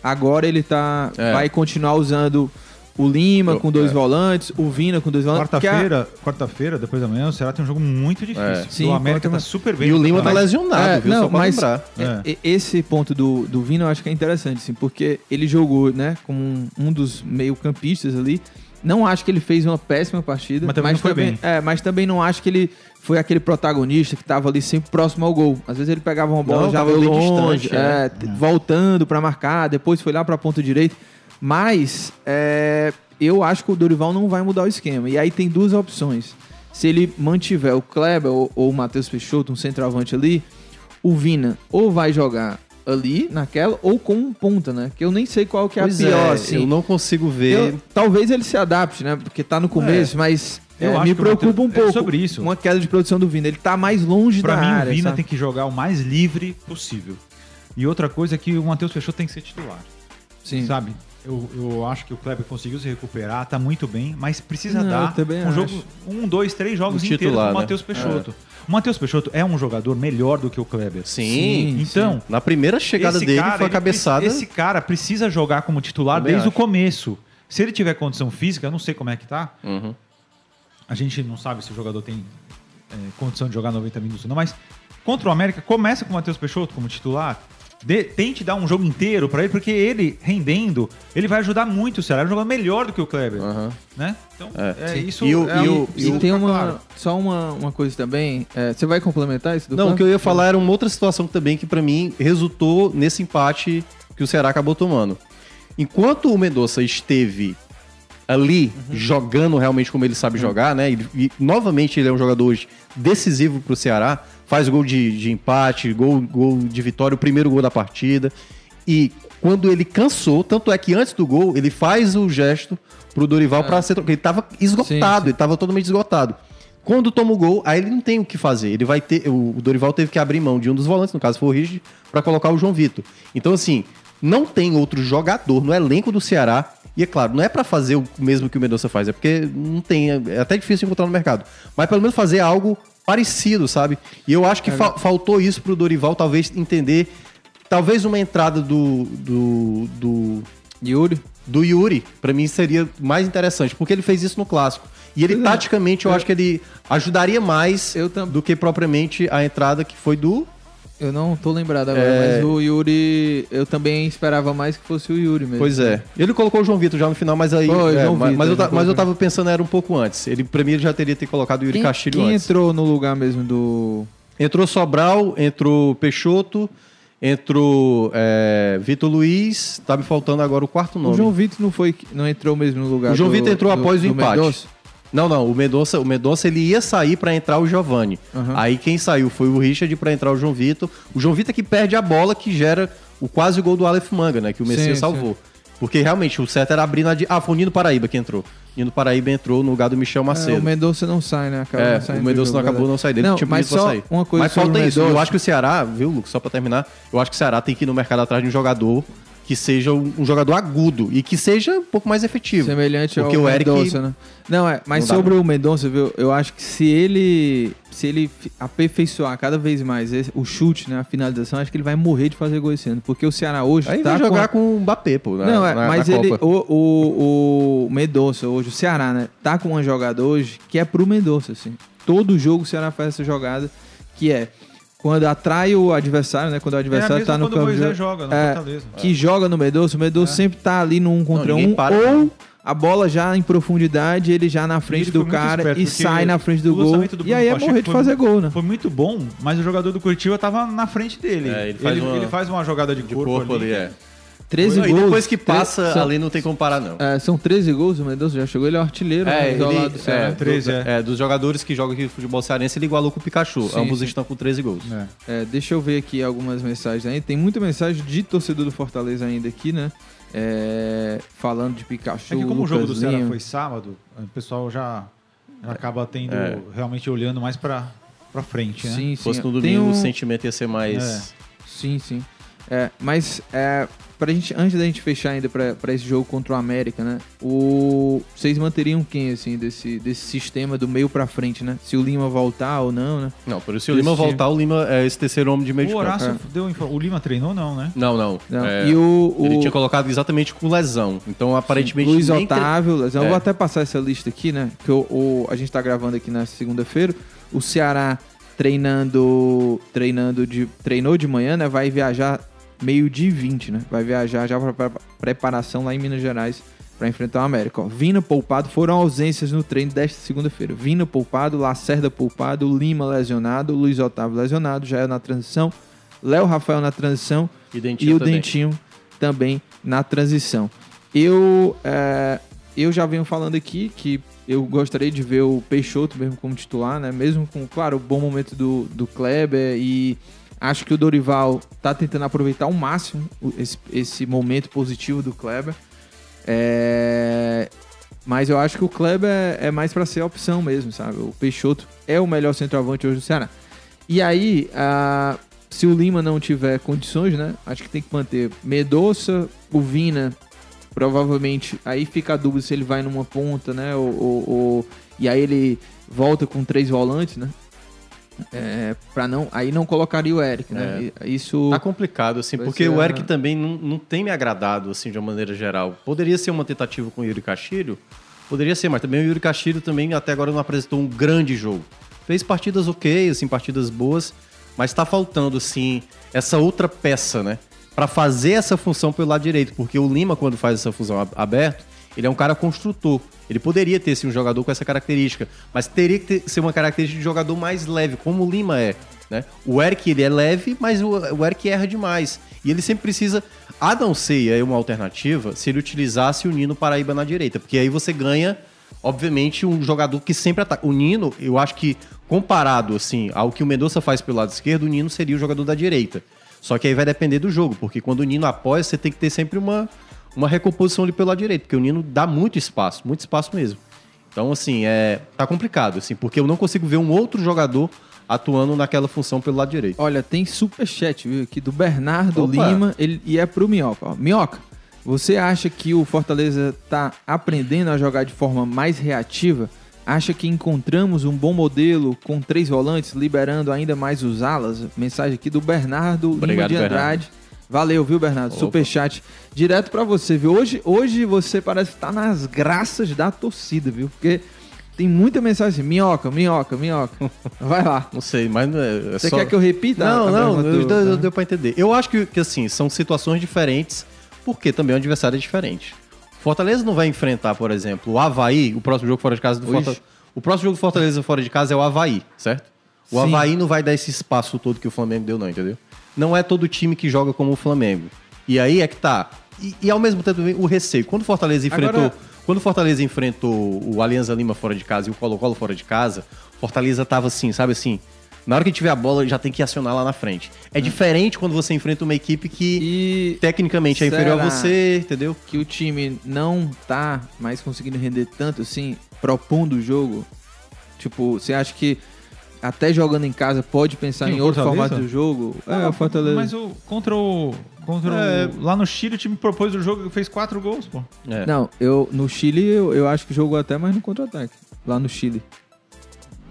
[SPEAKER 1] a- agora ele tá
[SPEAKER 4] É.
[SPEAKER 1] vai continuar usando o Lima
[SPEAKER 4] Eu-
[SPEAKER 1] com dois
[SPEAKER 4] é.
[SPEAKER 1] volantes, o Vina com dois volantes. porque a-
[SPEAKER 3] Quarta-feira, quarta-feira, depois da manhã, o Ceará tem um jogo muito
[SPEAKER 4] É.
[SPEAKER 3] difícil.
[SPEAKER 1] Sim,
[SPEAKER 3] o América
[SPEAKER 1] contra-
[SPEAKER 3] tá super bem.
[SPEAKER 4] E o Lima tá
[SPEAKER 3] Mas-
[SPEAKER 4] lesionado,
[SPEAKER 1] É,
[SPEAKER 4] viu?
[SPEAKER 1] não,
[SPEAKER 4] Só pra
[SPEAKER 1] mas-
[SPEAKER 4] lembrar.
[SPEAKER 1] É, e- Esse ponto do, do Vina eu acho que é interessante, assim, porque ele jogou, né, como um, um dos meio-campistas ali. Não acho que ele fez uma péssima partida,
[SPEAKER 3] Mas também não foi bem.
[SPEAKER 1] é, mas também não acho que ele foi aquele protagonista que tava ali sempre próximo ao gol. Às vezes ele pegava uma bola
[SPEAKER 4] Não,
[SPEAKER 1] já
[SPEAKER 4] tava
[SPEAKER 1] veio
[SPEAKER 4] bem
[SPEAKER 1] longe,
[SPEAKER 4] distante, né?
[SPEAKER 1] é, t- voltando pra marcar, depois foi lá pra ponta direita. Mas é, eu acho que o Dorival não vai mudar o esquema. E aí tem duas opções. Se ele mantiver o Kleber ou, ou o Matheus Peixoto, um centroavante ali, o Vina ou vai jogar ali naquela ou com um ponta, né? Que eu nem sei qual que é
[SPEAKER 4] Pois
[SPEAKER 1] a pior,
[SPEAKER 4] é, eu
[SPEAKER 1] assim.
[SPEAKER 4] não consigo ver.
[SPEAKER 1] Eu- talvez ele se adapte, né? Porque tá no começo, mas
[SPEAKER 3] É, Eu
[SPEAKER 1] é,
[SPEAKER 3] acho
[SPEAKER 1] me
[SPEAKER 3] que o Matheus-
[SPEAKER 1] preocupa um
[SPEAKER 3] é
[SPEAKER 1] pouco.
[SPEAKER 3] sobre isso.
[SPEAKER 1] Uma queda de produção do Vina. Ele tá mais longe
[SPEAKER 3] Pra
[SPEAKER 1] da
[SPEAKER 3] mim,
[SPEAKER 1] área.
[SPEAKER 3] o Vina
[SPEAKER 1] sabe?
[SPEAKER 3] tem que jogar o mais livre possível. E outra coisa é que o Matheus Fechou tem que ser titular,
[SPEAKER 1] Sim.
[SPEAKER 3] sabe? Eu, eu acho que o Kleber conseguiu se recuperar, tá muito bem, mas precisa
[SPEAKER 1] Não, eu
[SPEAKER 3] dar
[SPEAKER 1] também
[SPEAKER 3] um
[SPEAKER 1] acho.
[SPEAKER 3] jogo, um, dois, três jogos
[SPEAKER 4] Um
[SPEAKER 3] inteiros
[SPEAKER 4] titular,
[SPEAKER 3] com o
[SPEAKER 4] né?
[SPEAKER 3] Matheus Peixoto. O Matheus Peixoto é um jogador melhor do que o Kleber.
[SPEAKER 4] Sim.
[SPEAKER 1] Sim.
[SPEAKER 3] Então,
[SPEAKER 4] Na primeira chegada
[SPEAKER 3] esse
[SPEAKER 4] dele
[SPEAKER 3] cara,
[SPEAKER 4] foi a
[SPEAKER 3] ele
[SPEAKER 4] cabeçada.
[SPEAKER 3] preci- Esse cara precisa jogar como titular
[SPEAKER 4] Também
[SPEAKER 3] desde o
[SPEAKER 4] acho.
[SPEAKER 3] começo. Se ele tiver condição física, eu não sei como é que tá.
[SPEAKER 4] Uhum.
[SPEAKER 3] A gente não sabe se o jogador tem é, condição de jogar 90 minutos ou não, mas contra o América, começa com o Matheus Peixoto como titular. Dê- tente dar um jogo inteiro pra ele, porque ele, rendendo, ele vai ajudar muito o Ceará. Ele joga melhor do que o Kleber,
[SPEAKER 4] Aham.
[SPEAKER 3] né? Então,
[SPEAKER 4] Ah. É,
[SPEAKER 3] é,
[SPEAKER 4] sim.
[SPEAKER 3] isso
[SPEAKER 4] E o-
[SPEAKER 3] é
[SPEAKER 4] e
[SPEAKER 3] um-
[SPEAKER 4] o-
[SPEAKER 1] E
[SPEAKER 3] isso
[SPEAKER 1] tem
[SPEAKER 3] tá
[SPEAKER 1] uma,
[SPEAKER 3] claro.
[SPEAKER 1] só uma, uma coisa também. é, você vai complementar isso do
[SPEAKER 4] Não, o
[SPEAKER 1] Clã?
[SPEAKER 4] que eu ia falar era uma outra situação também que pra mim resultou nesse empate que o Ceará acabou tomando. Enquanto o Mendonça esteve ali
[SPEAKER 3] Uhum.
[SPEAKER 4] jogando realmente como ele sabe jogar, né? E, e, novamente ele é um jogador hoje decisivo pro Ceará, faz gol de, de empate, gol, gol de vitória, o primeiro gol da partida. E quando ele cansou, tanto é que antes do gol, ele faz o gesto pro Dorival
[SPEAKER 3] É.
[SPEAKER 4] pra ser trocado. Ele tava esgotado, ele tava totalmente esgotado. Quando toma o gol, aí ele não tem o que fazer. Ele vai ter. O o Dorival teve que abrir mão de um dos volantes, no caso foi o Rigid, pra colocar o João Vitor. Então, assim, não tem outro jogador no elenco do Ceará. E é claro, não é pra fazer o mesmo que o Mendonça faz, é porque não tem. é- É até difícil encontrar no mercado. Mas pelo menos fazer algo parecido, sabe? E eu acho que fa- faltou isso pro Dorival, talvez, entender. Talvez uma entrada do- do, do
[SPEAKER 1] Yuri.
[SPEAKER 4] do Yuri, pra mim seria mais interessante, porque ele fez isso no clássico. E ele,
[SPEAKER 1] Pois é.
[SPEAKER 4] taticamente, eu, acho que ele ajudaria mais
[SPEAKER 1] Eu tam-
[SPEAKER 4] do que propriamente a entrada que foi do
[SPEAKER 1] Eu não tô lembrado agora,
[SPEAKER 4] É.
[SPEAKER 1] mas o Yuri. Eu também esperava mais que fosse o Yuri mesmo.
[SPEAKER 4] Pois é. Ele colocou o João Vitor já no final, mas aí.
[SPEAKER 1] Foi,
[SPEAKER 4] é,
[SPEAKER 1] João
[SPEAKER 4] mas, mas eu,
[SPEAKER 1] Vitor,
[SPEAKER 4] ta-
[SPEAKER 1] ele
[SPEAKER 4] mas
[SPEAKER 1] colocou.
[SPEAKER 4] eu tava pensando, era um pouco antes. Ele, pra mim, ele já teria ter colocado o Yuri
[SPEAKER 1] Quem,
[SPEAKER 4] Castilho
[SPEAKER 1] quem
[SPEAKER 4] antes.
[SPEAKER 1] entrou no lugar mesmo do.
[SPEAKER 4] Entrou Sobral, entrou Peixoto, entrou é, Vitor Luiz. Tá me faltando agora o quarto nome.
[SPEAKER 1] O João Vitor não foi, não entrou mesmo no lugar.
[SPEAKER 4] O João
[SPEAKER 1] do-
[SPEAKER 4] Vitor entrou
[SPEAKER 1] do-
[SPEAKER 4] após o
[SPEAKER 1] do
[SPEAKER 4] empate.
[SPEAKER 1] Mendonça?
[SPEAKER 4] Não, não. O Mendonça, o Mendonça ele ia sair pra entrar o Giovani.
[SPEAKER 1] Aham.
[SPEAKER 4] Aí quem saiu foi o Richard pra entrar o João Vitor. O João Vitor é que perde a bola que gera o quase gol do Aleph Manga, né? Que o
[SPEAKER 1] Sim,
[SPEAKER 4] Messias
[SPEAKER 1] sim.
[SPEAKER 4] salvou. Porque realmente o certo era abrir na. di- Ah, foi o Nino Paraíba que entrou. Nino Paraíba entrou no lugar do Michel
[SPEAKER 1] É, o
[SPEAKER 4] Macedo.
[SPEAKER 1] Mendonça não sai, né? Acaba
[SPEAKER 4] É,
[SPEAKER 1] não saindo
[SPEAKER 4] o
[SPEAKER 1] do
[SPEAKER 4] Mendonça
[SPEAKER 1] jogo,
[SPEAKER 4] não acabou
[SPEAKER 1] verdade.
[SPEAKER 4] não sair dele.
[SPEAKER 1] Não,
[SPEAKER 4] tinha
[SPEAKER 1] mas
[SPEAKER 4] pedido pra
[SPEAKER 1] só
[SPEAKER 4] sair.
[SPEAKER 1] uma coisa
[SPEAKER 4] mas
[SPEAKER 1] sobre o
[SPEAKER 4] falta isso.
[SPEAKER 1] Mendonça.
[SPEAKER 4] Eu acho que o Ceará, viu, Lucas, só pra terminar, eu acho que o Ceará tem que ir no mercado atrás de um jogador que seja um, um jogador agudo e que seja um pouco mais efetivo.
[SPEAKER 1] Semelhante
[SPEAKER 4] Porque
[SPEAKER 1] ao
[SPEAKER 4] o Eric-
[SPEAKER 1] Mendonça, né? Não, é, mas
[SPEAKER 4] Não dá,
[SPEAKER 1] sobre o Mendonça, viu? Eu acho que se ele se ele fi- aperfeiçoar cada vez mais esse- o chute, né, a finalização, acho que ele vai morrer de fazer gol esse ano, porque o Ceará hoje
[SPEAKER 4] Aí
[SPEAKER 1] tá
[SPEAKER 4] vai jogar com... o Mbappé, pô. na-
[SPEAKER 1] Não, é,
[SPEAKER 4] na-
[SPEAKER 1] mas
[SPEAKER 4] na
[SPEAKER 1] ele
[SPEAKER 4] Copa.
[SPEAKER 1] o, o, o Mendonça hoje, o Ceará, né, tá com uma jogada hoje que é pro Mendonça assim. Todo jogo o Ceará faz essa jogada que é quando atrai o adversário, né, quando o
[SPEAKER 3] É a
[SPEAKER 1] adversário
[SPEAKER 3] mesma
[SPEAKER 1] tá no
[SPEAKER 3] quando o
[SPEAKER 1] campo de
[SPEAKER 3] Moisés
[SPEAKER 1] jogo,
[SPEAKER 3] joga É. no
[SPEAKER 1] é,
[SPEAKER 3] Fortaleza.
[SPEAKER 1] que joga no Mendonça, o Mendonça sempre tá ali no um contra
[SPEAKER 4] ninguém
[SPEAKER 1] um,
[SPEAKER 4] para, né?
[SPEAKER 1] ou
[SPEAKER 4] não.
[SPEAKER 1] a bola já em profundidade, ele já na frente
[SPEAKER 3] Ele
[SPEAKER 1] do
[SPEAKER 3] foi muito
[SPEAKER 1] cara
[SPEAKER 3] esperto,
[SPEAKER 1] e
[SPEAKER 3] porque
[SPEAKER 1] sai na frente do
[SPEAKER 3] o
[SPEAKER 1] gol.
[SPEAKER 3] lançamento
[SPEAKER 1] e
[SPEAKER 3] do Bruno
[SPEAKER 1] aí é
[SPEAKER 3] Pacheco
[SPEAKER 1] morrer de
[SPEAKER 3] foi
[SPEAKER 1] fazer
[SPEAKER 3] muito-
[SPEAKER 1] gol, né?
[SPEAKER 3] Foi muito bom, mas o jogador do Curitiba tava na frente dele.
[SPEAKER 4] É, ele
[SPEAKER 3] ele,
[SPEAKER 4] faz
[SPEAKER 3] ele,
[SPEAKER 4] uma-
[SPEAKER 3] faz uma jogada de,
[SPEAKER 4] de
[SPEAKER 3] corpo, né?
[SPEAKER 4] corpo ali, é.
[SPEAKER 1] 13
[SPEAKER 4] Não, e
[SPEAKER 1] gols.
[SPEAKER 4] depois que
[SPEAKER 1] tre-
[SPEAKER 4] passa,
[SPEAKER 1] são,
[SPEAKER 4] ali não tem como parar, não.
[SPEAKER 1] é, são 13 gols, o Mendonça já chegou, ele é o artilheiro né, isolado do Ceará.
[SPEAKER 4] do-
[SPEAKER 3] 13, é.
[SPEAKER 4] é, dos jogadores que jogam aqui no futebol cearense, ele igualou com o Pikachu.
[SPEAKER 1] Sim,
[SPEAKER 4] Ambos
[SPEAKER 1] sim.
[SPEAKER 4] estão com 13 gols.
[SPEAKER 3] É.
[SPEAKER 1] É, deixa eu ver aqui algumas mensagens ainda. Tem muita mensagem de torcedor do Fortaleza ainda aqui, né? É, falando de Pikachu.
[SPEAKER 3] É que como o
[SPEAKER 1] Lucas
[SPEAKER 3] jogo do Ceará
[SPEAKER 1] Lima.
[SPEAKER 3] foi sábado, o pessoal já
[SPEAKER 4] É.
[SPEAKER 3] já acaba tendo realmente olhando mais pra, pra frente, né?
[SPEAKER 1] Sim, sim.
[SPEAKER 4] Se fosse no
[SPEAKER 1] Tem
[SPEAKER 4] domingo,
[SPEAKER 1] um-
[SPEAKER 4] o sentimento ia ser mais.
[SPEAKER 1] Sim, sim. É, mas é, pra gente, antes da gente fechar ainda pra, pra esse jogo contra o América, né? O, vocês manteriam quem, assim, desse, desse sistema do meio pra frente, né? Se o Lima voltar ou não, né?
[SPEAKER 4] Não, por isso se o Lima
[SPEAKER 1] Esse-
[SPEAKER 4] voltar, o Lima é esse terceiro homem de meio
[SPEAKER 3] O
[SPEAKER 4] de campo. é.
[SPEAKER 3] Horácio deu info- O Lima treinou, não, né?
[SPEAKER 4] Não, não.
[SPEAKER 1] Não.
[SPEAKER 4] É,
[SPEAKER 1] e o, o
[SPEAKER 4] Ele tinha colocado exatamente com lesão. Então, aparentemente.
[SPEAKER 1] Luiz
[SPEAKER 4] nem tre-
[SPEAKER 1] Otávio, Lesão. Eu
[SPEAKER 4] É.
[SPEAKER 1] vou até passar essa lista aqui, né? Que o, o- a gente tá gravando aqui na segunda-feira. O Ceará treinando, treinando de, treinou de manhã, né? Vai viajar meio dia e 20, né? Vai viajar já pra, pra- preparação lá em Minas Gerais pra enfrentar o América. Ó, Vina poupado, foram ausências no treino desta segunda-feira. Vina poupado, Lacerda poupado, Lima lesionado, Luiz Otávio lesionado, Jael na transição, Léo Rafael na transição
[SPEAKER 4] E
[SPEAKER 1] e
[SPEAKER 4] Dentinho
[SPEAKER 1] o
[SPEAKER 4] também.
[SPEAKER 1] Dentinho também na transição. Eu, é, eu já venho falando aqui que eu gostaria de ver o Peixoto mesmo como titular, né? Mesmo com, claro, o bom momento do, do Kleber e acho que o Dorival tá tentando aproveitar ao máximo o- esse, esse momento positivo do Kleber. É, mas eu acho que o Kleber é- é mais pra ser a opção mesmo, sabe? O Peixoto é o melhor centroavante hoje do Ceará. E aí, ah, se o Lima não tiver condições, né? Acho que tem que manter Medoça, o Vina, provavelmente. Aí fica a dúvida se ele vai numa ponta, né? Ou, ou- ou- e aí ele volta com três volantes, né? É, pra não, aí não colocaria o Eric, né? E- Isso.
[SPEAKER 4] Tá complicado, assim,
[SPEAKER 1] Vai
[SPEAKER 4] porque
[SPEAKER 1] ser,
[SPEAKER 4] o Eric
[SPEAKER 1] né?
[SPEAKER 4] também não, não tem me agradado, assim, de uma maneira geral. Poderia ser uma tentativa com o Yuri Castilho? Poderia ser, mas também o Yuri Castilho também até agora não apresentou um grande jogo. Fez partidas ok, assim, partidas boas, mas tá faltando, assim, essa outra peça, né? Pra fazer essa função pelo lado direito, porque o Lima, quando faz essa função ab- aberto, ele é um cara construtor. Ele poderia ter, assim, um jogador com essa característica, mas teria que ter- ser uma característica de jogador mais leve, como o Lima é né? O Eric ele é leve, mas o, o Eric erra demais. E ele sempre precisa, a não ser e aí uma alternativa, se ele utilizasse o Nino Paraíba na direita, porque aí você ganha, obviamente, um jogador que sempre ataca. O Nino, eu acho que comparado assim ao que o Mendonça faz pelo lado esquerdo, o Nino seria o jogador da direita. Só que aí vai depender do jogo, porque quando o Nino apoia, você tem que ter sempre uma, uma recomposição ali pelo lado direito, porque o Nino dá muito espaço, muito espaço mesmo. Então, assim, é, tá complicado, assim, porque eu não consigo ver um outro jogador atuando naquela função pelo lado direito.
[SPEAKER 1] Olha, tem superchat, viu, aqui do Bernardo
[SPEAKER 4] Opa.
[SPEAKER 1] Lima, ele, e é pro Minhoca. Ó, Minhoca, você acha que o Fortaleza tá aprendendo a jogar de forma mais reativa? Acha que encontramos um bom modelo com três volantes, liberando ainda mais os alas? Mensagem aqui do Bernardo Lima
[SPEAKER 4] Obrigado,
[SPEAKER 1] de Andrade. Valeu, viu, Bernardo?
[SPEAKER 4] Opa.
[SPEAKER 1] Superchat direto pra você, viu? Hoje, hoje você parece que tá nas graças da torcida, viu? Porque Tem muita mensagem assim, minhoca, minhoca, minhoca. Vai lá.
[SPEAKER 4] Não sei, mas não é, é
[SPEAKER 1] Você
[SPEAKER 4] só...
[SPEAKER 1] quer que eu repita? a-
[SPEAKER 4] Não,
[SPEAKER 1] a
[SPEAKER 4] não,
[SPEAKER 1] mesma
[SPEAKER 4] eu-
[SPEAKER 1] dúvida,
[SPEAKER 4] deu,
[SPEAKER 1] né?
[SPEAKER 4] deu pra entender. Eu acho que, que, assim, são situações diferentes, porque também o adversário é diferente. O Fortaleza não vai enfrentar, por exemplo, o Havaí, o próximo jogo fora de casa do
[SPEAKER 1] Ixi.
[SPEAKER 4] Fortaleza. O próximo jogo do Fortaleza fora de casa é o Havaí, certo? O
[SPEAKER 1] Sim.
[SPEAKER 4] Havaí não vai dar esse espaço todo que o Flamengo deu, não, entendeu? Não é todo time que joga como o Flamengo. E aí é que tá. E, e ao mesmo tempo vem o receio. Quando o Fortaleza enfrentou.
[SPEAKER 1] Agora-
[SPEAKER 4] Quando o Fortaleza enfrentou o Alianza Lima fora de casa e o Colo-Colo fora de casa, o Fortaleza tava assim, sabe assim? Na hora que tiver a bola, já tem que acionar lá na frente. É diferente quando você enfrenta uma equipe que
[SPEAKER 1] Hum. E
[SPEAKER 4] tecnicamente é inferior a
[SPEAKER 1] será?
[SPEAKER 4] você, entendeu?
[SPEAKER 1] que o time não tá mais conseguindo render tanto assim, propondo o jogo? Tipo, você acha que até jogando em casa pode pensar
[SPEAKER 3] Quem,
[SPEAKER 1] em
[SPEAKER 3] o
[SPEAKER 1] outro
[SPEAKER 3] Fortaleza?
[SPEAKER 1] formato do jogo? É,
[SPEAKER 4] É,
[SPEAKER 3] Ah, Mas o, contra o. Contra o lá no Chile, o time propôs o jogo e fez quatro gols, pô.
[SPEAKER 4] É.
[SPEAKER 1] Não, eu no Chile eu, eu acho que jogou até mais no contra-ataque. Lá no Chile.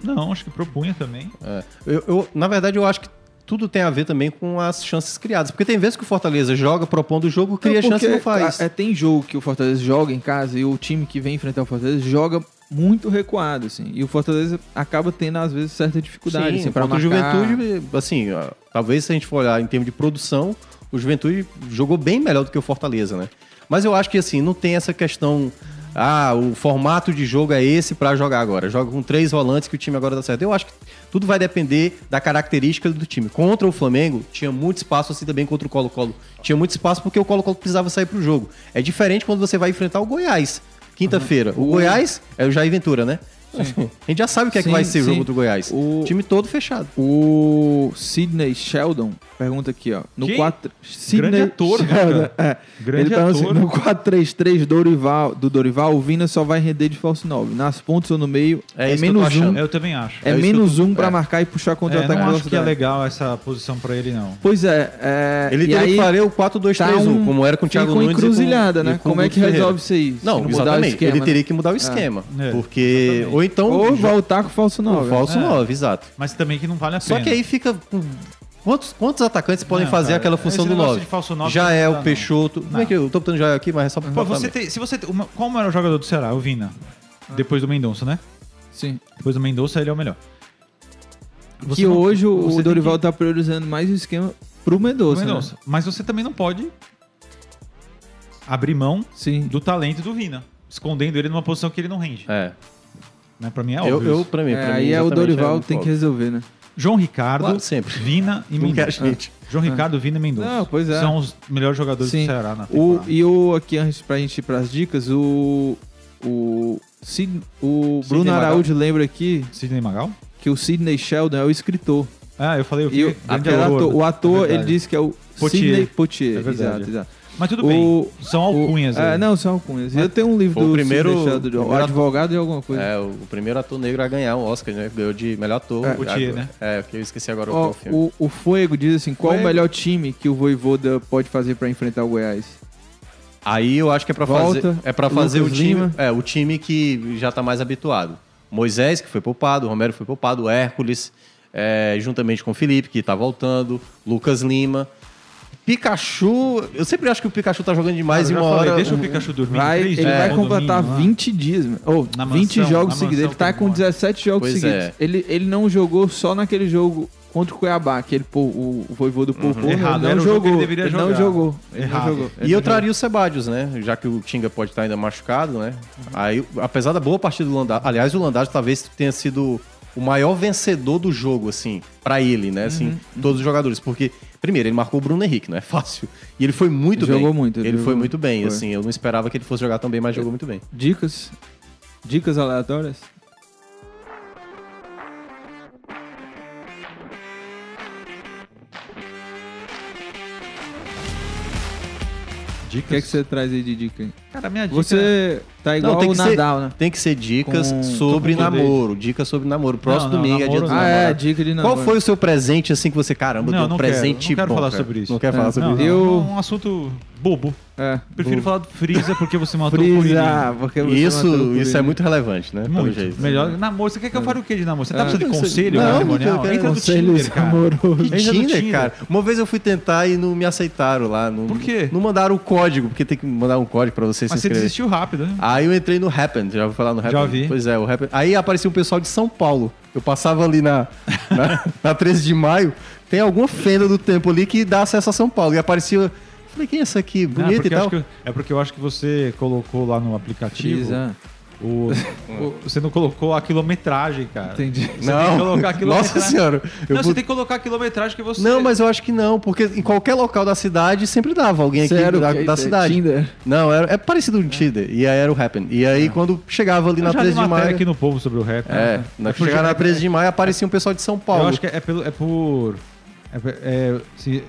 [SPEAKER 3] Não, acho que propunha também.
[SPEAKER 4] É. Eu, eu- na verdade, eu acho que tudo tem a ver também com as chances criadas. Porque tem vezes que o Fortaleza joga propondo o jogo, cria
[SPEAKER 1] Não,
[SPEAKER 4] chance e não
[SPEAKER 1] porque,
[SPEAKER 4] faz.
[SPEAKER 1] ah, é, tem jogo que o Fortaleza joga em casa e o time que vem enfrentar o Fortaleza joga muito recuado, assim. E o Fortaleza acaba tendo, às vezes, certa dificuldade, assim, pra
[SPEAKER 4] contra
[SPEAKER 1] marcar.
[SPEAKER 4] o Juventude, assim, ó, talvez se a gente for olhar em termos de produção, o Juventude jogou bem melhor do que o Fortaleza, né? Mas eu acho que, assim, não tem essa questão... Ah, o formato de jogo é esse pra jogar agora. Joga com três volantes que o time agora dá certo. Eu acho que tudo vai depender da característica do time. Contra o Flamengo, tinha muito espaço, assim também contra o Colo-Colo. Tinha muito espaço porque o Colo-Colo precisava sair pro jogo. É diferente quando você vai enfrentar o Goiás, quinta-feira. O Goiás é o Jair Ventura, né? A gente já sabe o que é que
[SPEAKER 1] Uhum. Sim,
[SPEAKER 4] vai ser o jogo
[SPEAKER 1] sim.
[SPEAKER 4] do Goiás.
[SPEAKER 1] O-
[SPEAKER 4] Time todo fechado.
[SPEAKER 1] O Sidney Sheldon pergunta aqui, ó. No
[SPEAKER 3] Quem?
[SPEAKER 1] 4... Sidney
[SPEAKER 3] ator, né,
[SPEAKER 1] Sheldon,
[SPEAKER 3] cara?
[SPEAKER 1] é.
[SPEAKER 3] Grande
[SPEAKER 1] Ele tá assim,
[SPEAKER 3] ator.
[SPEAKER 1] no 4-3-3 Dorival, do Dorival, o Vina só vai render de falso 9. Nas pontas ou no meio,
[SPEAKER 4] É
[SPEAKER 1] é,
[SPEAKER 4] isso que eu tô
[SPEAKER 1] menos
[SPEAKER 4] achando.
[SPEAKER 1] um.
[SPEAKER 3] Eu também acho.
[SPEAKER 1] É,
[SPEAKER 4] É isso que eu
[SPEAKER 1] menos
[SPEAKER 4] tô-
[SPEAKER 1] um pra
[SPEAKER 4] é.
[SPEAKER 1] marcar e puxar
[SPEAKER 3] É,
[SPEAKER 1] contra-ataque
[SPEAKER 3] não
[SPEAKER 1] com
[SPEAKER 3] acho que é
[SPEAKER 1] velocidade.
[SPEAKER 3] legal essa posição pra ele, não.
[SPEAKER 1] Pois é, é,
[SPEAKER 4] Ele
[SPEAKER 1] e
[SPEAKER 4] teria
[SPEAKER 1] aí
[SPEAKER 4] que fazer o 4-2-3-1,
[SPEAKER 1] um-
[SPEAKER 4] como era com o Thiago
[SPEAKER 1] fica uma
[SPEAKER 4] Nunes. e com-
[SPEAKER 1] encruzilhada, né?
[SPEAKER 4] e com o
[SPEAKER 1] Como é
[SPEAKER 4] Guto
[SPEAKER 1] que
[SPEAKER 4] Ferreira.
[SPEAKER 1] resolve isso aí? Se
[SPEAKER 4] Não,
[SPEAKER 1] mudar o
[SPEAKER 4] exatamente.
[SPEAKER 1] esquema,
[SPEAKER 4] ele
[SPEAKER 1] né?
[SPEAKER 4] teria que mudar o esquema.
[SPEAKER 3] É,
[SPEAKER 4] porque.
[SPEAKER 3] exatamente.
[SPEAKER 4] Ou então.
[SPEAKER 1] Ou
[SPEAKER 4] jo-
[SPEAKER 1] voltar com o falso
[SPEAKER 4] o
[SPEAKER 1] 9.
[SPEAKER 4] falso
[SPEAKER 3] É.
[SPEAKER 4] 9, exato.
[SPEAKER 3] Mas também que não vale a pena.
[SPEAKER 4] Só que aí fica. com- Quantos, quantos atacantes podem
[SPEAKER 3] Não,
[SPEAKER 4] fazer
[SPEAKER 3] cara,
[SPEAKER 4] aquela função
[SPEAKER 3] esse
[SPEAKER 4] do
[SPEAKER 3] negócio
[SPEAKER 4] 9?
[SPEAKER 3] de falso nove
[SPEAKER 4] Já
[SPEAKER 3] não
[SPEAKER 4] é
[SPEAKER 3] dá,
[SPEAKER 4] o
[SPEAKER 3] não.
[SPEAKER 4] Peixoto. Como é que eu eu tô botando já aqui, mas é só pra
[SPEAKER 3] Pô,
[SPEAKER 4] botar
[SPEAKER 3] você
[SPEAKER 4] mesmo.
[SPEAKER 3] tem, se você tem, uma- qual o melhor jogador do Ceará? O Vina. Depois do Mendonça, né?
[SPEAKER 1] Sim.
[SPEAKER 3] Depois do Mendonça, ele é o melhor. Você
[SPEAKER 1] Que
[SPEAKER 3] não-
[SPEAKER 1] hoje
[SPEAKER 3] você
[SPEAKER 1] o
[SPEAKER 3] tem
[SPEAKER 1] Dorival
[SPEAKER 3] que-
[SPEAKER 1] tá priorizando mais o esquema pro Mendonça.
[SPEAKER 3] do
[SPEAKER 1] né?
[SPEAKER 3] Mendonça. Mas você também não pode abrir mão
[SPEAKER 1] Sim.
[SPEAKER 3] do talento do Vina, escondendo ele numa posição que ele não rende.
[SPEAKER 4] É.
[SPEAKER 3] Né? Pra mim é
[SPEAKER 4] eu,
[SPEAKER 3] óbvio.
[SPEAKER 4] eu,
[SPEAKER 3] isso.
[SPEAKER 4] pra mim.
[SPEAKER 1] É,
[SPEAKER 4] pra mim
[SPEAKER 1] aí é o
[SPEAKER 4] exatamente
[SPEAKER 1] Dorival
[SPEAKER 4] muito
[SPEAKER 1] tem que
[SPEAKER 4] óbvio.
[SPEAKER 1] resolver, né?
[SPEAKER 3] João Ricardo,
[SPEAKER 4] Claro, sempre.
[SPEAKER 3] Vina e
[SPEAKER 4] Não quer
[SPEAKER 3] Mendonça.
[SPEAKER 4] gente.
[SPEAKER 3] João Ricardo, Vina e Mendonça.
[SPEAKER 1] É. Não, pois é.
[SPEAKER 3] São os melhores jogadores
[SPEAKER 1] Sim.
[SPEAKER 3] do Ceará na
[SPEAKER 1] O,
[SPEAKER 3] temporada.
[SPEAKER 1] e o aqui, antes pra gente ir pras dicas, o. O. Sid- o
[SPEAKER 4] Sidney
[SPEAKER 1] Bruno
[SPEAKER 4] Magal.
[SPEAKER 1] Araújo lembra aqui
[SPEAKER 3] Sidney Magal?
[SPEAKER 1] que o Sidney Sheldon é o escritor.
[SPEAKER 3] Ah, eu falei o
[SPEAKER 1] E o,
[SPEAKER 3] grande
[SPEAKER 1] aquele ator- o ator,
[SPEAKER 3] É
[SPEAKER 1] ele
[SPEAKER 3] verdade.
[SPEAKER 1] disse que é o
[SPEAKER 3] Pottier.
[SPEAKER 1] Sidney
[SPEAKER 3] É
[SPEAKER 1] Potier.
[SPEAKER 3] verdade.
[SPEAKER 1] exato, exato.
[SPEAKER 3] Mas tudo
[SPEAKER 1] o-
[SPEAKER 3] bem, são alcunhas.
[SPEAKER 1] O, é,
[SPEAKER 3] aí.
[SPEAKER 1] não, são alcunhas. E eu tenho um livro
[SPEAKER 4] Foi o
[SPEAKER 1] do
[SPEAKER 4] primeiro-
[SPEAKER 1] Sidney Sheldon, de- o
[SPEAKER 4] primeiro-
[SPEAKER 1] advogado de alguma coisa.
[SPEAKER 4] É, o o primeiro ator negro a ganhar o Oscar, né? Ganhou de melhor ator.
[SPEAKER 1] É.
[SPEAKER 3] Gautier, né?
[SPEAKER 4] É, que eu esqueci agora
[SPEAKER 1] Ó,
[SPEAKER 4] o filme.
[SPEAKER 1] o, o Fuego diz assim: qual
[SPEAKER 4] Fuego.
[SPEAKER 1] o melhor time que o Voivoda pode fazer pra enfrentar o Goiás?
[SPEAKER 4] Aí eu acho que é pra
[SPEAKER 1] Volta,
[SPEAKER 4] fazer, é pra fazer o
[SPEAKER 1] Lucas
[SPEAKER 4] time,
[SPEAKER 1] Lima.
[SPEAKER 4] é, o time que já tá mais habituado. Moisés, que foi poupado, o Romero foi poupado, o Hércules, é, juntamente com o Felipe, que tá voltando, Lucas Lima. Pikachu, eu sempre acho que o Pikachu tá jogando demais
[SPEAKER 3] Eu
[SPEAKER 4] e
[SPEAKER 3] já
[SPEAKER 4] uma
[SPEAKER 3] falei,
[SPEAKER 4] hora. um
[SPEAKER 3] Deixa o Pikachu dormir.
[SPEAKER 1] Vai,
[SPEAKER 3] três
[SPEAKER 1] ele
[SPEAKER 3] dias
[SPEAKER 1] vai
[SPEAKER 3] no
[SPEAKER 1] completar
[SPEAKER 3] domingo, lá.
[SPEAKER 4] né?
[SPEAKER 1] 20 dias, mano. Ou
[SPEAKER 3] Na
[SPEAKER 1] 20
[SPEAKER 3] mansão,
[SPEAKER 1] jogos
[SPEAKER 3] na
[SPEAKER 1] seguidos. Ele
[SPEAKER 3] mansão
[SPEAKER 1] tá
[SPEAKER 3] tem
[SPEAKER 1] com
[SPEAKER 3] um monte.
[SPEAKER 1] 17 jogos
[SPEAKER 4] Pois
[SPEAKER 1] seguidos.
[SPEAKER 4] é.
[SPEAKER 1] Ele, ele não jogou só naquele jogo contra o Cuiabá, que ele, pô, o, o Voivoda poupou.
[SPEAKER 4] Uhum.
[SPEAKER 1] ele
[SPEAKER 3] Errado,
[SPEAKER 1] não
[SPEAKER 3] era o jogo que
[SPEAKER 1] jogou.
[SPEAKER 3] ele deveria
[SPEAKER 1] não
[SPEAKER 3] jogar.
[SPEAKER 1] jogou. Ele não
[SPEAKER 3] Errado.
[SPEAKER 1] jogou.
[SPEAKER 4] E eu traria o Sebadios, né? Já que o Tinga pode estar ainda machucado, né? Aí, apesar da boa partida do Landar, aliás, o Landar talvez tenha sido o maior vencedor do jogo, assim, pra ele, né? Assim, todos os jogadores, porque primeiro ele marcou o Bruno Henrique, não é fácil. E ele foi muito
[SPEAKER 1] Jogou
[SPEAKER 4] bem.
[SPEAKER 1] muito, ele
[SPEAKER 4] Ele foi
[SPEAKER 1] jogou
[SPEAKER 4] muito bem,
[SPEAKER 1] foi.
[SPEAKER 4] assim. Eu não esperava que ele fosse jogar tão bem, mas jogou muito bem.
[SPEAKER 1] Dicas? Dicas aleatórias? O que, é que você traz aí de dica? aí?
[SPEAKER 3] Cara, minha dica é
[SPEAKER 1] Você tá igual
[SPEAKER 4] Não, tem
[SPEAKER 1] o
[SPEAKER 4] que ser-
[SPEAKER 1] Nadal, né?
[SPEAKER 4] Tem que ser dicas
[SPEAKER 1] Com-
[SPEAKER 4] sobre
[SPEAKER 3] com poder.
[SPEAKER 4] namoro, dicas sobre namoro. Próximo
[SPEAKER 3] Não, não,
[SPEAKER 4] domingo é dia
[SPEAKER 3] namoro
[SPEAKER 4] dos
[SPEAKER 3] não.
[SPEAKER 1] Ah, é,
[SPEAKER 4] namorados.
[SPEAKER 1] dica de namoro.
[SPEAKER 4] Qual foi o seu presente, assim, que você, caramba,
[SPEAKER 3] Não,
[SPEAKER 4] deu um
[SPEAKER 3] não quero,
[SPEAKER 4] presente
[SPEAKER 3] não quero
[SPEAKER 4] bom,
[SPEAKER 3] falar
[SPEAKER 4] cara.
[SPEAKER 3] sobre isso.
[SPEAKER 4] Não quer
[SPEAKER 1] É,
[SPEAKER 4] falar sobre
[SPEAKER 3] Não,
[SPEAKER 4] isso?
[SPEAKER 3] não,
[SPEAKER 1] Eu-
[SPEAKER 3] Um assunto Bobo.
[SPEAKER 1] É,
[SPEAKER 3] Prefiro
[SPEAKER 1] boa.
[SPEAKER 3] falar do Freeza porque você matou o Kuririn.
[SPEAKER 1] Freeza, porque você matou o
[SPEAKER 4] Isso, isso é
[SPEAKER 1] Kuririn.
[SPEAKER 4] muito relevante, né? Ah, Pelo
[SPEAKER 3] Muito.
[SPEAKER 4] jeito.
[SPEAKER 3] Melhor. Namoro, você quer que eu fale o que de namoro? Você tá precisando de
[SPEAKER 4] Não,
[SPEAKER 3] conselho
[SPEAKER 4] não,
[SPEAKER 3] matrimonial?
[SPEAKER 4] não quero
[SPEAKER 3] Entra no
[SPEAKER 5] Conselhos
[SPEAKER 3] Tinder, cara.
[SPEAKER 5] amorosos.
[SPEAKER 4] Que
[SPEAKER 3] Entra no
[SPEAKER 4] Tinder,
[SPEAKER 3] Tinder.
[SPEAKER 4] cara. Uma vez eu fui tentar e não me aceitaram lá. Não,
[SPEAKER 3] Por quê?
[SPEAKER 4] Não mandaram o código, porque tem que mandar um código pra você
[SPEAKER 3] Mas
[SPEAKER 4] se
[SPEAKER 3] você
[SPEAKER 4] inscrever.
[SPEAKER 3] desistiu rápido, né?
[SPEAKER 4] Aí eu entrei no Happn, já ouviu falar no Happn?
[SPEAKER 3] ouvi.
[SPEAKER 4] Pois é, o Happn. Aí apareceu um pessoal de São Paulo. Eu passava ali na, na, na 13 de maio, tem alguma fenda do tempo ali que dá acesso a São Paulo. E aparecia... eu Falei, quem é essa aqui?
[SPEAKER 3] Não,
[SPEAKER 4] Bonita
[SPEAKER 3] Ah, porque
[SPEAKER 4] e
[SPEAKER 3] eu
[SPEAKER 4] tal?
[SPEAKER 3] acho que- é porque eu acho que você colocou lá no aplicativo.
[SPEAKER 1] Freeza.
[SPEAKER 3] o- o- você não colocou a quilometragem, cara.
[SPEAKER 1] Entendi.
[SPEAKER 3] Você tem que colocar a quilometragem.
[SPEAKER 4] Nossa senhora.
[SPEAKER 3] Não,
[SPEAKER 4] eu vou-
[SPEAKER 3] você tem que colocar a quilometragem que você.
[SPEAKER 4] Não, mas eu acho que não, porque em qualquer local da cidade sempre dava alguém aqui
[SPEAKER 1] Sério,
[SPEAKER 4] da,
[SPEAKER 1] que isso
[SPEAKER 4] da
[SPEAKER 1] é
[SPEAKER 4] cidade.
[SPEAKER 1] Tinder?
[SPEAKER 4] Não, era, é parecido com Tinder. E aí era o Happn. E
[SPEAKER 1] É.
[SPEAKER 4] aí quando chegava ali
[SPEAKER 3] Eu
[SPEAKER 4] na
[SPEAKER 3] já
[SPEAKER 4] 13
[SPEAKER 3] li
[SPEAKER 4] de
[SPEAKER 3] matéria
[SPEAKER 4] maio.
[SPEAKER 3] aqui no povo sobre o rap.
[SPEAKER 4] É,
[SPEAKER 3] né?
[SPEAKER 4] na,
[SPEAKER 3] porque-
[SPEAKER 4] chegar na 13 de maio aparecia um pessoal de São Paulo.
[SPEAKER 3] Eu acho que é, pelo, é por. É, é- se-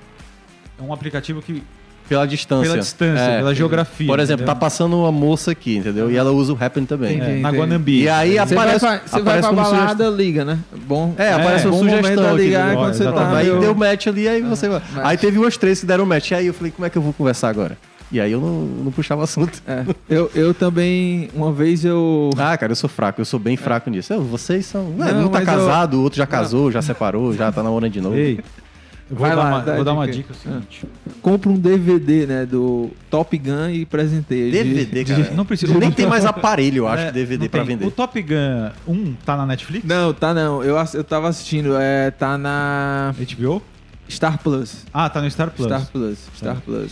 [SPEAKER 3] é um aplicativo que.
[SPEAKER 4] Pela distância.
[SPEAKER 3] Pela distância,
[SPEAKER 4] É.
[SPEAKER 3] pela geografia.
[SPEAKER 4] Por exemplo, tá
[SPEAKER 3] entendeu?
[SPEAKER 4] passando uma moça aqui, entendeu? E ela usa o Happn também.
[SPEAKER 1] Entendi.
[SPEAKER 3] É, na
[SPEAKER 1] Entendi.
[SPEAKER 3] Guanambi.
[SPEAKER 4] E aí
[SPEAKER 1] Você
[SPEAKER 4] aparece.
[SPEAKER 1] vai pra, você vai
[SPEAKER 4] aparece
[SPEAKER 1] pra
[SPEAKER 4] como
[SPEAKER 1] balada,
[SPEAKER 4] sugestão.
[SPEAKER 1] liga, né? Bom,
[SPEAKER 4] É, aparece
[SPEAKER 1] bom
[SPEAKER 4] uma
[SPEAKER 1] momento a
[SPEAKER 4] sugestão. Aqui,
[SPEAKER 1] ligar
[SPEAKER 4] né?
[SPEAKER 3] ó,
[SPEAKER 1] quando você tá
[SPEAKER 3] exatamente.
[SPEAKER 4] aí
[SPEAKER 1] meio-
[SPEAKER 4] deu match ali, aí você vai.
[SPEAKER 1] Ah, match.
[SPEAKER 4] Aí teve umas três que deram match. E aí eu falei, como é que eu vou conversar agora? E aí eu não, não puxava assunto.
[SPEAKER 1] É, eu, eu também, uma vez eu...
[SPEAKER 4] Ah, cara, eu sou fraco, eu sou bem fraco nisso. Eu, vocês são. Não,
[SPEAKER 1] Não,
[SPEAKER 4] um tá
[SPEAKER 1] mas
[SPEAKER 4] casado, o outro já casou, já separou, já tá namorando de novo.
[SPEAKER 3] Ei, eu vou,
[SPEAKER 1] Vai
[SPEAKER 3] dar,
[SPEAKER 1] lá,
[SPEAKER 3] uma,
[SPEAKER 1] dá
[SPEAKER 3] vou dar
[SPEAKER 1] a
[SPEAKER 3] uma
[SPEAKER 1] dica.
[SPEAKER 3] dica. é seguinte.
[SPEAKER 1] compro um DVD, né, do Top Gun e presentei. de-
[SPEAKER 4] DVD, cara.
[SPEAKER 3] não precisa-
[SPEAKER 4] Nem tem mais aparelho, eu acho,
[SPEAKER 3] É,
[SPEAKER 4] DVD
[SPEAKER 3] não
[SPEAKER 4] pra
[SPEAKER 3] tem.
[SPEAKER 4] vender.
[SPEAKER 3] O Top Gun 1 tá na Netflix?
[SPEAKER 1] Não, tá não. Eu, ass- eu tava assistindo. É, tá na
[SPEAKER 3] HBO?
[SPEAKER 1] Star Plus.
[SPEAKER 3] Ah, tá no Star Plus. Tá.
[SPEAKER 1] Star Plus. Star Plus.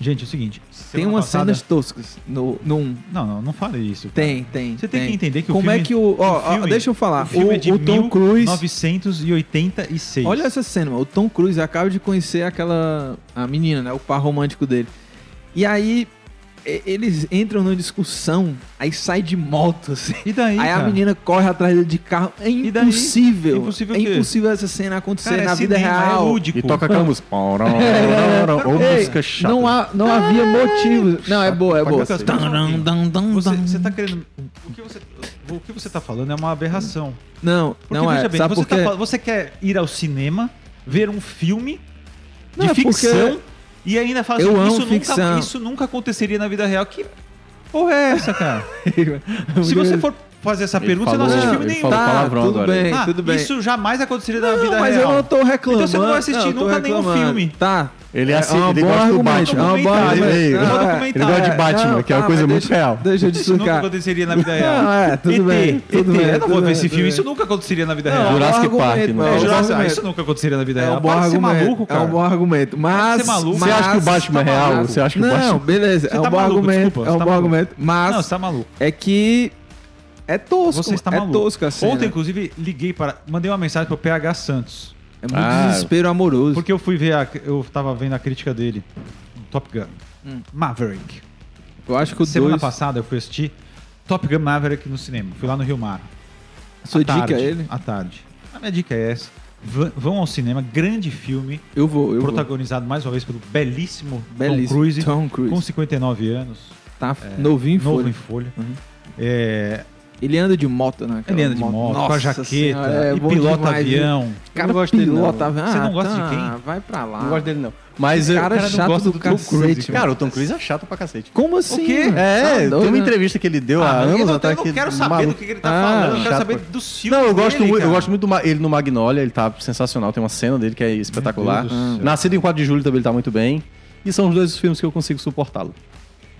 [SPEAKER 3] Gente, é o seguinte.
[SPEAKER 1] Tem
[SPEAKER 3] semana
[SPEAKER 1] umas
[SPEAKER 3] passada-
[SPEAKER 1] cenas toscas no, no um.
[SPEAKER 3] Não, não, não fale isso. cara.
[SPEAKER 1] Tem, tem.
[SPEAKER 3] Você tem que entender que o
[SPEAKER 1] Como
[SPEAKER 3] filme-
[SPEAKER 1] é que o. Ó,
[SPEAKER 3] o filme-
[SPEAKER 1] ó, deixa eu falar.
[SPEAKER 3] O filme é de
[SPEAKER 1] o Tom Cruise.
[SPEAKER 3] 1986.
[SPEAKER 1] Olha essa cena, mano. o Tom Cruise acaba de conhecer aquela a menina, né, o par romântico dele. E aí e- eles entram numa discussão, aí sai de moto, assim.
[SPEAKER 3] E daí,
[SPEAKER 1] Aí a
[SPEAKER 3] cara?
[SPEAKER 1] menina corre atrás dele de carro. É
[SPEAKER 3] E daí?
[SPEAKER 1] impossível.
[SPEAKER 3] Impossível
[SPEAKER 1] é
[SPEAKER 3] o quê?
[SPEAKER 1] impossível essa cena acontecer
[SPEAKER 3] Cara, é
[SPEAKER 1] na vida
[SPEAKER 3] cinema, É
[SPEAKER 1] real.
[SPEAKER 3] lúdico.
[SPEAKER 4] E toca aquela música. Ou
[SPEAKER 1] Ei,
[SPEAKER 4] música
[SPEAKER 3] é
[SPEAKER 4] chata.
[SPEAKER 1] Não, há, não havia motivo. Não, é boa, é
[SPEAKER 4] pra
[SPEAKER 1] boa.
[SPEAKER 4] cacete.
[SPEAKER 1] Taran, dan, dan,
[SPEAKER 3] Você,
[SPEAKER 1] dan.
[SPEAKER 3] você tá querendo. O que você, o que você tá falando é uma aberração.
[SPEAKER 1] Não,
[SPEAKER 3] Porque,
[SPEAKER 1] não
[SPEAKER 3] veja
[SPEAKER 1] é.
[SPEAKER 3] bem,
[SPEAKER 1] Sabe
[SPEAKER 3] você,
[SPEAKER 1] por
[SPEAKER 3] tá
[SPEAKER 1] quê?
[SPEAKER 3] falando- você quer ir ao cinema, ver um filme
[SPEAKER 1] Não, é
[SPEAKER 3] de
[SPEAKER 1] porque-
[SPEAKER 3] ficção e ainda fala assim,
[SPEAKER 1] Eu amo
[SPEAKER 3] isso,
[SPEAKER 1] ficção."
[SPEAKER 3] Nunca, isso nunca aconteceria na vida real. Que porra é essa, cara? Se
[SPEAKER 1] Porque-
[SPEAKER 3] você for fazer essa
[SPEAKER 4] Ele
[SPEAKER 3] pergunta, você não
[SPEAKER 4] falou-
[SPEAKER 3] assiste filme
[SPEAKER 4] ele
[SPEAKER 3] nenhum.
[SPEAKER 4] falou
[SPEAKER 1] Tá,
[SPEAKER 4] palavrão
[SPEAKER 1] tudo
[SPEAKER 4] agora.
[SPEAKER 1] bem,
[SPEAKER 3] Ah,
[SPEAKER 1] tudo bem.
[SPEAKER 3] Isso jamais aconteceria na
[SPEAKER 1] Não,
[SPEAKER 3] vida
[SPEAKER 1] mas
[SPEAKER 3] real.
[SPEAKER 1] eu não tô reclamando.
[SPEAKER 3] Então você não vai assistir
[SPEAKER 1] eu tô
[SPEAKER 3] nunca nenhum
[SPEAKER 1] reclamando.
[SPEAKER 3] filme.
[SPEAKER 1] Tá.
[SPEAKER 4] Ele
[SPEAKER 1] É
[SPEAKER 4] assiste,
[SPEAKER 1] um
[SPEAKER 4] ele
[SPEAKER 1] bom
[SPEAKER 4] gosta do
[SPEAKER 1] argumento, é
[SPEAKER 4] Batman.
[SPEAKER 1] um bom
[SPEAKER 3] Documentário,
[SPEAKER 1] argumento.
[SPEAKER 3] ele
[SPEAKER 1] Não,
[SPEAKER 3] gosta do
[SPEAKER 1] é.
[SPEAKER 4] Ele
[SPEAKER 3] documentário.
[SPEAKER 4] gosta de
[SPEAKER 1] É,
[SPEAKER 4] Batman,
[SPEAKER 1] não,
[SPEAKER 4] que é uma
[SPEAKER 1] tá,
[SPEAKER 4] coisa
[SPEAKER 1] mas
[SPEAKER 4] muito
[SPEAKER 1] deixa-
[SPEAKER 4] real.
[SPEAKER 1] Deixa eu
[SPEAKER 3] Isso nunca
[SPEAKER 1] deslocar.
[SPEAKER 3] aconteceria na vida real.
[SPEAKER 1] Não, é, tudo
[SPEAKER 3] ET,
[SPEAKER 1] bem, tudo
[SPEAKER 3] ET,
[SPEAKER 1] bem,
[SPEAKER 3] eu não
[SPEAKER 1] tudo
[SPEAKER 3] vou ver
[SPEAKER 1] bem,
[SPEAKER 3] esse
[SPEAKER 1] tudo
[SPEAKER 3] filme,
[SPEAKER 1] bem.
[SPEAKER 3] isso nunca aconteceria na vida
[SPEAKER 1] Não,
[SPEAKER 3] real.
[SPEAKER 1] é um
[SPEAKER 4] Jurassic
[SPEAKER 1] bom
[SPEAKER 4] Park,
[SPEAKER 1] argumento,
[SPEAKER 4] né?
[SPEAKER 1] mas
[SPEAKER 3] É,
[SPEAKER 1] um
[SPEAKER 3] Jurassic-
[SPEAKER 1] bom
[SPEAKER 3] ah,
[SPEAKER 1] argumento.
[SPEAKER 3] isso nunca aconteceria na vida
[SPEAKER 1] É
[SPEAKER 3] real.
[SPEAKER 1] um bom
[SPEAKER 3] Para de ser
[SPEAKER 1] argumento.
[SPEAKER 3] maluco, cara.
[SPEAKER 1] É um bom argumento. Mas.
[SPEAKER 3] Você é maluco?
[SPEAKER 1] mas-
[SPEAKER 4] Você acha que o Batman é real?
[SPEAKER 1] maluco.
[SPEAKER 4] Você acha que o
[SPEAKER 1] Não,
[SPEAKER 4] Batman-
[SPEAKER 1] beleza.
[SPEAKER 3] Você
[SPEAKER 1] é um
[SPEAKER 3] tá
[SPEAKER 1] bom
[SPEAKER 3] maluco,
[SPEAKER 1] argumento.
[SPEAKER 3] desculpa,
[SPEAKER 1] é um
[SPEAKER 3] você tá
[SPEAKER 1] bom
[SPEAKER 3] maluco.
[SPEAKER 1] argumento. Mas
[SPEAKER 3] Não, você tá maluco.
[SPEAKER 1] é que. É tosco.
[SPEAKER 3] Você está
[SPEAKER 1] é
[SPEAKER 3] maluco.
[SPEAKER 1] tosco assim.
[SPEAKER 3] Ontem,
[SPEAKER 1] né?
[SPEAKER 3] inclusive, liguei para. Mandei uma mensagem pro PH Santos.
[SPEAKER 1] É muito
[SPEAKER 4] Ah,
[SPEAKER 1] desespero amoroso.
[SPEAKER 3] Porque eu fui ver a. Eu tava vendo a crítica dele. do Top Gun.
[SPEAKER 1] Hum.
[SPEAKER 3] Maverick.
[SPEAKER 1] Eu acho que o
[SPEAKER 3] Semana
[SPEAKER 1] 2.
[SPEAKER 3] passada eu fui assistir Top Gun Maverick no cinema. Fui lá no Rio Mar.
[SPEAKER 1] Sua
[SPEAKER 3] À
[SPEAKER 1] dica
[SPEAKER 3] tarde,
[SPEAKER 1] é ele?
[SPEAKER 3] À tarde. A minha dica é essa. V- Vão ao cinema, grande filme,
[SPEAKER 1] Eu vou, eu vou.
[SPEAKER 3] protagonizado mais uma vez pelo belíssimo, Tom
[SPEAKER 1] Belíssimo.
[SPEAKER 3] Cruise,
[SPEAKER 1] Tom Cruise.
[SPEAKER 3] com 59 anos,
[SPEAKER 1] Tá novinho em
[SPEAKER 3] novo
[SPEAKER 1] folha. Uhum.
[SPEAKER 3] em folha. É,
[SPEAKER 1] Ele anda de moto, né? aquela
[SPEAKER 3] ele anda de moto, com a jaqueta,
[SPEAKER 1] senhora, é
[SPEAKER 3] e
[SPEAKER 1] bom
[SPEAKER 3] pilota
[SPEAKER 1] demais, hein?
[SPEAKER 3] avião.
[SPEAKER 1] Cara,
[SPEAKER 4] não gosto dele, não.
[SPEAKER 1] pilota avião.
[SPEAKER 3] Você
[SPEAKER 1] Ah,
[SPEAKER 3] não gosta de
[SPEAKER 1] tá,
[SPEAKER 3] quem?
[SPEAKER 1] Vai pra lá.
[SPEAKER 4] Não gosto dele, não. Mas eu.
[SPEAKER 1] Cara, é
[SPEAKER 4] Cara,
[SPEAKER 1] chato do cacete, velho.
[SPEAKER 4] o Tom Cruise é chato pra cacete.
[SPEAKER 1] Como assim?
[SPEAKER 3] O quê?
[SPEAKER 1] mano? Tá
[SPEAKER 4] É,
[SPEAKER 1] doido,
[SPEAKER 4] tem uma
[SPEAKER 1] né?
[SPEAKER 4] entrevista que ele deu há
[SPEAKER 3] Ah, eu
[SPEAKER 4] anos
[SPEAKER 3] não,
[SPEAKER 4] atrás.
[SPEAKER 3] eu não quero saber do que, que ele tá
[SPEAKER 1] Ah,
[SPEAKER 3] falando, eu quero
[SPEAKER 4] chato,
[SPEAKER 3] saber
[SPEAKER 4] pô.
[SPEAKER 3] do filme.
[SPEAKER 4] Não, eu gosto,
[SPEAKER 3] dele,
[SPEAKER 4] muito, eu
[SPEAKER 3] cara.
[SPEAKER 4] gosto muito do Ma- ele no Magnolia, ele tá sensacional, tem uma cena dele que é espetacular.
[SPEAKER 3] Deus do céu.
[SPEAKER 4] Nascido em 4 de julho também ele tá muito bem. E são os dois filmes que eu consigo suportá-lo.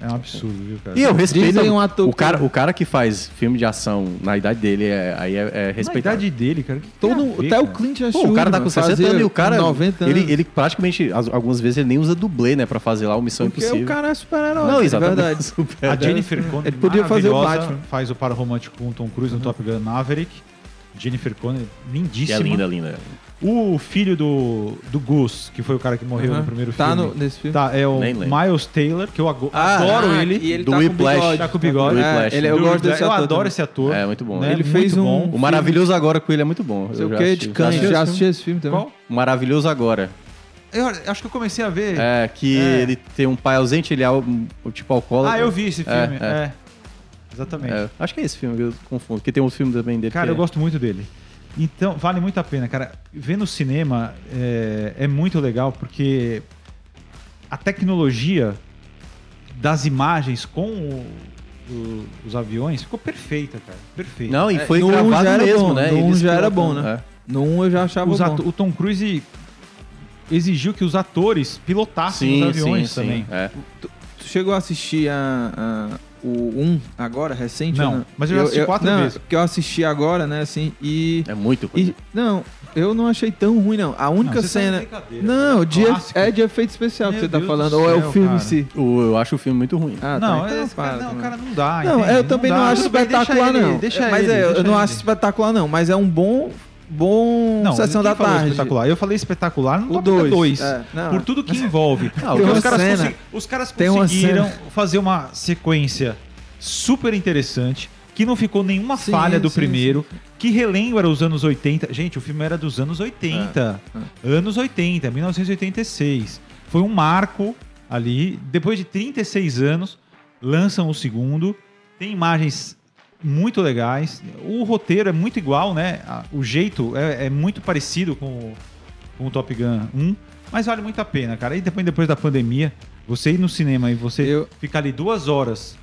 [SPEAKER 3] É um absurdo, viu, cara?
[SPEAKER 4] E eu respeito
[SPEAKER 1] Dizem um ator
[SPEAKER 4] o
[SPEAKER 1] que-
[SPEAKER 4] cara, o cara que faz filme de ação na idade dele, é, aí é, é
[SPEAKER 3] Na
[SPEAKER 4] respeitado.
[SPEAKER 3] idade dele, cara. o que que
[SPEAKER 1] Todo,
[SPEAKER 3] tem a ver,
[SPEAKER 1] até o
[SPEAKER 3] cara?
[SPEAKER 1] Clint
[SPEAKER 4] Pô,
[SPEAKER 1] Eastwood.
[SPEAKER 4] o cara tá com
[SPEAKER 1] mano,
[SPEAKER 4] 60
[SPEAKER 1] fazia
[SPEAKER 4] anos e o cara.
[SPEAKER 1] 90 anos.
[SPEAKER 4] ele, ele praticamente, as- algumas vezes, ele nem usa dublê, né? Pra fazer lá o Missão
[SPEAKER 1] Porque
[SPEAKER 4] Impossível.
[SPEAKER 1] o cara é super-herói.
[SPEAKER 4] Não,
[SPEAKER 1] é
[SPEAKER 4] exatamente.
[SPEAKER 1] Verdade.
[SPEAKER 4] Super. né?
[SPEAKER 3] A Jennifer Connelly,
[SPEAKER 1] É, Ele podia fazer o
[SPEAKER 3] maravilhosa,
[SPEAKER 1] Batman. Uhum.
[SPEAKER 3] Faz o par romântico com o Tom Cruise no Top Gun Maverick. Jennifer Connelly,
[SPEAKER 4] Que é
[SPEAKER 3] lindíssima.
[SPEAKER 4] linda, linda.
[SPEAKER 3] O filho do, do Gus, que foi o cara que morreu
[SPEAKER 1] Uhum.
[SPEAKER 3] no primeiro
[SPEAKER 1] Tá
[SPEAKER 3] filme.
[SPEAKER 1] no- nesse filme?
[SPEAKER 3] Tá, é o
[SPEAKER 4] Nem lembro.
[SPEAKER 3] Miles Taylor, que eu ago-
[SPEAKER 1] Ah,
[SPEAKER 3] adoro
[SPEAKER 1] ah,
[SPEAKER 3] ele.
[SPEAKER 1] e ele
[SPEAKER 4] Do
[SPEAKER 1] tá com
[SPEAKER 4] Whiplash.
[SPEAKER 1] bigode.
[SPEAKER 3] Tá com bigode.
[SPEAKER 4] Do
[SPEAKER 1] É,
[SPEAKER 4] Whiplash,
[SPEAKER 1] ele,
[SPEAKER 4] né?
[SPEAKER 1] eu
[SPEAKER 3] Do-
[SPEAKER 1] gosto desse
[SPEAKER 3] Eu
[SPEAKER 1] ator.
[SPEAKER 3] adoro
[SPEAKER 1] também.
[SPEAKER 3] esse ator.
[SPEAKER 4] É, muito bom.
[SPEAKER 3] né?
[SPEAKER 1] Ele fez
[SPEAKER 3] Muito
[SPEAKER 1] um-
[SPEAKER 3] bom.
[SPEAKER 4] O Maravilhoso Agora com ele é muito bom.
[SPEAKER 1] Não sei
[SPEAKER 4] Eu
[SPEAKER 1] o
[SPEAKER 4] já
[SPEAKER 1] que,
[SPEAKER 4] assisti.
[SPEAKER 1] de cães.
[SPEAKER 4] Já
[SPEAKER 1] Já
[SPEAKER 4] assistiu?
[SPEAKER 1] assisti esse filme também.
[SPEAKER 3] Qual?
[SPEAKER 4] O Maravilhoso Agora.
[SPEAKER 3] Eu acho que eu comecei a ver.
[SPEAKER 4] É, que
[SPEAKER 3] É.
[SPEAKER 4] ele tem um pai ausente, ele é al- um tipo alcoólatra.
[SPEAKER 3] Ah, eu vi esse filme.
[SPEAKER 4] É,
[SPEAKER 3] É.
[SPEAKER 4] é.
[SPEAKER 3] Exatamente.
[SPEAKER 4] É, acho que é esse filme que eu confundo. Porque tem um filme também dele.
[SPEAKER 3] Cara,
[SPEAKER 4] que
[SPEAKER 1] é.
[SPEAKER 3] eu gosto muito dele. Então, vale muito a pena, cara. Ver no cinema é, é muito legal, porque a tecnologia das imagens com o- o- os aviões ficou perfeita, cara. Perfeita.
[SPEAKER 4] Não, e
[SPEAKER 1] É,
[SPEAKER 4] foi
[SPEAKER 1] no um
[SPEAKER 4] gravado
[SPEAKER 1] já era
[SPEAKER 4] mesmo,
[SPEAKER 1] bom,
[SPEAKER 4] né?
[SPEAKER 1] no um
[SPEAKER 4] Eles
[SPEAKER 1] já era
[SPEAKER 4] pilotando,
[SPEAKER 1] bom, né?
[SPEAKER 4] é.
[SPEAKER 1] No 1 eu já achava
[SPEAKER 3] Os ato-
[SPEAKER 1] bom.
[SPEAKER 3] o Tom Cruise exigiu que os atores pilotassem
[SPEAKER 4] Sim,
[SPEAKER 3] os aviões
[SPEAKER 4] sim,
[SPEAKER 3] também.
[SPEAKER 4] sim. é.
[SPEAKER 1] Tu chegou a assistir a, a- o 1 agora, recente?
[SPEAKER 3] Não,
[SPEAKER 1] ou
[SPEAKER 3] mas eu já assisti quatro
[SPEAKER 1] não,
[SPEAKER 3] vezes.
[SPEAKER 1] Que eu assisti agora, né, assim, e...
[SPEAKER 4] É muito coisa.
[SPEAKER 1] e- não, eu não achei tão ruim, não. A única
[SPEAKER 3] você tá de
[SPEAKER 1] cena...
[SPEAKER 3] brincadeira,
[SPEAKER 1] não,
[SPEAKER 3] cara.
[SPEAKER 1] de,
[SPEAKER 3] Clássico.
[SPEAKER 1] é de efeito especial
[SPEAKER 3] Meu
[SPEAKER 1] que você tá
[SPEAKER 3] Deus
[SPEAKER 1] falando,
[SPEAKER 3] do
[SPEAKER 1] ou é
[SPEAKER 3] céu,
[SPEAKER 1] o filme
[SPEAKER 3] cara.
[SPEAKER 1] em si.
[SPEAKER 4] O- eu acho o filme muito ruim.
[SPEAKER 1] Ah,
[SPEAKER 3] não,
[SPEAKER 1] tá,
[SPEAKER 3] é
[SPEAKER 1] então
[SPEAKER 3] esse cara,
[SPEAKER 1] para
[SPEAKER 3] não,
[SPEAKER 1] também.
[SPEAKER 3] cara, tá não dá.
[SPEAKER 1] Não, é,
[SPEAKER 3] entende?
[SPEAKER 1] eu também não,
[SPEAKER 3] dá.
[SPEAKER 1] acho
[SPEAKER 3] Tudo bem, deixa
[SPEAKER 1] espetacular,
[SPEAKER 3] ele,
[SPEAKER 1] não.
[SPEAKER 3] Deixa
[SPEAKER 1] mas
[SPEAKER 3] ele,
[SPEAKER 1] é, eu
[SPEAKER 3] deixa
[SPEAKER 1] não
[SPEAKER 3] ele.
[SPEAKER 1] acho espetacular, não. Mas é um bom, bom
[SPEAKER 3] Não,
[SPEAKER 1] Sessão
[SPEAKER 3] quem
[SPEAKER 1] da
[SPEAKER 3] falou
[SPEAKER 1] Tarde.
[SPEAKER 3] espetacular. Eu falei espetacular no
[SPEAKER 1] O
[SPEAKER 3] Top Gun
[SPEAKER 1] dois,
[SPEAKER 3] 2.
[SPEAKER 1] é, não.
[SPEAKER 3] por tudo que envolve.
[SPEAKER 4] Ah,
[SPEAKER 3] Porque
[SPEAKER 1] tem
[SPEAKER 3] os
[SPEAKER 1] uma
[SPEAKER 3] caras,
[SPEAKER 1] cena-
[SPEAKER 3] consegui- os caras
[SPEAKER 1] tem uma
[SPEAKER 3] conseguiram fazer uma sequência super interessante, que não ficou nenhuma
[SPEAKER 1] Sim,
[SPEAKER 3] falha do
[SPEAKER 1] sim,
[SPEAKER 3] primeiro, que relembra os anos 80. Gente, o filme era dos anos 80.
[SPEAKER 1] É,
[SPEAKER 3] Anos 80, 1986. Foi um marco ali. Depois de 36 anos, lançam o segundo. Tem imagens muito legais. O roteiro é muito igual, né? A- O jeito é, é muito parecido com, o- com o Top Gun 1, mas vale muito a pena, cara. E depois, depois da pandemia, você ir no cinema e você
[SPEAKER 1] Eu-
[SPEAKER 3] ficar ali duas horas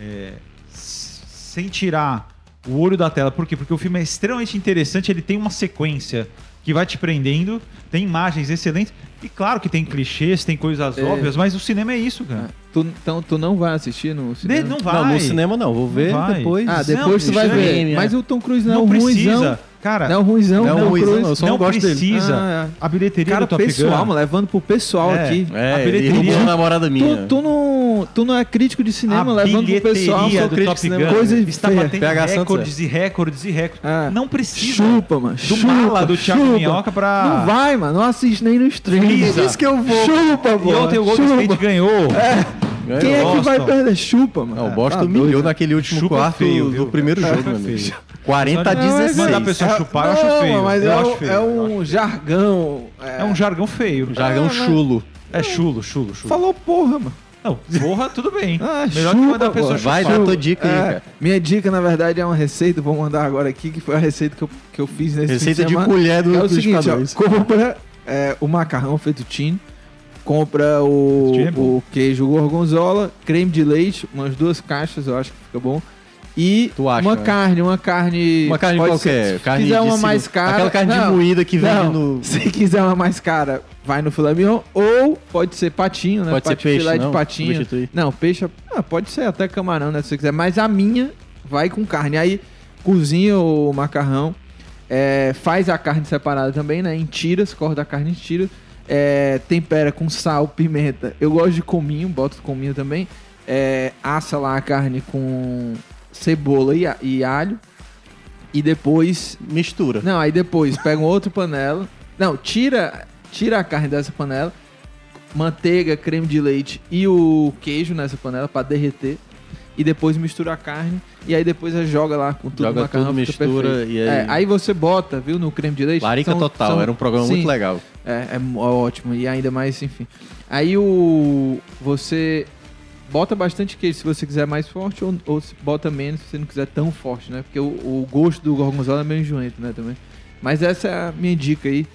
[SPEAKER 3] é, s- sem tirar o olho da tela. Por quê? Porque o filme é extremamente interessante, ele tem uma sequência que vai te prendendo, tem imagens excelentes. E claro que tem clichês, tem coisas
[SPEAKER 1] É.
[SPEAKER 3] óbvias, mas o cinema é isso, cara.
[SPEAKER 1] Tu, então, tu não vai assistir no
[SPEAKER 3] De-
[SPEAKER 1] cinema?
[SPEAKER 3] Não vai.
[SPEAKER 4] Não, no cinema não. Vou ver
[SPEAKER 3] vai.
[SPEAKER 4] depois.
[SPEAKER 1] Ah, depois
[SPEAKER 3] Não,
[SPEAKER 1] tu vai
[SPEAKER 3] não
[SPEAKER 1] ver.
[SPEAKER 4] é.
[SPEAKER 1] Mas o Tom Cruise não,
[SPEAKER 3] Não
[SPEAKER 1] é um
[SPEAKER 3] precisa.
[SPEAKER 1] ruinzão.
[SPEAKER 3] Cara,
[SPEAKER 1] Não é um ruinzão.
[SPEAKER 4] Não é um
[SPEAKER 1] Tom
[SPEAKER 4] ruinzão,
[SPEAKER 1] Cruise.
[SPEAKER 4] eu só não
[SPEAKER 3] não
[SPEAKER 4] gosto dele.
[SPEAKER 3] precisa.
[SPEAKER 1] Ah, é.
[SPEAKER 3] A bilheteria
[SPEAKER 1] Cara,
[SPEAKER 3] do Top
[SPEAKER 1] pessoal,
[SPEAKER 3] Gun.
[SPEAKER 1] mano, levando pro pessoal
[SPEAKER 3] É.
[SPEAKER 1] aqui.
[SPEAKER 4] É,
[SPEAKER 3] A
[SPEAKER 4] ele
[SPEAKER 3] bilheteria-
[SPEAKER 4] roubou a namorada minha.
[SPEAKER 1] Tu, tu, não, tu não é crítico de cinema,
[SPEAKER 3] a
[SPEAKER 1] levando pro pessoal.
[SPEAKER 3] bilheteria
[SPEAKER 1] sou
[SPEAKER 3] do
[SPEAKER 1] crítico de
[SPEAKER 3] Top
[SPEAKER 1] cinema.
[SPEAKER 3] Gun
[SPEAKER 1] Coisa
[SPEAKER 3] né, está
[SPEAKER 1] feia.
[SPEAKER 3] batendo
[SPEAKER 4] PH Santos,
[SPEAKER 3] recordes e recordes e recordes.
[SPEAKER 1] É.
[SPEAKER 3] Não precisa
[SPEAKER 1] Chupa, mano.
[SPEAKER 3] do
[SPEAKER 1] chupa,
[SPEAKER 3] mala do Thiago
[SPEAKER 1] chupa.
[SPEAKER 3] Minhoca pra...
[SPEAKER 1] Não vai, mano. Não assiste nem no stream.
[SPEAKER 3] Frisa.
[SPEAKER 1] que eu vou. Chupa,
[SPEAKER 3] E
[SPEAKER 1] pô.
[SPEAKER 3] ontem o Golden
[SPEAKER 1] chupa.
[SPEAKER 3] State ganhou.
[SPEAKER 4] Ganhou.
[SPEAKER 1] Quem é que vai
[SPEAKER 3] Boston.
[SPEAKER 1] perder? Chupa, mano.
[SPEAKER 4] Não, o Boston
[SPEAKER 1] doido,
[SPEAKER 4] humilhou
[SPEAKER 1] né?
[SPEAKER 4] naquele último
[SPEAKER 3] Chupa é
[SPEAKER 4] quarto
[SPEAKER 3] feio,
[SPEAKER 4] do
[SPEAKER 3] viu?
[SPEAKER 4] primeiro
[SPEAKER 3] Chupa
[SPEAKER 4] jogo, meu
[SPEAKER 3] feio.
[SPEAKER 4] amigo. 40 a
[SPEAKER 3] Não, mas
[SPEAKER 4] 16.
[SPEAKER 3] mandar a pessoa chupar, eu acho
[SPEAKER 1] Não,
[SPEAKER 3] feio.
[SPEAKER 1] Mas
[SPEAKER 3] Eu
[SPEAKER 1] é,
[SPEAKER 3] acho
[SPEAKER 1] um,
[SPEAKER 3] feio,
[SPEAKER 1] é
[SPEAKER 3] eu
[SPEAKER 1] um jargão. É,
[SPEAKER 3] É um jargão feio.
[SPEAKER 4] Jargão chulo.
[SPEAKER 3] É chulo, chulo, chulo.
[SPEAKER 1] Falou porra, mano.
[SPEAKER 3] Não, porra, tudo bem.
[SPEAKER 1] Ah,
[SPEAKER 3] Melhor
[SPEAKER 1] chupa,
[SPEAKER 3] que mandar a pessoa
[SPEAKER 1] pô.
[SPEAKER 4] Vai
[SPEAKER 3] chupar.
[SPEAKER 4] dar tua dica aí,
[SPEAKER 1] É,
[SPEAKER 4] cara.
[SPEAKER 1] minha dica, na verdade, é uma receita. Vou mandar agora aqui, que foi a receita que eu, que eu fiz nesse
[SPEAKER 4] Receita
[SPEAKER 1] fim
[SPEAKER 4] de
[SPEAKER 1] semana.
[SPEAKER 4] colher do
[SPEAKER 1] É o
[SPEAKER 4] dos
[SPEAKER 1] seguinte, ó,
[SPEAKER 4] escadores.
[SPEAKER 1] compra é, o macarrão fettuccine, compra o,
[SPEAKER 3] Fettuccine é bom.
[SPEAKER 1] o queijo gorgonzola, creme de leite, umas duas caixas, eu acho que fica bom. E
[SPEAKER 4] Tu acha,
[SPEAKER 1] uma
[SPEAKER 4] né?
[SPEAKER 1] carne, uma carne...
[SPEAKER 4] Uma carne
[SPEAKER 1] pode
[SPEAKER 4] qualquer.
[SPEAKER 1] Ser, se
[SPEAKER 4] carne
[SPEAKER 1] quiser
[SPEAKER 4] de
[SPEAKER 1] uma
[SPEAKER 4] segu-
[SPEAKER 1] mais cara...
[SPEAKER 4] Aquela carne
[SPEAKER 1] não,
[SPEAKER 4] de moída que vende
[SPEAKER 1] não,
[SPEAKER 4] no.
[SPEAKER 1] Se quiser uma mais cara, vai no filé mignon. Ou pode ser patinho, né?
[SPEAKER 4] Pode ser peixe,
[SPEAKER 1] filé
[SPEAKER 4] não?
[SPEAKER 1] de patinho.
[SPEAKER 4] Substitui.
[SPEAKER 1] Não, peixe... ah, pode ser até camarão, né? Se você quiser. Mas a minha vai com carne. Aí cozinha o macarrão. é, faz a carne separada também, né? Em tiras, corta a carne em tiras. é, tempera com sal, pimenta. Eu gosto de cominho, boto cominho também. é, assa lá a carne com cebola e, a- e alho. E depois
[SPEAKER 4] Mistura.
[SPEAKER 1] não, aí depois pega um outro panela. Não, tira, tira a carne dessa panela, manteiga, creme de leite e o queijo nessa panela pra derreter. E depois mistura a carne e aí depois você joga lá com tudo
[SPEAKER 4] Joga
[SPEAKER 1] o macarrão,
[SPEAKER 4] tudo,
[SPEAKER 1] fica
[SPEAKER 4] mistura
[SPEAKER 1] perfeito.
[SPEAKER 4] e aí-
[SPEAKER 1] É, aí você bota, viu, no creme de leite.
[SPEAKER 4] Larica
[SPEAKER 1] são-
[SPEAKER 4] total.
[SPEAKER 1] são-
[SPEAKER 4] Era um programa
[SPEAKER 1] Sim,
[SPEAKER 4] muito legal.
[SPEAKER 1] É, é mó- ótimo e ainda mais, enfim. Aí o você bota bastante queijo se você quiser mais forte ou, ou se bota menos se você não quiser tão forte, né? Porque o, o gosto do gorgonzola é meio enjoento, né, também. Mas essa é a minha dica aí.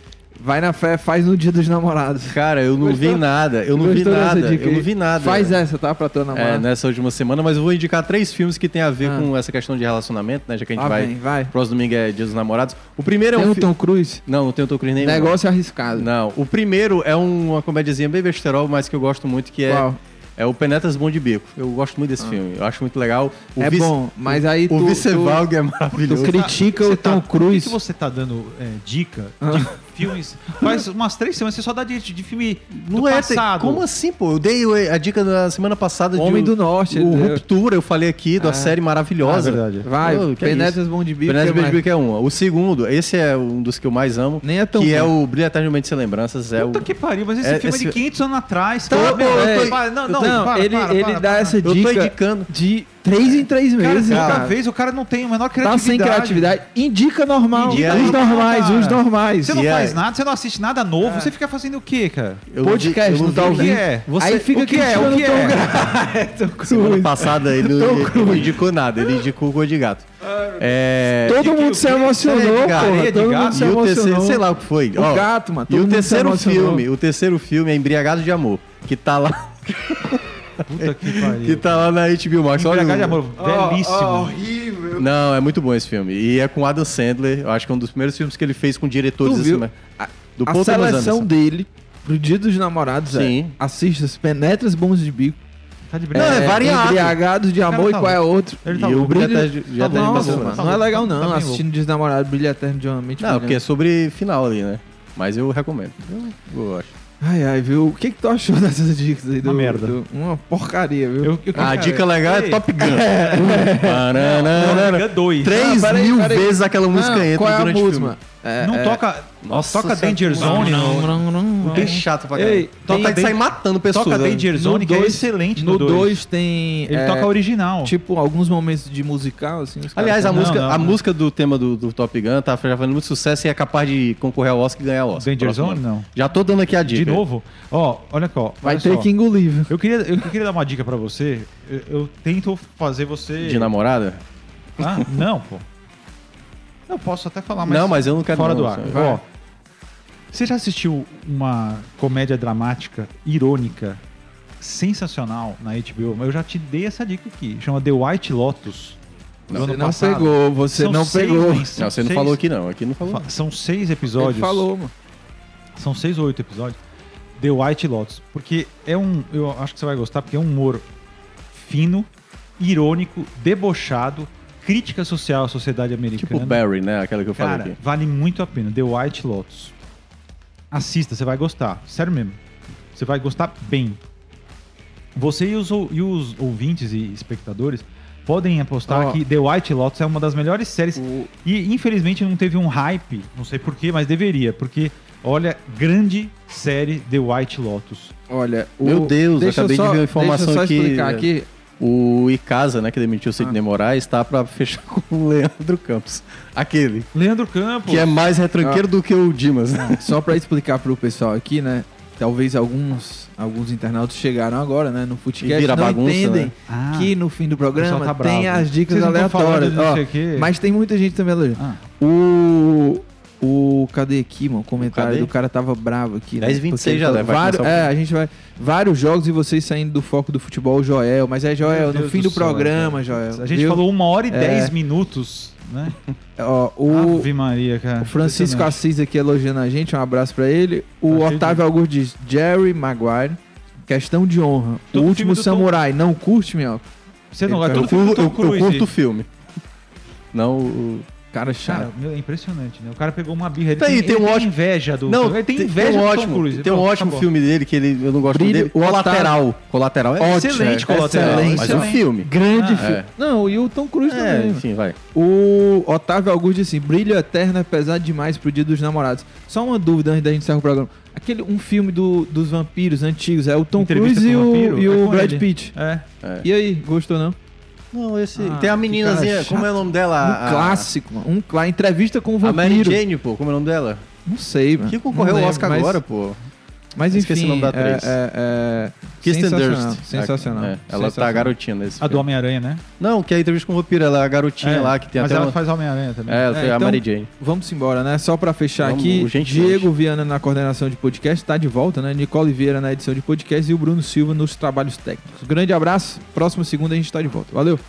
[SPEAKER 1] Vai na fé, faz no dia dos namorados.
[SPEAKER 4] Cara, eu não
[SPEAKER 1] Gostou?
[SPEAKER 4] vi nada. Eu não vi
[SPEAKER 1] Gostou dessa
[SPEAKER 4] nada.
[SPEAKER 1] dica
[SPEAKER 4] Eu
[SPEAKER 1] aí?
[SPEAKER 4] não vi nada.
[SPEAKER 1] Faz essa, tá? Pra tua namorada.
[SPEAKER 4] É, nessa última semana, mas eu vou indicar três filmes que tem a ver
[SPEAKER 1] Ah.
[SPEAKER 4] com essa questão de relacionamento, né? Já que a gente
[SPEAKER 1] Ah,
[SPEAKER 4] vai.
[SPEAKER 1] bem, vai.
[SPEAKER 4] Próximo domingo é Dia dos Namorados. O primeiro
[SPEAKER 1] Tem
[SPEAKER 4] é um.
[SPEAKER 1] um
[SPEAKER 4] fi-
[SPEAKER 1] Tom Cruise?
[SPEAKER 4] Não, não tem o Tom Cruise nenhum.
[SPEAKER 1] Negócio arriscado.
[SPEAKER 4] Não. O primeiro é um- uma comediazinha bem besterol, mas que eu gosto muito, que é.
[SPEAKER 1] Qual? Ah.
[SPEAKER 4] É o Penetras Bom de Bico. Eu gosto muito desse filme. Eu acho muito legal. O
[SPEAKER 1] é
[SPEAKER 4] Vice-
[SPEAKER 1] bom, mas aí
[SPEAKER 4] O
[SPEAKER 1] tu, tu,
[SPEAKER 4] Vicevalg é
[SPEAKER 1] tu
[SPEAKER 4] maravilhoso.
[SPEAKER 1] critica
[SPEAKER 3] Você
[SPEAKER 1] o Tom
[SPEAKER 3] tá- Por que
[SPEAKER 1] Cruise.
[SPEAKER 3] que você tá dando é, dica de filmes? Faz umas três semanas, você só dá dica de filme do
[SPEAKER 4] Não é, tem-
[SPEAKER 3] passado.
[SPEAKER 4] como assim, pô? Eu dei o- a dica na semana passada
[SPEAKER 1] Homem
[SPEAKER 4] o-
[SPEAKER 1] do Norte,
[SPEAKER 4] tá O
[SPEAKER 1] né?
[SPEAKER 4] Ruptura, eu falei aqui, da série maravilhosa.
[SPEAKER 3] Ah, é verdade.
[SPEAKER 1] Vai,
[SPEAKER 4] Ô, que é
[SPEAKER 1] Penetras Bom de Bico.
[SPEAKER 4] Bernardo
[SPEAKER 1] que é mais?
[SPEAKER 4] Bico é um. O segundo, esse é um dos que eu mais amo.
[SPEAKER 1] Nem é tão
[SPEAKER 4] Que
[SPEAKER 1] ruim.
[SPEAKER 4] é o Brilha Eternamente Sem Lembranças. É o...
[SPEAKER 3] Puta que pariu, mas esse
[SPEAKER 4] É,
[SPEAKER 3] filme é
[SPEAKER 4] esse-
[SPEAKER 3] de 500 anos atrás.
[SPEAKER 4] Tá,
[SPEAKER 3] cara.
[SPEAKER 4] pô, eu tô-
[SPEAKER 3] Para, não, não,
[SPEAKER 1] Não, então,
[SPEAKER 3] para,
[SPEAKER 1] ele,
[SPEAKER 3] para,
[SPEAKER 1] ele
[SPEAKER 3] para,
[SPEAKER 1] dá
[SPEAKER 3] para.
[SPEAKER 1] essa
[SPEAKER 4] Eu tô
[SPEAKER 1] dica
[SPEAKER 4] indicando. tá
[SPEAKER 1] de três em três
[SPEAKER 3] Cara,
[SPEAKER 1] meses,
[SPEAKER 3] cada
[SPEAKER 1] cara.
[SPEAKER 3] vez o cara não tem a menor
[SPEAKER 1] Tá
[SPEAKER 3] criatividade.
[SPEAKER 1] sem criatividade. Indica normal.
[SPEAKER 4] Indica
[SPEAKER 1] os
[SPEAKER 4] normal,
[SPEAKER 1] normais,
[SPEAKER 3] cara.
[SPEAKER 1] os normais.
[SPEAKER 3] Você não
[SPEAKER 4] E aí?
[SPEAKER 3] faz nada, você não assiste nada novo, você fica fazendo o quê, cara?
[SPEAKER 4] Eu
[SPEAKER 1] podcast,
[SPEAKER 4] eu
[SPEAKER 1] não tá
[SPEAKER 4] vi-
[SPEAKER 3] O que
[SPEAKER 1] ouvindo?
[SPEAKER 3] é?
[SPEAKER 4] Você-
[SPEAKER 1] Aí fica
[SPEAKER 3] o que é? O que
[SPEAKER 1] criticando
[SPEAKER 3] é?
[SPEAKER 1] Tom
[SPEAKER 4] Semana
[SPEAKER 1] Cruise.
[SPEAKER 4] passada ele
[SPEAKER 1] Tom
[SPEAKER 4] ele não
[SPEAKER 1] Cruise.
[SPEAKER 4] indicou nada, ele indicou o Gol de Gato. É...
[SPEAKER 1] Todo mundo se emocionou,
[SPEAKER 4] cara,
[SPEAKER 1] porra.
[SPEAKER 3] areia de
[SPEAKER 1] Todo
[SPEAKER 3] gato.
[SPEAKER 1] mundo se
[SPEAKER 4] E o terceiro,
[SPEAKER 1] emocionou.
[SPEAKER 4] sei lá o que foi.
[SPEAKER 1] O gato, mano,
[SPEAKER 4] E
[SPEAKER 1] todo
[SPEAKER 4] o
[SPEAKER 1] mundo se
[SPEAKER 4] terceiro
[SPEAKER 1] emocionou.
[SPEAKER 4] filme, o terceiro filme é Embriagado de Amor. que tá lá,
[SPEAKER 3] Puta que
[SPEAKER 4] que
[SPEAKER 3] pariu.
[SPEAKER 4] tá lá na HBO Max. Olha
[SPEAKER 3] Embriagado de
[SPEAKER 4] o-
[SPEAKER 3] amor, belíssimo.
[SPEAKER 1] horrível.
[SPEAKER 4] Não, é muito bom esse filme. E é com Adam Sandler. Eu acho que é um dos primeiros filmes que ele fez com diretores
[SPEAKER 1] Tu viu?
[SPEAKER 4] assim,
[SPEAKER 1] A-
[SPEAKER 4] do
[SPEAKER 1] a
[SPEAKER 4] Paul Thomas
[SPEAKER 1] seleção
[SPEAKER 4] Anderson.
[SPEAKER 1] dele pro Dia dos Namorados
[SPEAKER 4] Sim.
[SPEAKER 1] é assista Penetras Bons de Bico,
[SPEAKER 3] Tá de
[SPEAKER 4] Não, é
[SPEAKER 3] brincadeira.
[SPEAKER 4] variado.
[SPEAKER 1] Embriagados de Amor
[SPEAKER 3] tá
[SPEAKER 1] e qual é outro.
[SPEAKER 3] Ele tá
[SPEAKER 4] E o
[SPEAKER 3] louco.
[SPEAKER 4] Brilho
[SPEAKER 1] Brilho-
[SPEAKER 4] Eterno de- de
[SPEAKER 3] Tá
[SPEAKER 4] Eterno de
[SPEAKER 1] Não,
[SPEAKER 3] bom,
[SPEAKER 4] Passageiro.
[SPEAKER 3] mano.
[SPEAKER 1] mano, não é legal
[SPEAKER 3] Tá
[SPEAKER 1] não,
[SPEAKER 3] bem
[SPEAKER 1] assistindo Desnamorado, Brilho Eterno de uma Mente
[SPEAKER 4] Não, porque é
[SPEAKER 1] Brilhante.
[SPEAKER 4] sobre final ali, né? Mas eu recomendo. Eu, eu acho.
[SPEAKER 1] Ai, ai, viu? O que que tu achou dessas dicas aí? Do,
[SPEAKER 3] Uma merda.
[SPEAKER 1] do- uma porcaria, viu?
[SPEAKER 3] Eu- um eu-
[SPEAKER 4] A
[SPEAKER 3] cara,
[SPEAKER 4] dica legal é
[SPEAKER 3] ei,
[SPEAKER 4] Top Gun. Paranana.
[SPEAKER 3] Não, dois.
[SPEAKER 4] Três
[SPEAKER 1] Ah, peraí,
[SPEAKER 4] mil
[SPEAKER 1] peraí.
[SPEAKER 4] vezes aquela música
[SPEAKER 1] Ah,
[SPEAKER 4] entra
[SPEAKER 1] qual é a
[SPEAKER 4] durante o filme.
[SPEAKER 1] música? É,
[SPEAKER 3] Não
[SPEAKER 1] é-
[SPEAKER 3] toca.
[SPEAKER 4] Nossa é
[SPEAKER 3] toca
[SPEAKER 4] Senhora.
[SPEAKER 3] Danger Zone, não.
[SPEAKER 4] Bem chato pra
[SPEAKER 1] Ei,
[SPEAKER 4] caralho.
[SPEAKER 3] tem-
[SPEAKER 4] Toca de sair
[SPEAKER 3] tem-
[SPEAKER 4] matando pessoas.
[SPEAKER 3] Toca
[SPEAKER 4] né?
[SPEAKER 3] Danger Zone, que é excelente
[SPEAKER 1] no
[SPEAKER 3] no 2.
[SPEAKER 1] 2 tem
[SPEAKER 3] Ele
[SPEAKER 1] é,
[SPEAKER 3] toca a original.
[SPEAKER 1] tipo alguns momentos de musical assim. os caras
[SPEAKER 4] Aliás, a
[SPEAKER 1] tão-
[SPEAKER 3] Não,
[SPEAKER 4] música,
[SPEAKER 3] não,
[SPEAKER 4] a
[SPEAKER 3] não.
[SPEAKER 4] música do tema do, do Top Gun tá já fazendo muito sucesso e é capaz de concorrer ao Oscar e ganhar o Oscar.
[SPEAKER 3] Danger
[SPEAKER 4] Próximo
[SPEAKER 3] Zone,
[SPEAKER 4] ano.
[SPEAKER 3] não.
[SPEAKER 4] Já tô dando aqui a dica.
[SPEAKER 3] De novo? Ó, olha aqui, ó.
[SPEAKER 1] vai
[SPEAKER 3] olha
[SPEAKER 1] ter
[SPEAKER 3] só.
[SPEAKER 1] que engolir. viu?
[SPEAKER 3] Eu queria, eu queria dar uma dica pra você. Eu, eu tento fazer você.
[SPEAKER 4] De namorada?
[SPEAKER 3] Ah, não, pô. Eu posso até falar, Ah, mas.
[SPEAKER 4] não, mas eu não quero
[SPEAKER 3] Fora
[SPEAKER 4] não,
[SPEAKER 3] do ar.
[SPEAKER 4] sabe?
[SPEAKER 3] Ó, você já assistiu uma comédia dramática, irônica, sensacional na HBO? Mas eu já te dei essa dica aqui. Chama The White Lotus. do
[SPEAKER 1] Você
[SPEAKER 3] ano
[SPEAKER 1] não
[SPEAKER 3] passado.
[SPEAKER 1] pegou, você
[SPEAKER 3] São
[SPEAKER 1] não
[SPEAKER 3] seis,
[SPEAKER 1] pegou.
[SPEAKER 3] hein? São
[SPEAKER 4] Não, você não
[SPEAKER 3] seis-
[SPEAKER 4] falou aqui não. Aqui não falou.
[SPEAKER 3] fa- tá São seis episódios.
[SPEAKER 1] Ele falou, mano.
[SPEAKER 3] São seis ou oito episódios. The White Lotus. Porque é um. Eu acho que você vai gostar, porque é um humor fino, irônico, debochado, crítica social à sociedade americana.
[SPEAKER 4] Tipo Barry, né? Aquela que eu falei
[SPEAKER 3] Cara,
[SPEAKER 4] aqui.
[SPEAKER 3] vale muito a pena. The White Lotus. Assista, você vai gostar. Sério mesmo. Você vai gostar bem. Você e os, ou- e os ouvintes e espectadores podem apostar
[SPEAKER 1] Ó.
[SPEAKER 3] que The White Lotus é uma das melhores séries.
[SPEAKER 1] O-
[SPEAKER 3] E infelizmente não teve um hype, não sei porquê, mas deveria. Porque, olha, grande série The White Lotus.
[SPEAKER 1] Olha, o-
[SPEAKER 4] Meu Deus,
[SPEAKER 1] deixa eu
[SPEAKER 4] acabei de
[SPEAKER 1] só-
[SPEAKER 4] ver uma informação
[SPEAKER 1] deixa eu só
[SPEAKER 4] aqui,
[SPEAKER 1] explicar
[SPEAKER 4] é.
[SPEAKER 1] aqui.
[SPEAKER 4] O Icasa, né? Que demitiu o Sidney
[SPEAKER 3] Ah.
[SPEAKER 4] Moraes, tá pra fechar com o Leandro Campos. Aquele.
[SPEAKER 3] Leandro Campos.
[SPEAKER 4] Que é mais retranqueiro
[SPEAKER 3] Ah.
[SPEAKER 4] do que o Dimas. né?
[SPEAKER 1] Só pra explicar pro pessoal aqui, né? Talvez alguns, alguns internautas chegaram agora, né? No
[SPEAKER 4] E
[SPEAKER 1] Footcast
[SPEAKER 4] vira
[SPEAKER 1] não
[SPEAKER 4] bagunça,
[SPEAKER 1] entendem
[SPEAKER 4] né?
[SPEAKER 3] Ah,
[SPEAKER 1] que no fim do programa
[SPEAKER 3] pessoal tá
[SPEAKER 1] tem
[SPEAKER 3] bravo.
[SPEAKER 1] as dicas
[SPEAKER 3] Vocês não tão
[SPEAKER 1] aleatórias.
[SPEAKER 3] falando de não
[SPEAKER 1] ó.
[SPEAKER 3] sei o quê.
[SPEAKER 1] mas tem muita gente também elogiando.
[SPEAKER 3] Ah.
[SPEAKER 1] O. O. Cadê aqui, mano? O comentário
[SPEAKER 4] Cadê?
[SPEAKER 1] do cara tava bravo aqui. né?
[SPEAKER 4] 10 e 26
[SPEAKER 1] Porque ele
[SPEAKER 4] já
[SPEAKER 1] falou
[SPEAKER 4] leva, vai
[SPEAKER 1] vários-
[SPEAKER 4] começar o
[SPEAKER 1] É, a gente vai. Vários jogos e vocês saindo do foco do futebol, Joel. Mas é, Joel,
[SPEAKER 3] Meu
[SPEAKER 1] no
[SPEAKER 3] Deus
[SPEAKER 1] fim do,
[SPEAKER 3] do céu,
[SPEAKER 1] programa, Joel.
[SPEAKER 3] A gente
[SPEAKER 1] viu?
[SPEAKER 3] falou uma hora e
[SPEAKER 1] É.
[SPEAKER 3] dez minutos, né?
[SPEAKER 1] Ó, o.
[SPEAKER 3] Ave Maria, cara.
[SPEAKER 1] O Francisco
[SPEAKER 3] Impressionante.
[SPEAKER 1] Assis aqui elogiando a gente, um abraço pra ele. O
[SPEAKER 3] Tá cheio
[SPEAKER 1] Otávio Augusto diz: Jerry Maguire, questão de honra. o
[SPEAKER 3] Todo filme
[SPEAKER 1] último
[SPEAKER 3] do
[SPEAKER 1] samurai, não curte, meu?
[SPEAKER 3] Você não gosta
[SPEAKER 1] Ele
[SPEAKER 3] todo
[SPEAKER 4] Eu,
[SPEAKER 3] filme um do
[SPEAKER 4] curto-
[SPEAKER 3] Tom
[SPEAKER 4] eu- eu
[SPEAKER 3] Cruise.
[SPEAKER 4] curto o filme. Não o.
[SPEAKER 1] Cara chato.
[SPEAKER 3] Cara, meu, é impressionante, né? O cara pegou uma birra. Ele
[SPEAKER 4] Tá aí, tem um ótimo-
[SPEAKER 3] inveja do. ele tem
[SPEAKER 4] tem-
[SPEAKER 3] inveja
[SPEAKER 4] tem um
[SPEAKER 3] do
[SPEAKER 4] ótimo,
[SPEAKER 3] Tom Cruise.
[SPEAKER 4] Tem um
[SPEAKER 3] Pronto,
[SPEAKER 4] ótimo
[SPEAKER 3] acabou.
[SPEAKER 4] filme dele que ele, eu não gosto
[SPEAKER 1] Brilho-
[SPEAKER 4] dele.
[SPEAKER 1] o
[SPEAKER 4] Colateral. Colateral é
[SPEAKER 1] Ótimo,
[SPEAKER 4] excelente,
[SPEAKER 1] é,
[SPEAKER 4] colateral.
[SPEAKER 1] excelente,
[SPEAKER 4] mas é um
[SPEAKER 3] excelente.
[SPEAKER 4] filme.
[SPEAKER 1] Grande
[SPEAKER 3] Ah,
[SPEAKER 1] filme.
[SPEAKER 4] é.
[SPEAKER 1] Não, e o Tom Cruise
[SPEAKER 4] É,
[SPEAKER 1] também.
[SPEAKER 4] enfim, vai.
[SPEAKER 1] O Otávio Augusto disse assim: brilho eterno é pesado demais pro dia dos namorados. Só uma dúvida antes da gente encerrar o programa. Aquele, um filme do- dos vampiros antigos, é o Tom
[SPEAKER 3] Entrevista
[SPEAKER 1] Cruise e
[SPEAKER 3] com o
[SPEAKER 1] o,
[SPEAKER 3] vampiro?
[SPEAKER 1] e
[SPEAKER 3] É
[SPEAKER 1] o
[SPEAKER 3] com
[SPEAKER 1] Brad
[SPEAKER 3] ele.
[SPEAKER 1] Pitt.
[SPEAKER 3] É.
[SPEAKER 1] E aí, gostou não?
[SPEAKER 4] Não, esse.
[SPEAKER 1] Ah,
[SPEAKER 4] tem a
[SPEAKER 1] que cara
[SPEAKER 4] meninazinha,
[SPEAKER 1] chato.
[SPEAKER 4] como é o nome dela?
[SPEAKER 1] um
[SPEAKER 4] A-
[SPEAKER 1] clássico, mano. Um clá, entrevista com o
[SPEAKER 4] A Mary
[SPEAKER 1] vampiro.
[SPEAKER 4] Jane, pô, como é o nome dela?
[SPEAKER 1] Não sei, mano.
[SPEAKER 4] Que
[SPEAKER 1] Não
[SPEAKER 4] concorreu ao
[SPEAKER 1] lembro,
[SPEAKER 4] Oscar
[SPEAKER 1] mas-
[SPEAKER 4] agora, pô.
[SPEAKER 1] Mas enfim,
[SPEAKER 4] Esqueci o nome da
[SPEAKER 1] É, é,
[SPEAKER 4] atriz.
[SPEAKER 1] é,
[SPEAKER 4] Kirsten
[SPEAKER 1] sensacional,
[SPEAKER 4] Dunst.
[SPEAKER 1] Sensacional.
[SPEAKER 4] É, ela tá
[SPEAKER 1] sensacional.
[SPEAKER 4] a garotinha nesse
[SPEAKER 3] A do
[SPEAKER 4] filme.
[SPEAKER 3] Homem-Aranha, né?
[SPEAKER 4] Não, que é a entrevista com o Vampiro, ela é a garotinha lá que tem
[SPEAKER 3] Mas
[SPEAKER 4] até um-
[SPEAKER 3] ela
[SPEAKER 4] uma...
[SPEAKER 3] faz Homem-Aranha também.
[SPEAKER 4] É, ela
[SPEAKER 1] É,
[SPEAKER 4] foi a
[SPEAKER 1] então-
[SPEAKER 4] Mary Jane.
[SPEAKER 1] Vamos embora, né? Só pra fechar
[SPEAKER 4] Vamos,
[SPEAKER 1] aqui,
[SPEAKER 4] urgente,
[SPEAKER 1] Diego Viana na coordenação de podcast, tá de volta, né? Nicole Vieira na edição de podcast e o Bruno Silva nos trabalhos técnicos. Grande abraço, próxima segunda a gente tá de volta. Valeu!